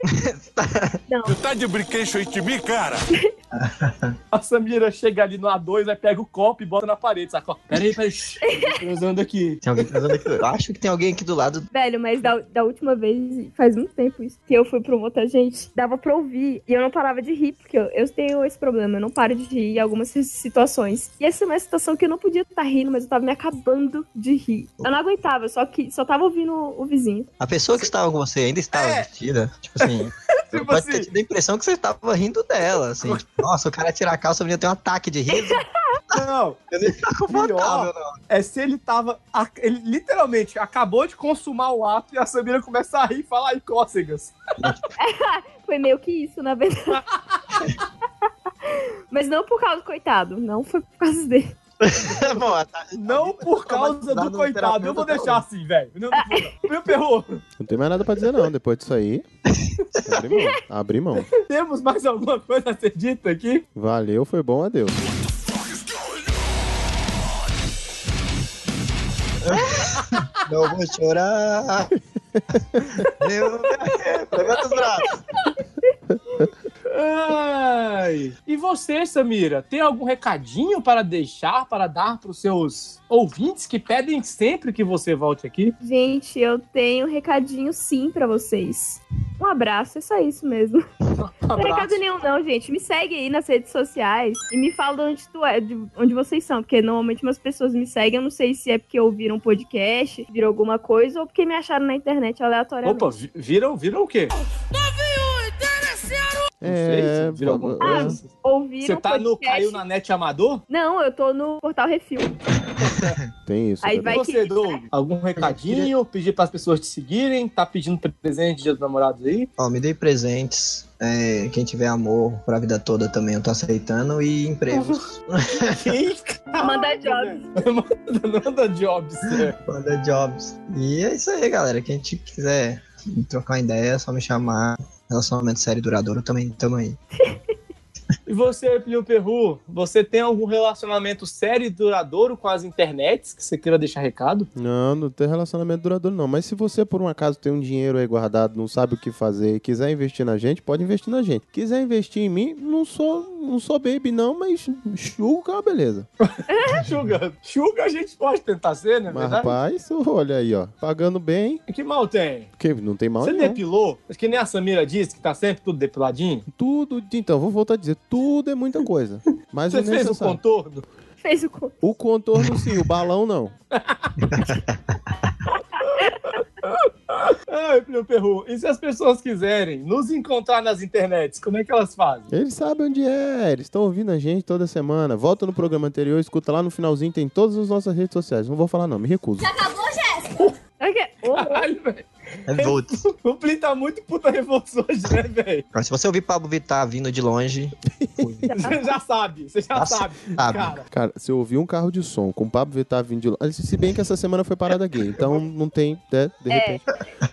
[SPEAKER 7] Você tá de brinquedo em mim, cara?
[SPEAKER 3] A Samira chega ali no A2, aí pega o copo e bota na parede, saca? Ó, Peraí, peraí. shh, tô Transando aqui.
[SPEAKER 4] Tem alguém transando aqui. Eu acho que tem alguém aqui do lado.
[SPEAKER 2] Velho, mas da, da última vez, faz muito tempo isso, que eu fui pro Mota, gente, dava pra ouvir. E eu não parava de rir, porque eu, eu tenho esse problema, eu não paro de rir em algumas si- situações. E essa é uma situação que eu não podia estar rindo, mas eu tava me acabando de rir. Eu não aguentava, só que só tava ouvindo o vizinho.
[SPEAKER 4] A pessoa que estava com você ainda estava vestida? Tipo assim. pode ter tido a impressão que você estava rindo dela, assim. tipo, Nossa, o cara tirar a calça, a menina tem um ataque de riso.
[SPEAKER 3] Não,
[SPEAKER 4] confortável,
[SPEAKER 3] pior é se ele tava. a- Ele literalmente acabou de consumar o ato e a Samira começa a rir e falar em cócegas.
[SPEAKER 2] Foi meio que isso, na verdade. Mas não por causa do coitado, não foi por causa dele.
[SPEAKER 3] não por causa do coitado. Eu vou deixar assim, velho. Não- Meu perro,
[SPEAKER 1] Não tem mais nada pra dizer, não. Depois disso aí. Abri mão. Abri mão.
[SPEAKER 3] temos mais alguma coisa a ser dita aqui?
[SPEAKER 1] Valeu, foi bom, adeus.
[SPEAKER 4] Não vou chorar. Meu Levanta os braços.
[SPEAKER 3] Ai. E você, Samira, tem algum recadinho para deixar, para dar para os seus ouvintes que pedem sempre que você volte aqui?
[SPEAKER 2] Gente, eu tenho um recadinho sim pra vocês. Um abraço, é só isso mesmo.
[SPEAKER 3] Um
[SPEAKER 2] Não tem recado nenhum, não, gente. Me segue aí nas redes sociais e me fala de onde tu é, de onde vocês são. Porque normalmente umas pessoas me seguem, eu não sei se é porque ouviram um podcast, viram alguma coisa, ou porque me acharam na internet aleatoriamente.
[SPEAKER 3] Opa, vi- viram, viram o quê?
[SPEAKER 1] É,
[SPEAKER 3] Não sei se viram alguma
[SPEAKER 1] vamos-
[SPEAKER 3] coisa.
[SPEAKER 2] Ouviram
[SPEAKER 3] Você
[SPEAKER 2] ah,
[SPEAKER 3] tá no
[SPEAKER 2] um podcast.
[SPEAKER 3] Caiu na Net Amador?
[SPEAKER 2] Não, eu tô no Portal Refil.
[SPEAKER 1] Tem isso.
[SPEAKER 2] Aí
[SPEAKER 1] é
[SPEAKER 2] vai
[SPEAKER 1] verdade.
[SPEAKER 2] que-
[SPEAKER 3] Você, Doug, algum recadinho? Pedir para as pessoas te seguirem? Tá pedindo presente dia dos namorados aí?
[SPEAKER 4] Ó, me dei presentes. É, quem tiver amor pra vida toda também eu tô aceitando. E empregos.
[SPEAKER 2] Amanda Jobs.
[SPEAKER 3] Nanda Jobs. né?
[SPEAKER 4] Manda jobs. E é isso aí, galera. Quem te quiser trocar uma ideia, é só me chamar. Relacionamento sério e duradouro também tamo aí.
[SPEAKER 3] E você, Plio Perru, você tem algum relacionamento sério e duradouro com as internets que você queira deixar recado?
[SPEAKER 1] Não, não tem relacionamento duradouro, não. Mas se você, por um acaso, tem um dinheiro aí guardado, não sabe o que fazer e quiser investir na gente, pode investir na gente. Quiser investir em mim, não sou, não sou baby, não, mas julgo que é uma beleza.
[SPEAKER 3] Sugar. Sugar É, a gente pode tentar ser, né?
[SPEAKER 1] Mas,
[SPEAKER 3] verdade?
[SPEAKER 1] rapaz, olha aí, ó. Pagando bem,
[SPEAKER 3] Que mal tem?
[SPEAKER 1] que não tem mal
[SPEAKER 3] Você
[SPEAKER 1] nenhum.
[SPEAKER 3] depilou? Acho que nem a Samira disse que tá sempre tudo depiladinho.
[SPEAKER 1] Tudo, então, vou voltar a dizer, tudo é muita coisa. Mas
[SPEAKER 3] Você
[SPEAKER 1] é
[SPEAKER 3] fez um o
[SPEAKER 1] necessário.
[SPEAKER 3] contorno?
[SPEAKER 2] Fez o conto.
[SPEAKER 1] O contorno sim, o balão não.
[SPEAKER 3] Ai, Plio Perru, e se as pessoas quiserem nos encontrar nas internets, como é que elas fazem?
[SPEAKER 1] Eles sabem onde é, eles estão ouvindo a gente toda semana. Volta no programa anterior, escuta lá no finalzinho, tem todas as nossas redes sociais. Não vou falar não, me recuso.
[SPEAKER 2] acabou, Jéssica?
[SPEAKER 3] Caralho, velho.
[SPEAKER 4] É voto.
[SPEAKER 3] O Pli tá muito puta revolta hoje, né, velho?
[SPEAKER 4] Agora, se você ouvir Pablo Vittar vindo de longe,
[SPEAKER 2] tá-
[SPEAKER 3] Você já sabe, você já sabe.
[SPEAKER 4] sabe.
[SPEAKER 3] Cara,
[SPEAKER 1] Cara, se eu ouvir um carro de som com o Pablo Vittar vindo de longe. Se bem que essa semana foi parada gay, então não tem, né, de
[SPEAKER 2] É.
[SPEAKER 1] repente.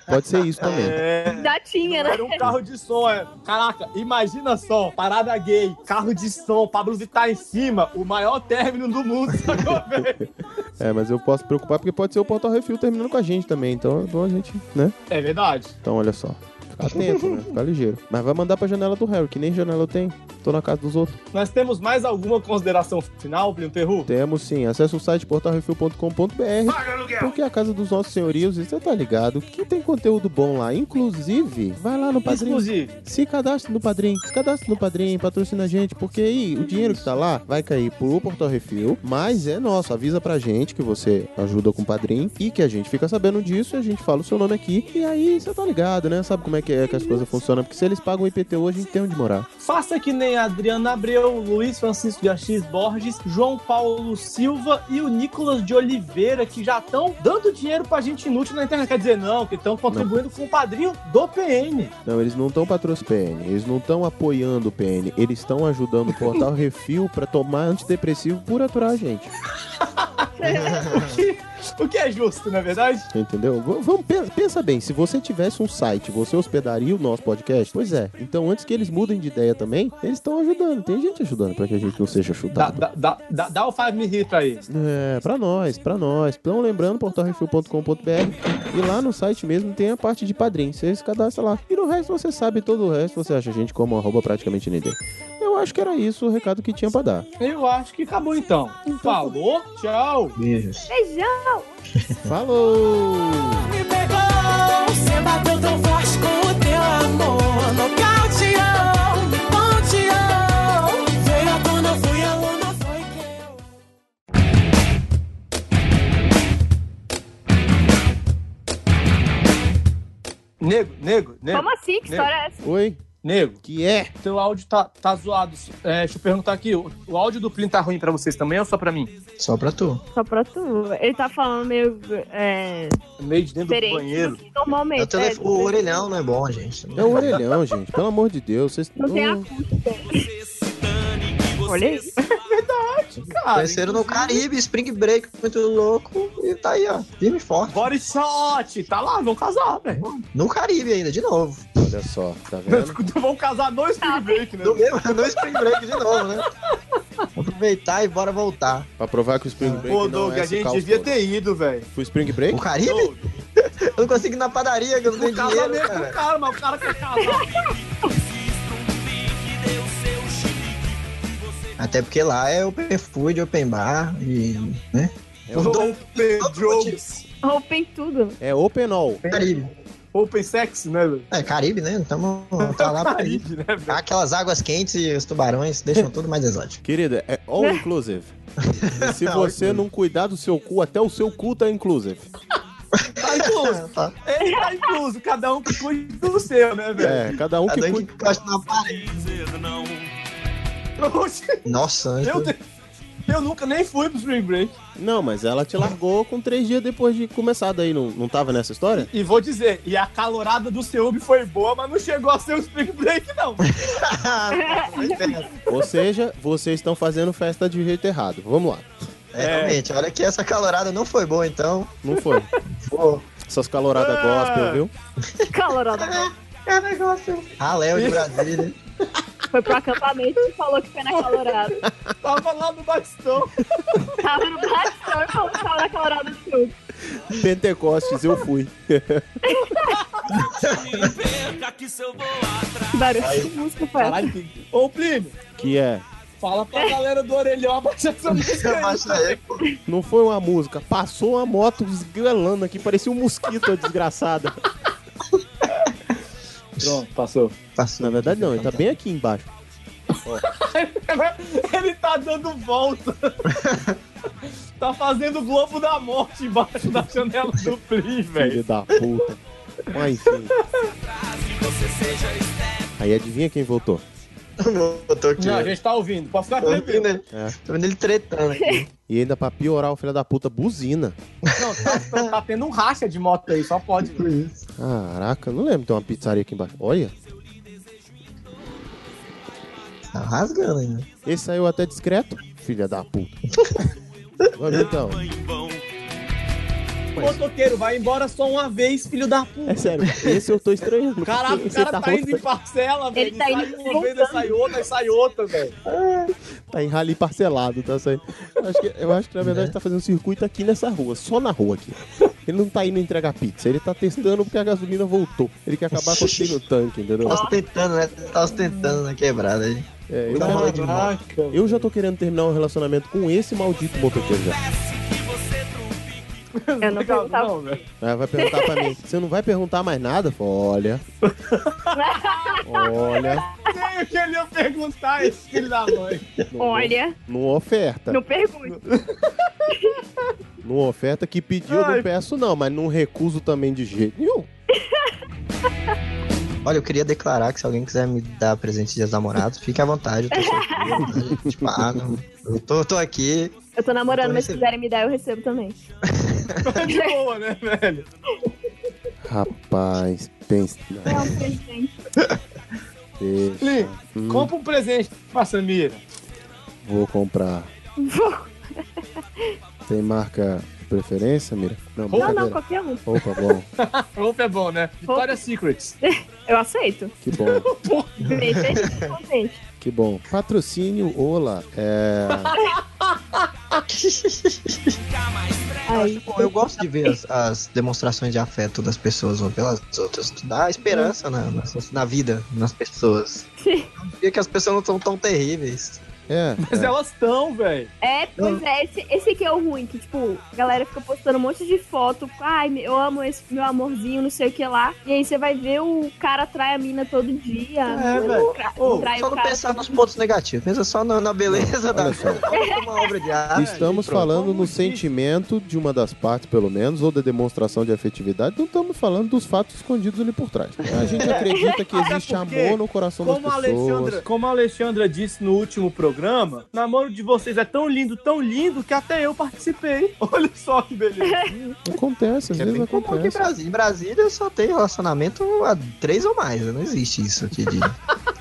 [SPEAKER 1] Pode ser isso também.
[SPEAKER 3] é.
[SPEAKER 2] Já tinha, né?
[SPEAKER 3] Era um carro de som, é. Caraca, imagina só, parada gay, carro de som, Pablo Vittar tá em cima, o maior término do mundo, sacou, velho?
[SPEAKER 1] É, mas eu posso preocupar porque pode ser o Portal Refil terminando com a gente também. Então é bom a gente, né?
[SPEAKER 3] É verdade.
[SPEAKER 1] Então olha só. Fica atento, né? Fica ligeiro. Mas vai mandar pra janela do Harry, que nem janela eu tenho. Tô na casa dos outros.
[SPEAKER 3] Nós temos mais alguma consideração final, Plínio Perru?
[SPEAKER 1] Temos sim. Acesse o site portalrefil.com.br. Porque é a casa dos nossos senhorios, e você tá ligado que tem conteúdo bom lá. Inclusive, vai lá no Padrim.
[SPEAKER 3] Inclusive.
[SPEAKER 1] Se cadastra no Padrim. Se cadastra no Padrim, patrocina a gente. Porque aí o dinheiro que tá lá vai cair pro Portal Refil. Mas é nosso. Avisa pra gente que você ajuda com o Padrim. E que a gente fica sabendo disso. E a gente fala o seu nome aqui. E aí você tá ligado, né? Sabe como é que, é que as coisas funcionam. Porque se eles pagam o IPTU, a gente tem onde morar.
[SPEAKER 3] Faça que nem Adriana Abreu, Luiz Francisco de Assis Borges, João Paulo Silva e o Nicolas de Oliveira, que já estão dando dinheiro pra gente inútil na internet. Quer dizer, não, que estão contribuindo com o padrinho do PN.
[SPEAKER 1] Não, eles não estão patrocinando o PN, eles não estão apoiando o PN, eles estão ajudando o Portal Refil pra tomar antidepressivo por aturar a gente.
[SPEAKER 3] o, que, o que é justo, não é verdade?
[SPEAKER 1] Entendeu? V- Vamos, pe- pensa bem, se você tivesse um site, você hospedaria o nosso podcast? Pois é. Então, antes que eles mudem de ideia também, eles estão ajudando. Tem gente ajudando pra que a gente não seja
[SPEAKER 3] Dá,
[SPEAKER 1] chutado.
[SPEAKER 3] dá, dá, dá, dá o Five Me Hit pra eles.
[SPEAKER 1] É, pra nós, pra nós. Então, lembrando, portalrefil.com.br e lá no site mesmo tem a parte de padrinho. Você se cadastra lá. E no resto você sabe todo o resto. Você acha a gente como arroba praticamente ninguém. Eu eu acho que era isso o recado que tinha pra dar.
[SPEAKER 3] Eu acho que acabou então. Falou, tchau.
[SPEAKER 1] Beijos.
[SPEAKER 2] Beijão!
[SPEAKER 1] Falou!
[SPEAKER 6] Me pegou, você bateu tão forte com o teu amor. Nocauteou, me ponteou. Veio a dona, fui a lona, foi quem.
[SPEAKER 3] Nego, nego, nego.
[SPEAKER 2] Como assim? Que
[SPEAKER 3] nego.
[SPEAKER 2] história é essa?
[SPEAKER 1] Oi?
[SPEAKER 3] Nego.
[SPEAKER 1] Que é?
[SPEAKER 3] Teu áudio tá, tá zoado. É, deixa eu perguntar aqui. O, o áudio do Plin tá ruim pra vocês também ou só pra mim?
[SPEAKER 4] Só pra tu.
[SPEAKER 2] Só pra tu. Ele tá falando meio. É,
[SPEAKER 3] Meio de dentro
[SPEAKER 2] diferente
[SPEAKER 3] do banheiro.
[SPEAKER 2] do que normalmente.
[SPEAKER 4] É o, telefone-
[SPEAKER 2] é,
[SPEAKER 4] o orelhão não é bom, gente.
[SPEAKER 1] É o orelhão, gente. Pelo amor de Deus. Vocês
[SPEAKER 2] Não tem
[SPEAKER 1] Hum.
[SPEAKER 2] acústica. Olha aí.
[SPEAKER 3] Verdade, cara.
[SPEAKER 4] Conheceram no Caribe, Spring Break, muito louco. E tá aí, ó. Firme e forte.
[SPEAKER 3] Boris Shot, tá lá, vão casar, velho.
[SPEAKER 4] No Caribe ainda, de novo.
[SPEAKER 1] Olha só, tá vendo?
[SPEAKER 3] Vão casar no
[SPEAKER 2] Tá
[SPEAKER 3] Spring Break, né?
[SPEAKER 4] No mesmo, no Spring Break de novo, né? Aproveitar e bora voltar.
[SPEAKER 1] Pra provar que o Spring Break
[SPEAKER 3] Pô,
[SPEAKER 1] não
[SPEAKER 3] Doug,
[SPEAKER 1] é
[SPEAKER 3] a
[SPEAKER 1] esse
[SPEAKER 3] gente
[SPEAKER 1] caos
[SPEAKER 3] devia
[SPEAKER 1] todo.
[SPEAKER 3] ter ido, velho.
[SPEAKER 1] Pro Spring Break?
[SPEAKER 4] O Caribe? Eu não consigo ir na padaria, que eu não
[SPEAKER 3] O
[SPEAKER 4] tenho dinheiro,
[SPEAKER 3] casamento com o
[SPEAKER 4] cara.
[SPEAKER 3] cara, mas o cara quer casar.
[SPEAKER 4] Até porque lá é open food, open bar e, né?
[SPEAKER 1] É
[SPEAKER 4] Por
[SPEAKER 1] o-
[SPEAKER 4] todo-
[SPEAKER 3] Open
[SPEAKER 4] todo
[SPEAKER 1] um
[SPEAKER 3] drugs,
[SPEAKER 2] Roupem tudo.
[SPEAKER 1] É open all.
[SPEAKER 4] motivo, Caribe.
[SPEAKER 3] open sex, né, velho?
[SPEAKER 4] É, Caribe, né? Então vamos falar
[SPEAKER 1] Tá
[SPEAKER 4] pra aí.
[SPEAKER 3] Caribe, né, velho?
[SPEAKER 4] Aquelas águas quentes e os tubarões deixam tudo mais exótico.
[SPEAKER 1] Querida, é
[SPEAKER 2] Né?
[SPEAKER 1] all inclusive. E se você não cuidar do seu cu, até o seu cu tá inclusive.
[SPEAKER 3] Tá incluso.
[SPEAKER 4] Tá.
[SPEAKER 3] Ele tá incluso, cada um que cuide do seu, né, velho?
[SPEAKER 1] É, cada um que
[SPEAKER 4] Cada um
[SPEAKER 1] cuida.
[SPEAKER 4] que encosta na parede.
[SPEAKER 3] Oxe,
[SPEAKER 4] Nossa, antes-
[SPEAKER 3] Eu, te- eu nunca nem fui pro Spring Break.
[SPEAKER 1] Não, mas ela te largou com três dias depois de começar daí, não, não tava nessa história?
[SPEAKER 3] E vou dizer, e a calorada do Seub foi boa, mas não chegou a ser o Spring Break, não.
[SPEAKER 4] Foi perto.
[SPEAKER 1] Ou seja, vocês estão fazendo festa de jeito errado. Vamos lá.
[SPEAKER 4] É, realmente, olha que essa calorada não foi boa, então.
[SPEAKER 1] Não foi.
[SPEAKER 4] Pô,
[SPEAKER 1] Essas caloradas gospel, viu?
[SPEAKER 2] Calorada.
[SPEAKER 4] a Ah, Léo de Brasília.
[SPEAKER 2] Foi pro acampamento e falou que foi na calorada.
[SPEAKER 3] Tava lá no bastão.
[SPEAKER 2] Tava no bastão e falou que tava na calorada do sul.
[SPEAKER 1] Pentecostes, eu fui.
[SPEAKER 2] Que barulho de música foi essa?
[SPEAKER 3] Caralho, que- Ô, Plínio,
[SPEAKER 1] que é.
[SPEAKER 3] fala pra galera do Orelhão abaixar essa música aí.
[SPEAKER 4] Abaixa aí, pô.
[SPEAKER 1] Não foi uma música. Passou uma moto desgrelando aqui, parecia um mosquito, a desgraçada.
[SPEAKER 3] Pronto, passou.
[SPEAKER 4] Passou.
[SPEAKER 1] Na verdade, não, ele tá bem aqui embaixo.
[SPEAKER 3] Ele tá dando volta. tá fazendo o Globo da Morte embaixo da janela do Plínio, velho.
[SPEAKER 1] Filho da puta. Mas enfim. Aí adivinha quem voltou?
[SPEAKER 4] Eu tô aqui. né?
[SPEAKER 3] Não,
[SPEAKER 4] ó.
[SPEAKER 3] a gente tá ouvindo, pode ficar
[SPEAKER 4] Tô
[SPEAKER 3] tranquilo.
[SPEAKER 4] vendo ele- né?
[SPEAKER 1] É.
[SPEAKER 4] tô vendo ele tretando aqui.
[SPEAKER 1] E ainda pra piorar, o filho da puta buzina.
[SPEAKER 3] Não, tá, tá- tá tendo um racha de moto aí, só pode.
[SPEAKER 1] Caraca, não lembro de ter uma pizzaria aqui embaixo. Olha,
[SPEAKER 4] Tá rasgando ainda.
[SPEAKER 1] esse saiu até discreto, filha da puta. Olha então,
[SPEAKER 3] O motoqueiro vai embora só uma vez, filho da puta.
[SPEAKER 1] é sério, esse eu tô estranhando.
[SPEAKER 3] Caraca, o
[SPEAKER 1] esse
[SPEAKER 3] cara tá, indo em
[SPEAKER 1] rodando-
[SPEAKER 3] parcela, velho.
[SPEAKER 2] tá
[SPEAKER 3] sai
[SPEAKER 2] indo
[SPEAKER 3] uma
[SPEAKER 2] voltando.
[SPEAKER 3] vez, aí sai outra, aí sai outra, velho.
[SPEAKER 1] tá em rally parcelado, tá saindo. Eu acho que, eu acho que, na verdade tá fazendo circuito aqui nessa rua, só na rua aqui. Ele não tá indo entregar pizza, ele tá testando porque a gasolina voltou. Ele quer acabar com o cheio no tanque, entendeu?
[SPEAKER 4] Tá ostentando, né? Tá ostentando na quebrada aí.
[SPEAKER 1] É, eu,
[SPEAKER 4] Tá
[SPEAKER 1] já,
[SPEAKER 4] rodando de moto.
[SPEAKER 1] eu já tô querendo terminar um relacionamento com esse maldito motoqueiro já.
[SPEAKER 2] Eu não perguntava.
[SPEAKER 3] Não, velho.
[SPEAKER 1] Aí É, vai perguntar pra mim, você não vai perguntar mais nada? Eu falo, Olha. Olha,
[SPEAKER 3] Nem o é que ele ia perguntar, esse filho da mãe.
[SPEAKER 2] Olha,
[SPEAKER 1] numa oferta.
[SPEAKER 2] não pergunte.
[SPEAKER 1] Numa oferta que pediu, eu
[SPEAKER 3] Ai.
[SPEAKER 1] não peço não, mas não recuso também de jeito nenhum.
[SPEAKER 4] Olha, eu queria declarar que se alguém quiser me dar presente de dia dos namorados, fique à vontade. Eu tô solteiro, tá? Tipo, ah, não. Eu tô, tô aqui.
[SPEAKER 2] Eu tô namorando,
[SPEAKER 4] Então
[SPEAKER 2] mas se
[SPEAKER 4] recebe.
[SPEAKER 2] quiserem me dar, eu recebo também.
[SPEAKER 3] De boa, né, velho?
[SPEAKER 1] Rapaz, pensa.
[SPEAKER 2] É um presente.
[SPEAKER 1] Deixa,
[SPEAKER 3] Plínio,
[SPEAKER 1] Hum.
[SPEAKER 3] compra um presente pra Samira.
[SPEAKER 1] vou comprar.
[SPEAKER 2] Vou-
[SPEAKER 1] Tem marca de preferência, Mira? Não,
[SPEAKER 2] Não,
[SPEAKER 1] brincadeira.
[SPEAKER 2] não, qualquer um.
[SPEAKER 1] Opa, bom,
[SPEAKER 3] Roupa é bom, né? Vitória Secrets.
[SPEAKER 2] É. Eu aceito.
[SPEAKER 1] que bom.
[SPEAKER 2] Bem, feliz, contente.
[SPEAKER 1] Que bom. Patrocínio Ola. É.
[SPEAKER 2] Aí.
[SPEAKER 4] Bom, eu gosto de ver as, as demonstrações de afeto das pessoas uma pelas outras. Tu dá esperança na, na, na vida, nas pessoas. Eu dia que as pessoas não são tão terríveis.
[SPEAKER 1] É.
[SPEAKER 3] Mas elas estão, velho.
[SPEAKER 2] É, pois é, esse, esse aqui é o ruim, que, tipo, a galera fica postando um monte de foto, ai, me- eu amo esse meu amorzinho, não sei o que lá. E aí você vai ver o cara trai a mina todo dia.
[SPEAKER 4] É,
[SPEAKER 2] o
[SPEAKER 4] velho.
[SPEAKER 2] tra-
[SPEAKER 4] Ô,
[SPEAKER 2] trai
[SPEAKER 4] só
[SPEAKER 2] o
[SPEAKER 4] não
[SPEAKER 2] cara.
[SPEAKER 4] pensar nos pontos negativos, pensa só na, na beleza da
[SPEAKER 1] Olha só.
[SPEAKER 4] uma obra de arte.
[SPEAKER 1] Estamos
[SPEAKER 4] Pronto.
[SPEAKER 1] falando no sentimento de uma das partes, pelo menos, ou da demonstração de afetividade, não estamos falando dos fatos escondidos ali por trás. A gente acredita que
[SPEAKER 3] Até
[SPEAKER 1] existe
[SPEAKER 3] porque,
[SPEAKER 1] amor no coração das
[SPEAKER 3] como a
[SPEAKER 1] pessoas.
[SPEAKER 3] Alexandra, como a Alexandra disse no último programa, o namoro de vocês é tão lindo, tão lindo, que até eu participei. Olha só que beleza.
[SPEAKER 1] Acontece, às vezes
[SPEAKER 4] Como aqui em
[SPEAKER 1] acontece.
[SPEAKER 4] Brasília, em Brasília só tem relacionamento a três ou mais, né? não existe isso aqui de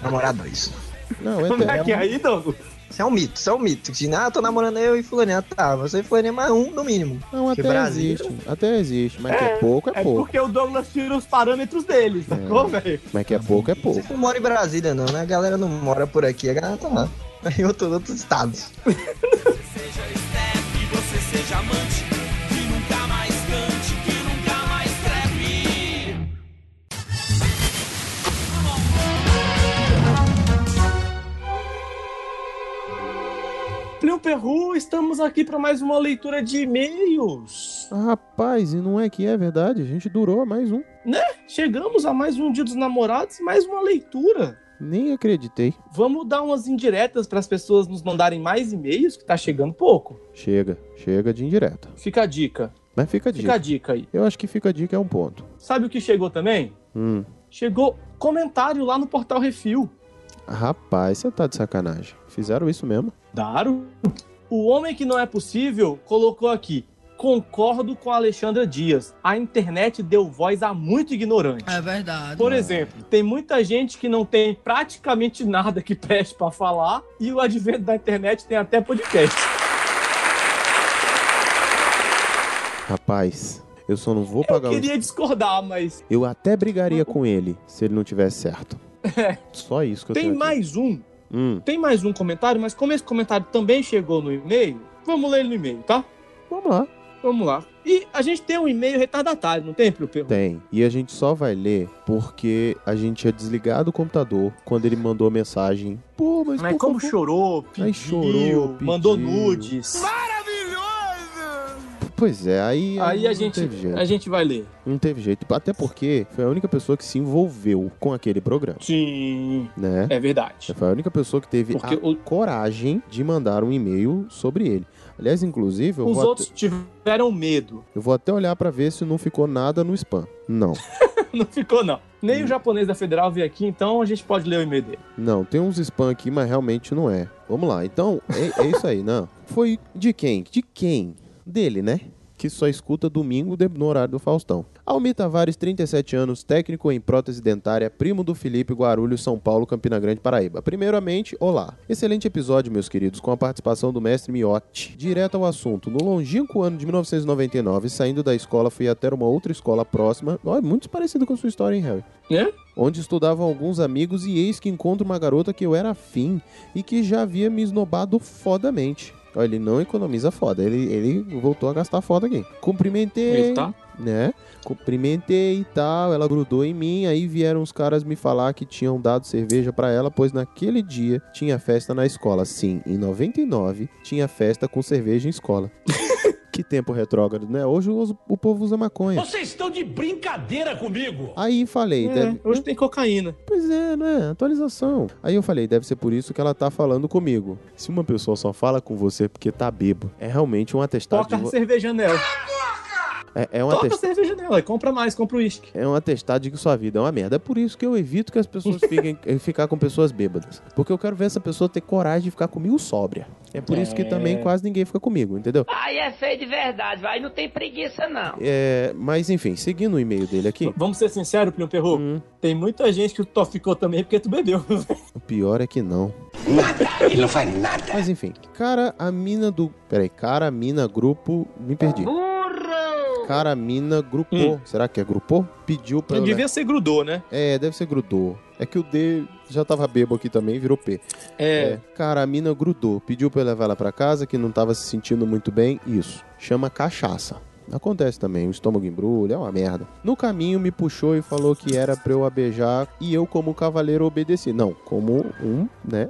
[SPEAKER 4] namorar dois.
[SPEAKER 1] Não,
[SPEAKER 4] Como
[SPEAKER 3] é que é aí, Douglas?
[SPEAKER 4] Isso é um mito, isso é um mito. De, ah, tô namorando eu e fulaninha. Tá, você e fulaninha mais um, no mínimo.
[SPEAKER 1] Não, até
[SPEAKER 4] Porque Brasília-
[SPEAKER 1] existe. Até existe. Mas que é pouco, é,
[SPEAKER 3] É
[SPEAKER 1] pouco.
[SPEAKER 3] porque o Douglas tira os parâmetros dele, sacou, velho?
[SPEAKER 1] Mas que é pouco, é pouco.
[SPEAKER 4] Você não mora em Brasília, não, né? A galera não mora por aqui, a galera tá lá. Em outro- outros estados.
[SPEAKER 6] Que você seja amante, que nunca mais cante, que nunca mais treme.
[SPEAKER 3] Plio Perru, estamos aqui para mais uma leitura de e-mails.
[SPEAKER 1] Rapaz, e não é que é verdade? A gente durou mais um.
[SPEAKER 3] Né? Chegamos a mais um Dia dos Namorados e mais uma leitura.
[SPEAKER 1] Nem acreditei.
[SPEAKER 3] Vamos dar umas indiretas para as pessoas nos mandarem mais e-mails, que tá chegando pouco.
[SPEAKER 1] Chega, chega de indireta.
[SPEAKER 3] Fica a dica.
[SPEAKER 1] Mas fica a dica.
[SPEAKER 3] Fica a dica aí.
[SPEAKER 1] Eu acho que fica a dica é um ponto.
[SPEAKER 3] Sabe o que chegou também?
[SPEAKER 1] Hum.
[SPEAKER 3] Chegou comentário lá no Portal Refil.
[SPEAKER 1] Rapaz, você tá de sacanagem. Fizeram isso mesmo?
[SPEAKER 3] Daro? O Homem que Não É Possível colocou aqui. Concordo com a Alexandra Dias. A internet deu voz a muito ignorante.
[SPEAKER 6] É verdade.
[SPEAKER 3] Por exemplo, tem muita gente que não tem praticamente nada que preste pra falar e o advento da internet tem até podcast.
[SPEAKER 1] Rapaz, eu só não vou pagar
[SPEAKER 3] Eu
[SPEAKER 1] o.
[SPEAKER 3] queria discordar, mas
[SPEAKER 1] Eu até brigaria com ele se ele não tivesse certo.
[SPEAKER 3] é.
[SPEAKER 1] Só isso que eu
[SPEAKER 3] tem
[SPEAKER 1] tenho. aqui.
[SPEAKER 3] mais um.
[SPEAKER 1] Hum,
[SPEAKER 3] Tem mais um comentário, mas como esse comentário também chegou no e-mail, vamos ler ele no e-mail, tá?
[SPEAKER 1] Vamos lá.
[SPEAKER 3] Vamos lá. E a gente tem um e-mail retardatário, não tem, Pio Perro?
[SPEAKER 1] tem. E a gente só vai ler porque a gente tinha desligado o computador quando ele mandou a mensagem. Pô, mas,
[SPEAKER 3] Mas
[SPEAKER 1] por
[SPEAKER 3] como
[SPEAKER 1] favor.
[SPEAKER 3] chorou,
[SPEAKER 1] Aí
[SPEAKER 3] pediu,
[SPEAKER 1] chorou, pediu.
[SPEAKER 3] mandou nudes.
[SPEAKER 1] Pois é, aí.
[SPEAKER 3] Aí
[SPEAKER 1] não
[SPEAKER 3] a gente,
[SPEAKER 1] teve jeito.
[SPEAKER 3] a gente vai ler.
[SPEAKER 1] Não teve jeito. Até porque foi a única pessoa que se envolveu com aquele programa.
[SPEAKER 3] Sim.
[SPEAKER 1] Né?
[SPEAKER 3] É verdade.
[SPEAKER 1] Foi a única pessoa que teve
[SPEAKER 3] Porque
[SPEAKER 1] a coragem de mandar um e-mail sobre ele. Aliás, inclusive, eu
[SPEAKER 3] Os
[SPEAKER 1] vou até-
[SPEAKER 3] outros tiveram medo.
[SPEAKER 1] Eu vou até olhar pra ver se não ficou nada no spam. Não.
[SPEAKER 3] não ficou, não. Nem
[SPEAKER 1] Hum.
[SPEAKER 3] o japonês da Federal veio aqui, então a gente pode ler o e-mail dele.
[SPEAKER 1] Não, tem uns spam aqui, mas realmente não é. Vamos lá. Então, é, é isso aí, não. Foi de quem? De quem? Dele, né? Que só escuta domingo de- no horário do Faustão. Almir Tavares, 37 anos, técnico em prótese dentária, primo do Felipe Guarulhos, São Paulo, Campina Grande, Paraíba. Primeiramente, olá. Excelente episódio, meus queridos, com a participação do mestre Miotti. Direto ao assunto. No longínquo ano de 1999, saindo da escola, fui até uma outra escola próxima. Ó, muito parecido com a sua história, hein, Harry? onde estudavam alguns amigos e eis que encontro uma garota que eu era afim e que já havia me esnobado fodamente. Olha, ele não economiza foda, ele, ele voltou a gastar foda aqui. Cumprimentei.
[SPEAKER 3] Ele tá?
[SPEAKER 1] Né? Cumprimentei e tal, ela grudou em mim, aí vieram os caras me falar que tinham dado cerveja pra ela, pois naquele dia tinha festa na escola. Sim, em 99 tinha festa com cerveja em escola. que tempo retrógrado, né? Hoje o, o povo usa maconha.
[SPEAKER 6] Vocês estão de brincadeira comigo.
[SPEAKER 1] Aí
[SPEAKER 3] É.
[SPEAKER 1] falei, deve-
[SPEAKER 3] Hoje tem cocaína.
[SPEAKER 1] Pois é, né? Atualização. Aí eu falei, deve ser por isso que ela tá falando comigo. Se uma pessoa só fala com você porque tá bebo, é realmente um atestado
[SPEAKER 3] Toca
[SPEAKER 1] de
[SPEAKER 12] assim.
[SPEAKER 1] vo-
[SPEAKER 3] cerveja nela.
[SPEAKER 1] é, é um
[SPEAKER 3] Toca
[SPEAKER 1] atestado.
[SPEAKER 3] cerveja nela. Compra mais, compra o uísque.
[SPEAKER 12] assim.
[SPEAKER 1] É um atestado de que sua vida é uma merda. É por isso que eu evito que as pessoas fiquem eh, ficar com pessoas bêbadas. Porque eu quero ver essa pessoa ter coragem de ficar comigo sóbria. É por isso que
[SPEAKER 12] É.
[SPEAKER 1] também quase ninguém fica comigo, entendeu?
[SPEAKER 12] Aí é feio de verdade, vai, não tem preguiça não.
[SPEAKER 1] É, mas enfim, seguindo o e-mail dele aqui.
[SPEAKER 3] Vamos ser sinceros, Plio Perro.
[SPEAKER 1] Hum.
[SPEAKER 3] Tem muita gente que tu ficou também porque tu bebeu.
[SPEAKER 1] O pior é que não.
[SPEAKER 6] Ele não faz nada.
[SPEAKER 1] Mas enfim, cara, a mina do. Peraí, cara, mina, grupo. Me perdi. Cara, a mina grupou. Será que é grupou? Pediu pra. ela-
[SPEAKER 3] Devia ser grudou, né?
[SPEAKER 1] É, deve ser grudou. É que o D já tava bebo aqui também, virou P.
[SPEAKER 3] É.
[SPEAKER 1] Cara, a mina grudou. Pediu pra eu levar ela pra casa, que não tava se sentindo muito bem. Isso. Chama cachaça. Acontece também, o estômago embrulha, é uma merda. No caminho me puxou e falou que era pra eu a beijar e eu, como cavaleiro, obedeci. Não, como um, né?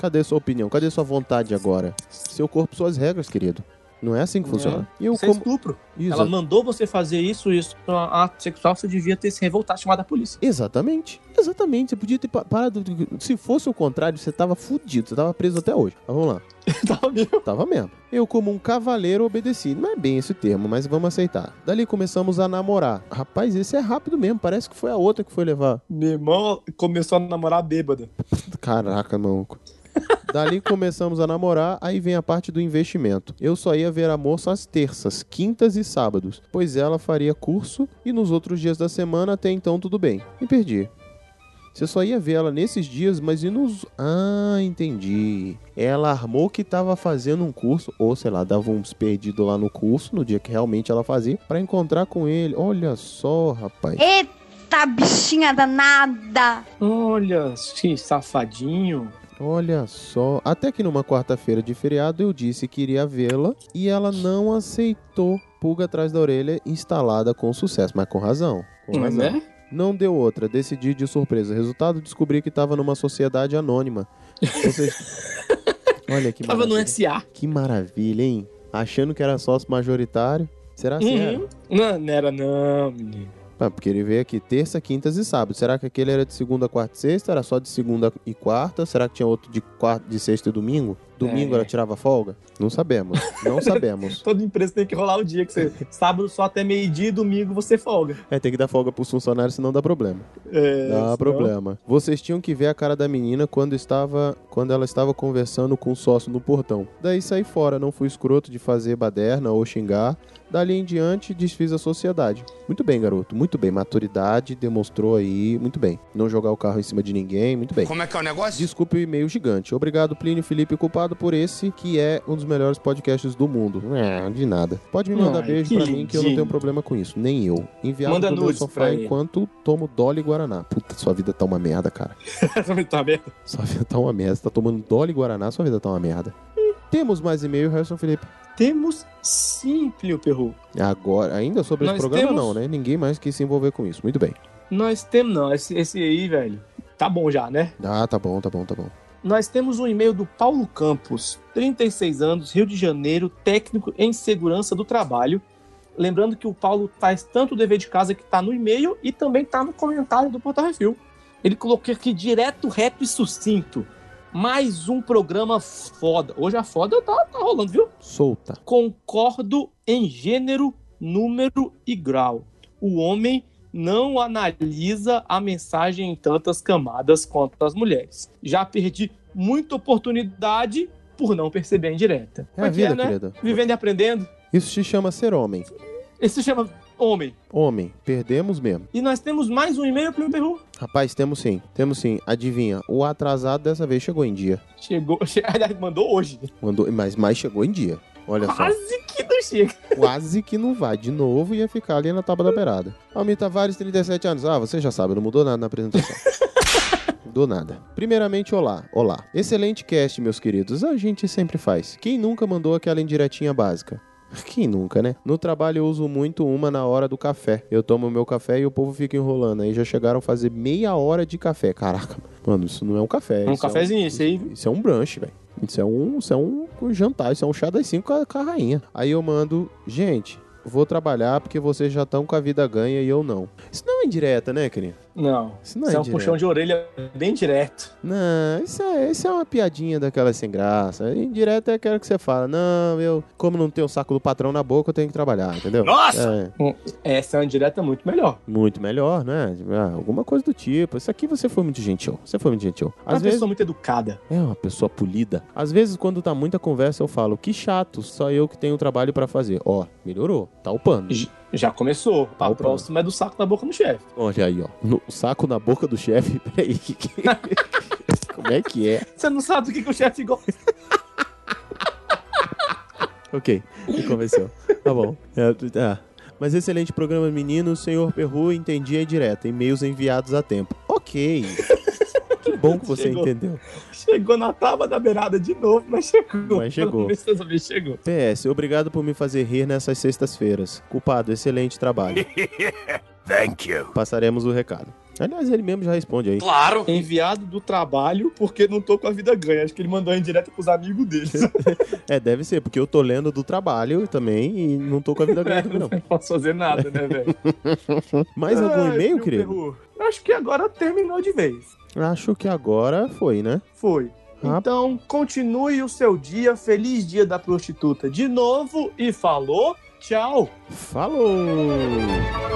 [SPEAKER 1] Cadê sua opinião? Cadê sua vontade agora? Seu corpo, suas regras, querido. Não é assim que funciona.
[SPEAKER 3] É.
[SPEAKER 1] E eu
[SPEAKER 3] Isso é
[SPEAKER 1] como...
[SPEAKER 3] estupro.
[SPEAKER 1] Isso.
[SPEAKER 3] Ela mandou você fazer isso, isso, Então, a ato sexual, você devia ter se revoltado, chamado a polícia.
[SPEAKER 1] Exatamente. Exatamente. Você podia ter pa- parado. Se fosse o contrário, você tava fudido. Você tava preso até hoje. Mas vamos lá.
[SPEAKER 3] tava Tá mesmo.
[SPEAKER 1] Tava mesmo. Eu, como um cavaleiro, obedeci. Não é bem esse o termo, mas vamos aceitar. Dali começamos a namorar. Rapaz, esse é rápido mesmo. Parece que foi a outra que foi levar.
[SPEAKER 3] Meu irmão começou a namorar bêbada.
[SPEAKER 1] Caraca, maluco. Dali começamos a namorar, aí vem a parte do investimento. Eu só ia ver a moça às terças, quintas e sábados, pois ela faria curso e nos outros dias da semana até então tudo bem. Me perdi. Você só ia ver ela nesses dias, mas e nos. Ah, entendi. Ela armou que tava fazendo um curso, ou sei lá, dava uns perdidos lá no curso, no dia que realmente ela fazia, pra encontrar com ele. Olha só, rapaz.
[SPEAKER 17] Eita, bichinha danada!
[SPEAKER 3] Olha, que safadinho.
[SPEAKER 1] Olha só, até que numa quarta-feira de feriado eu disse que iria vê-la e ela não aceitou. Pulga atrás da orelha, instalada com sucesso, mas com razão. Com
[SPEAKER 3] Não é,
[SPEAKER 1] razão.
[SPEAKER 3] né?
[SPEAKER 1] Não deu outra, decidi de surpresa. Resultado, descobri que estava numa sociedade anônima. Ou seja, olha que
[SPEAKER 3] Tava no
[SPEAKER 1] maravilha.
[SPEAKER 3] SA.
[SPEAKER 1] Que maravilha, hein? Achando que era sócio majoritário. Será que era?
[SPEAKER 3] Uhum. Não, não era não, menino.
[SPEAKER 1] Ah, porque ele veio aqui terça, quintas e sábado. Será que aquele era de segunda, quarta e sexta? Era só de segunda e quarta? Será que tinha outro de quarta, de sexta e domingo? Domingo
[SPEAKER 3] É.
[SPEAKER 1] ela tirava folga? Não sabemos. Não sabemos.
[SPEAKER 3] Toda empresa tem que rolar o dia que você... Sábado só até meio-dia e domingo você folga.
[SPEAKER 1] É, tem que dar folga pros funcionários, senão dá problema.
[SPEAKER 3] É,
[SPEAKER 1] Dá
[SPEAKER 3] senão-
[SPEAKER 1] problema. Vocês tinham que ver a cara da menina quando estava, quando ela estava conversando com o sócio no portão. Daí saí fora, não fui escroto de fazer baderna ou xingar. Dali em diante, desfiz a sociedade. Muito bem, garoto, muito bem. Maturidade demonstrou aí, muito bem. Não jogar o carro em cima de ninguém, muito bem.
[SPEAKER 7] Como é que é o negócio?
[SPEAKER 1] Desculpe o e-mail gigante. Obrigado, Plínio Felipe, culpado por esse, que é um dos melhores podcasts do mundo. É, de nada. Pode me mandar
[SPEAKER 3] Ai,
[SPEAKER 1] beijo
[SPEAKER 3] que
[SPEAKER 1] pra mim, que eu não
[SPEAKER 3] lindinho.
[SPEAKER 1] tenho problema com isso. Nem eu. Enviado
[SPEAKER 3] Manda
[SPEAKER 1] do meu
[SPEAKER 3] nudes
[SPEAKER 1] sofá
[SPEAKER 3] pra ele.
[SPEAKER 1] enquanto tomo Dolly Guaraná. Puta, sua vida tá uma merda, cara.
[SPEAKER 3] tá aberto.
[SPEAKER 1] Sua vida tá uma merda. Você tá tomando Dolly Guaraná, sua vida tá uma merda. Hum, Temos mais e-mail, Harrison Felipe.
[SPEAKER 3] Temos sim, Plio Perru.
[SPEAKER 1] Agora, ainda sobre
[SPEAKER 3] Nós
[SPEAKER 1] esse programa,
[SPEAKER 3] temos-
[SPEAKER 1] não, né? Ninguém mais quis se envolver com isso. Muito bem.
[SPEAKER 3] Nós temos, não, esse, esse aí, velho, tá bom já, né?
[SPEAKER 1] Ah, tá bom, tá bom, tá bom.
[SPEAKER 3] Nós temos um e-mail do Paulo Campos, 36 anos, Rio de Janeiro, técnico em segurança do trabalho. Lembrando que o Paulo faz tanto o dever de casa que tá no e-mail e também tá no comentário do Portal Refil. Ele colocou aqui direto, reto e sucinto. Mais um programa foda. Hoje a foda tá, tá rolando, viu?
[SPEAKER 1] Solta.
[SPEAKER 3] Concordo em gênero, número e grau. O homem não analisa a mensagem em tantas camadas quanto as mulheres. Já perdi muita oportunidade por não perceber a indireta.
[SPEAKER 1] É a
[SPEAKER 3] Como que
[SPEAKER 1] vida, querido.
[SPEAKER 3] Vivendo e aprendendo.
[SPEAKER 1] Isso se chama ser homem.
[SPEAKER 3] Esse se chama homem.
[SPEAKER 1] Homem, perdemos mesmo.
[SPEAKER 3] E nós temos mais um e-mail pro Peru.
[SPEAKER 1] Rapaz, temos sim, temos sim. Adivinha, o atrasado dessa vez chegou em dia.
[SPEAKER 3] Chegou, che- aliás, mandou hoje.
[SPEAKER 1] Mandou, mas, mas chegou em dia. Olha só.
[SPEAKER 3] Quase que não chega.
[SPEAKER 1] Quase que não vai. De novo ia ficar ali na tábua da beirada. Almir Tavares, 37 anos. Ah, você já sabe, não mudou nada na apresentação. Do nada. Primeiramente, olá. Olá. Excelente cast, meus queridos. A gente sempre faz. Quem nunca mandou aquela indiretinha básica? Quem nunca, né? No trabalho eu uso muito uma na hora do café. Eu tomo meu café e o povo fica enrolando. Aí já chegaram a fazer meia hora de café. Caraca, mano, isso não é um café.
[SPEAKER 3] Um
[SPEAKER 1] isso é
[SPEAKER 3] cafezinho, isso aí.
[SPEAKER 1] isso é um brunch, velho. Isso é um, isso é um jantar, isso é um chá das 5 com, a- com a rainha. Aí eu mando, gente, vou trabalhar porque vocês já estão com a vida ganha e eu não. Isso não é indireta, né, querido?
[SPEAKER 3] Não.
[SPEAKER 1] Isso não é
[SPEAKER 3] Isso é um
[SPEAKER 1] indireta.
[SPEAKER 3] puxão de orelha bem direto.
[SPEAKER 1] Não, isso é, isso é uma piadinha daquelas sem graça. Indireta é aquela que você fala, não, eu, como não tenho o saco do patrão na boca, eu tenho que trabalhar, entendeu? É.
[SPEAKER 3] Hum, Essa é uma direta muito melhor.
[SPEAKER 1] Muito melhor, né? Ah, Alguma coisa do tipo. Isso aqui você foi muito gentil. Você foi muito gentil.
[SPEAKER 3] Uma
[SPEAKER 1] Às vezes,
[SPEAKER 3] pessoa muito educada.
[SPEAKER 1] É uma pessoa polida. Às vezes, quando tá muita conversa, eu falo, que chato, só eu que tenho trabalho pra fazer. Ó, melhorou, tá upando.
[SPEAKER 3] Já começou. a próxima é do saco da boca no chefe.
[SPEAKER 1] Olha aí, ó. No, o saco na boca do chefe, peraí. que- que- é? Como é que é?
[SPEAKER 3] Você não sabe do que, que o chefe gosta.
[SPEAKER 1] Ok, me convenceu. Tá bom. É, ah, Mas excelente programa, menino. Senhor Perru entendia direto. E-mails enviados a tempo. Ok. que bom que você
[SPEAKER 3] Chegou.
[SPEAKER 1] entendeu.
[SPEAKER 3] Chegou na tábua da beirada de novo, mas chegou.
[SPEAKER 1] Mas chegou.
[SPEAKER 3] Pelo menos dessa vez chegou.
[SPEAKER 1] PS, obrigado por me fazer rir nessas sextas-feiras. Culpado, excelente trabalho.
[SPEAKER 3] Thank you.
[SPEAKER 1] Passaremos o recado. Aliás, ele mesmo já responde aí.
[SPEAKER 3] Claro. Enviado do trabalho porque não tô com a vida ganha. Acho que ele mandou em direto pros amigos dele.
[SPEAKER 1] É, deve ser, porque eu tô lendo do trabalho também e não tô com a vida ganha também, não.
[SPEAKER 3] não posso fazer nada, né, velho?
[SPEAKER 1] Mais algum
[SPEAKER 3] Ai,
[SPEAKER 1] e-mail,
[SPEAKER 3] meu
[SPEAKER 1] querido?
[SPEAKER 3] Peru. Acho que agora terminou de vez.
[SPEAKER 1] Acho que agora foi, né?
[SPEAKER 3] Foi. Então, continue o seu dia. Feliz dia Então- da prostituta de novo. E falou, tchau.
[SPEAKER 1] Falou.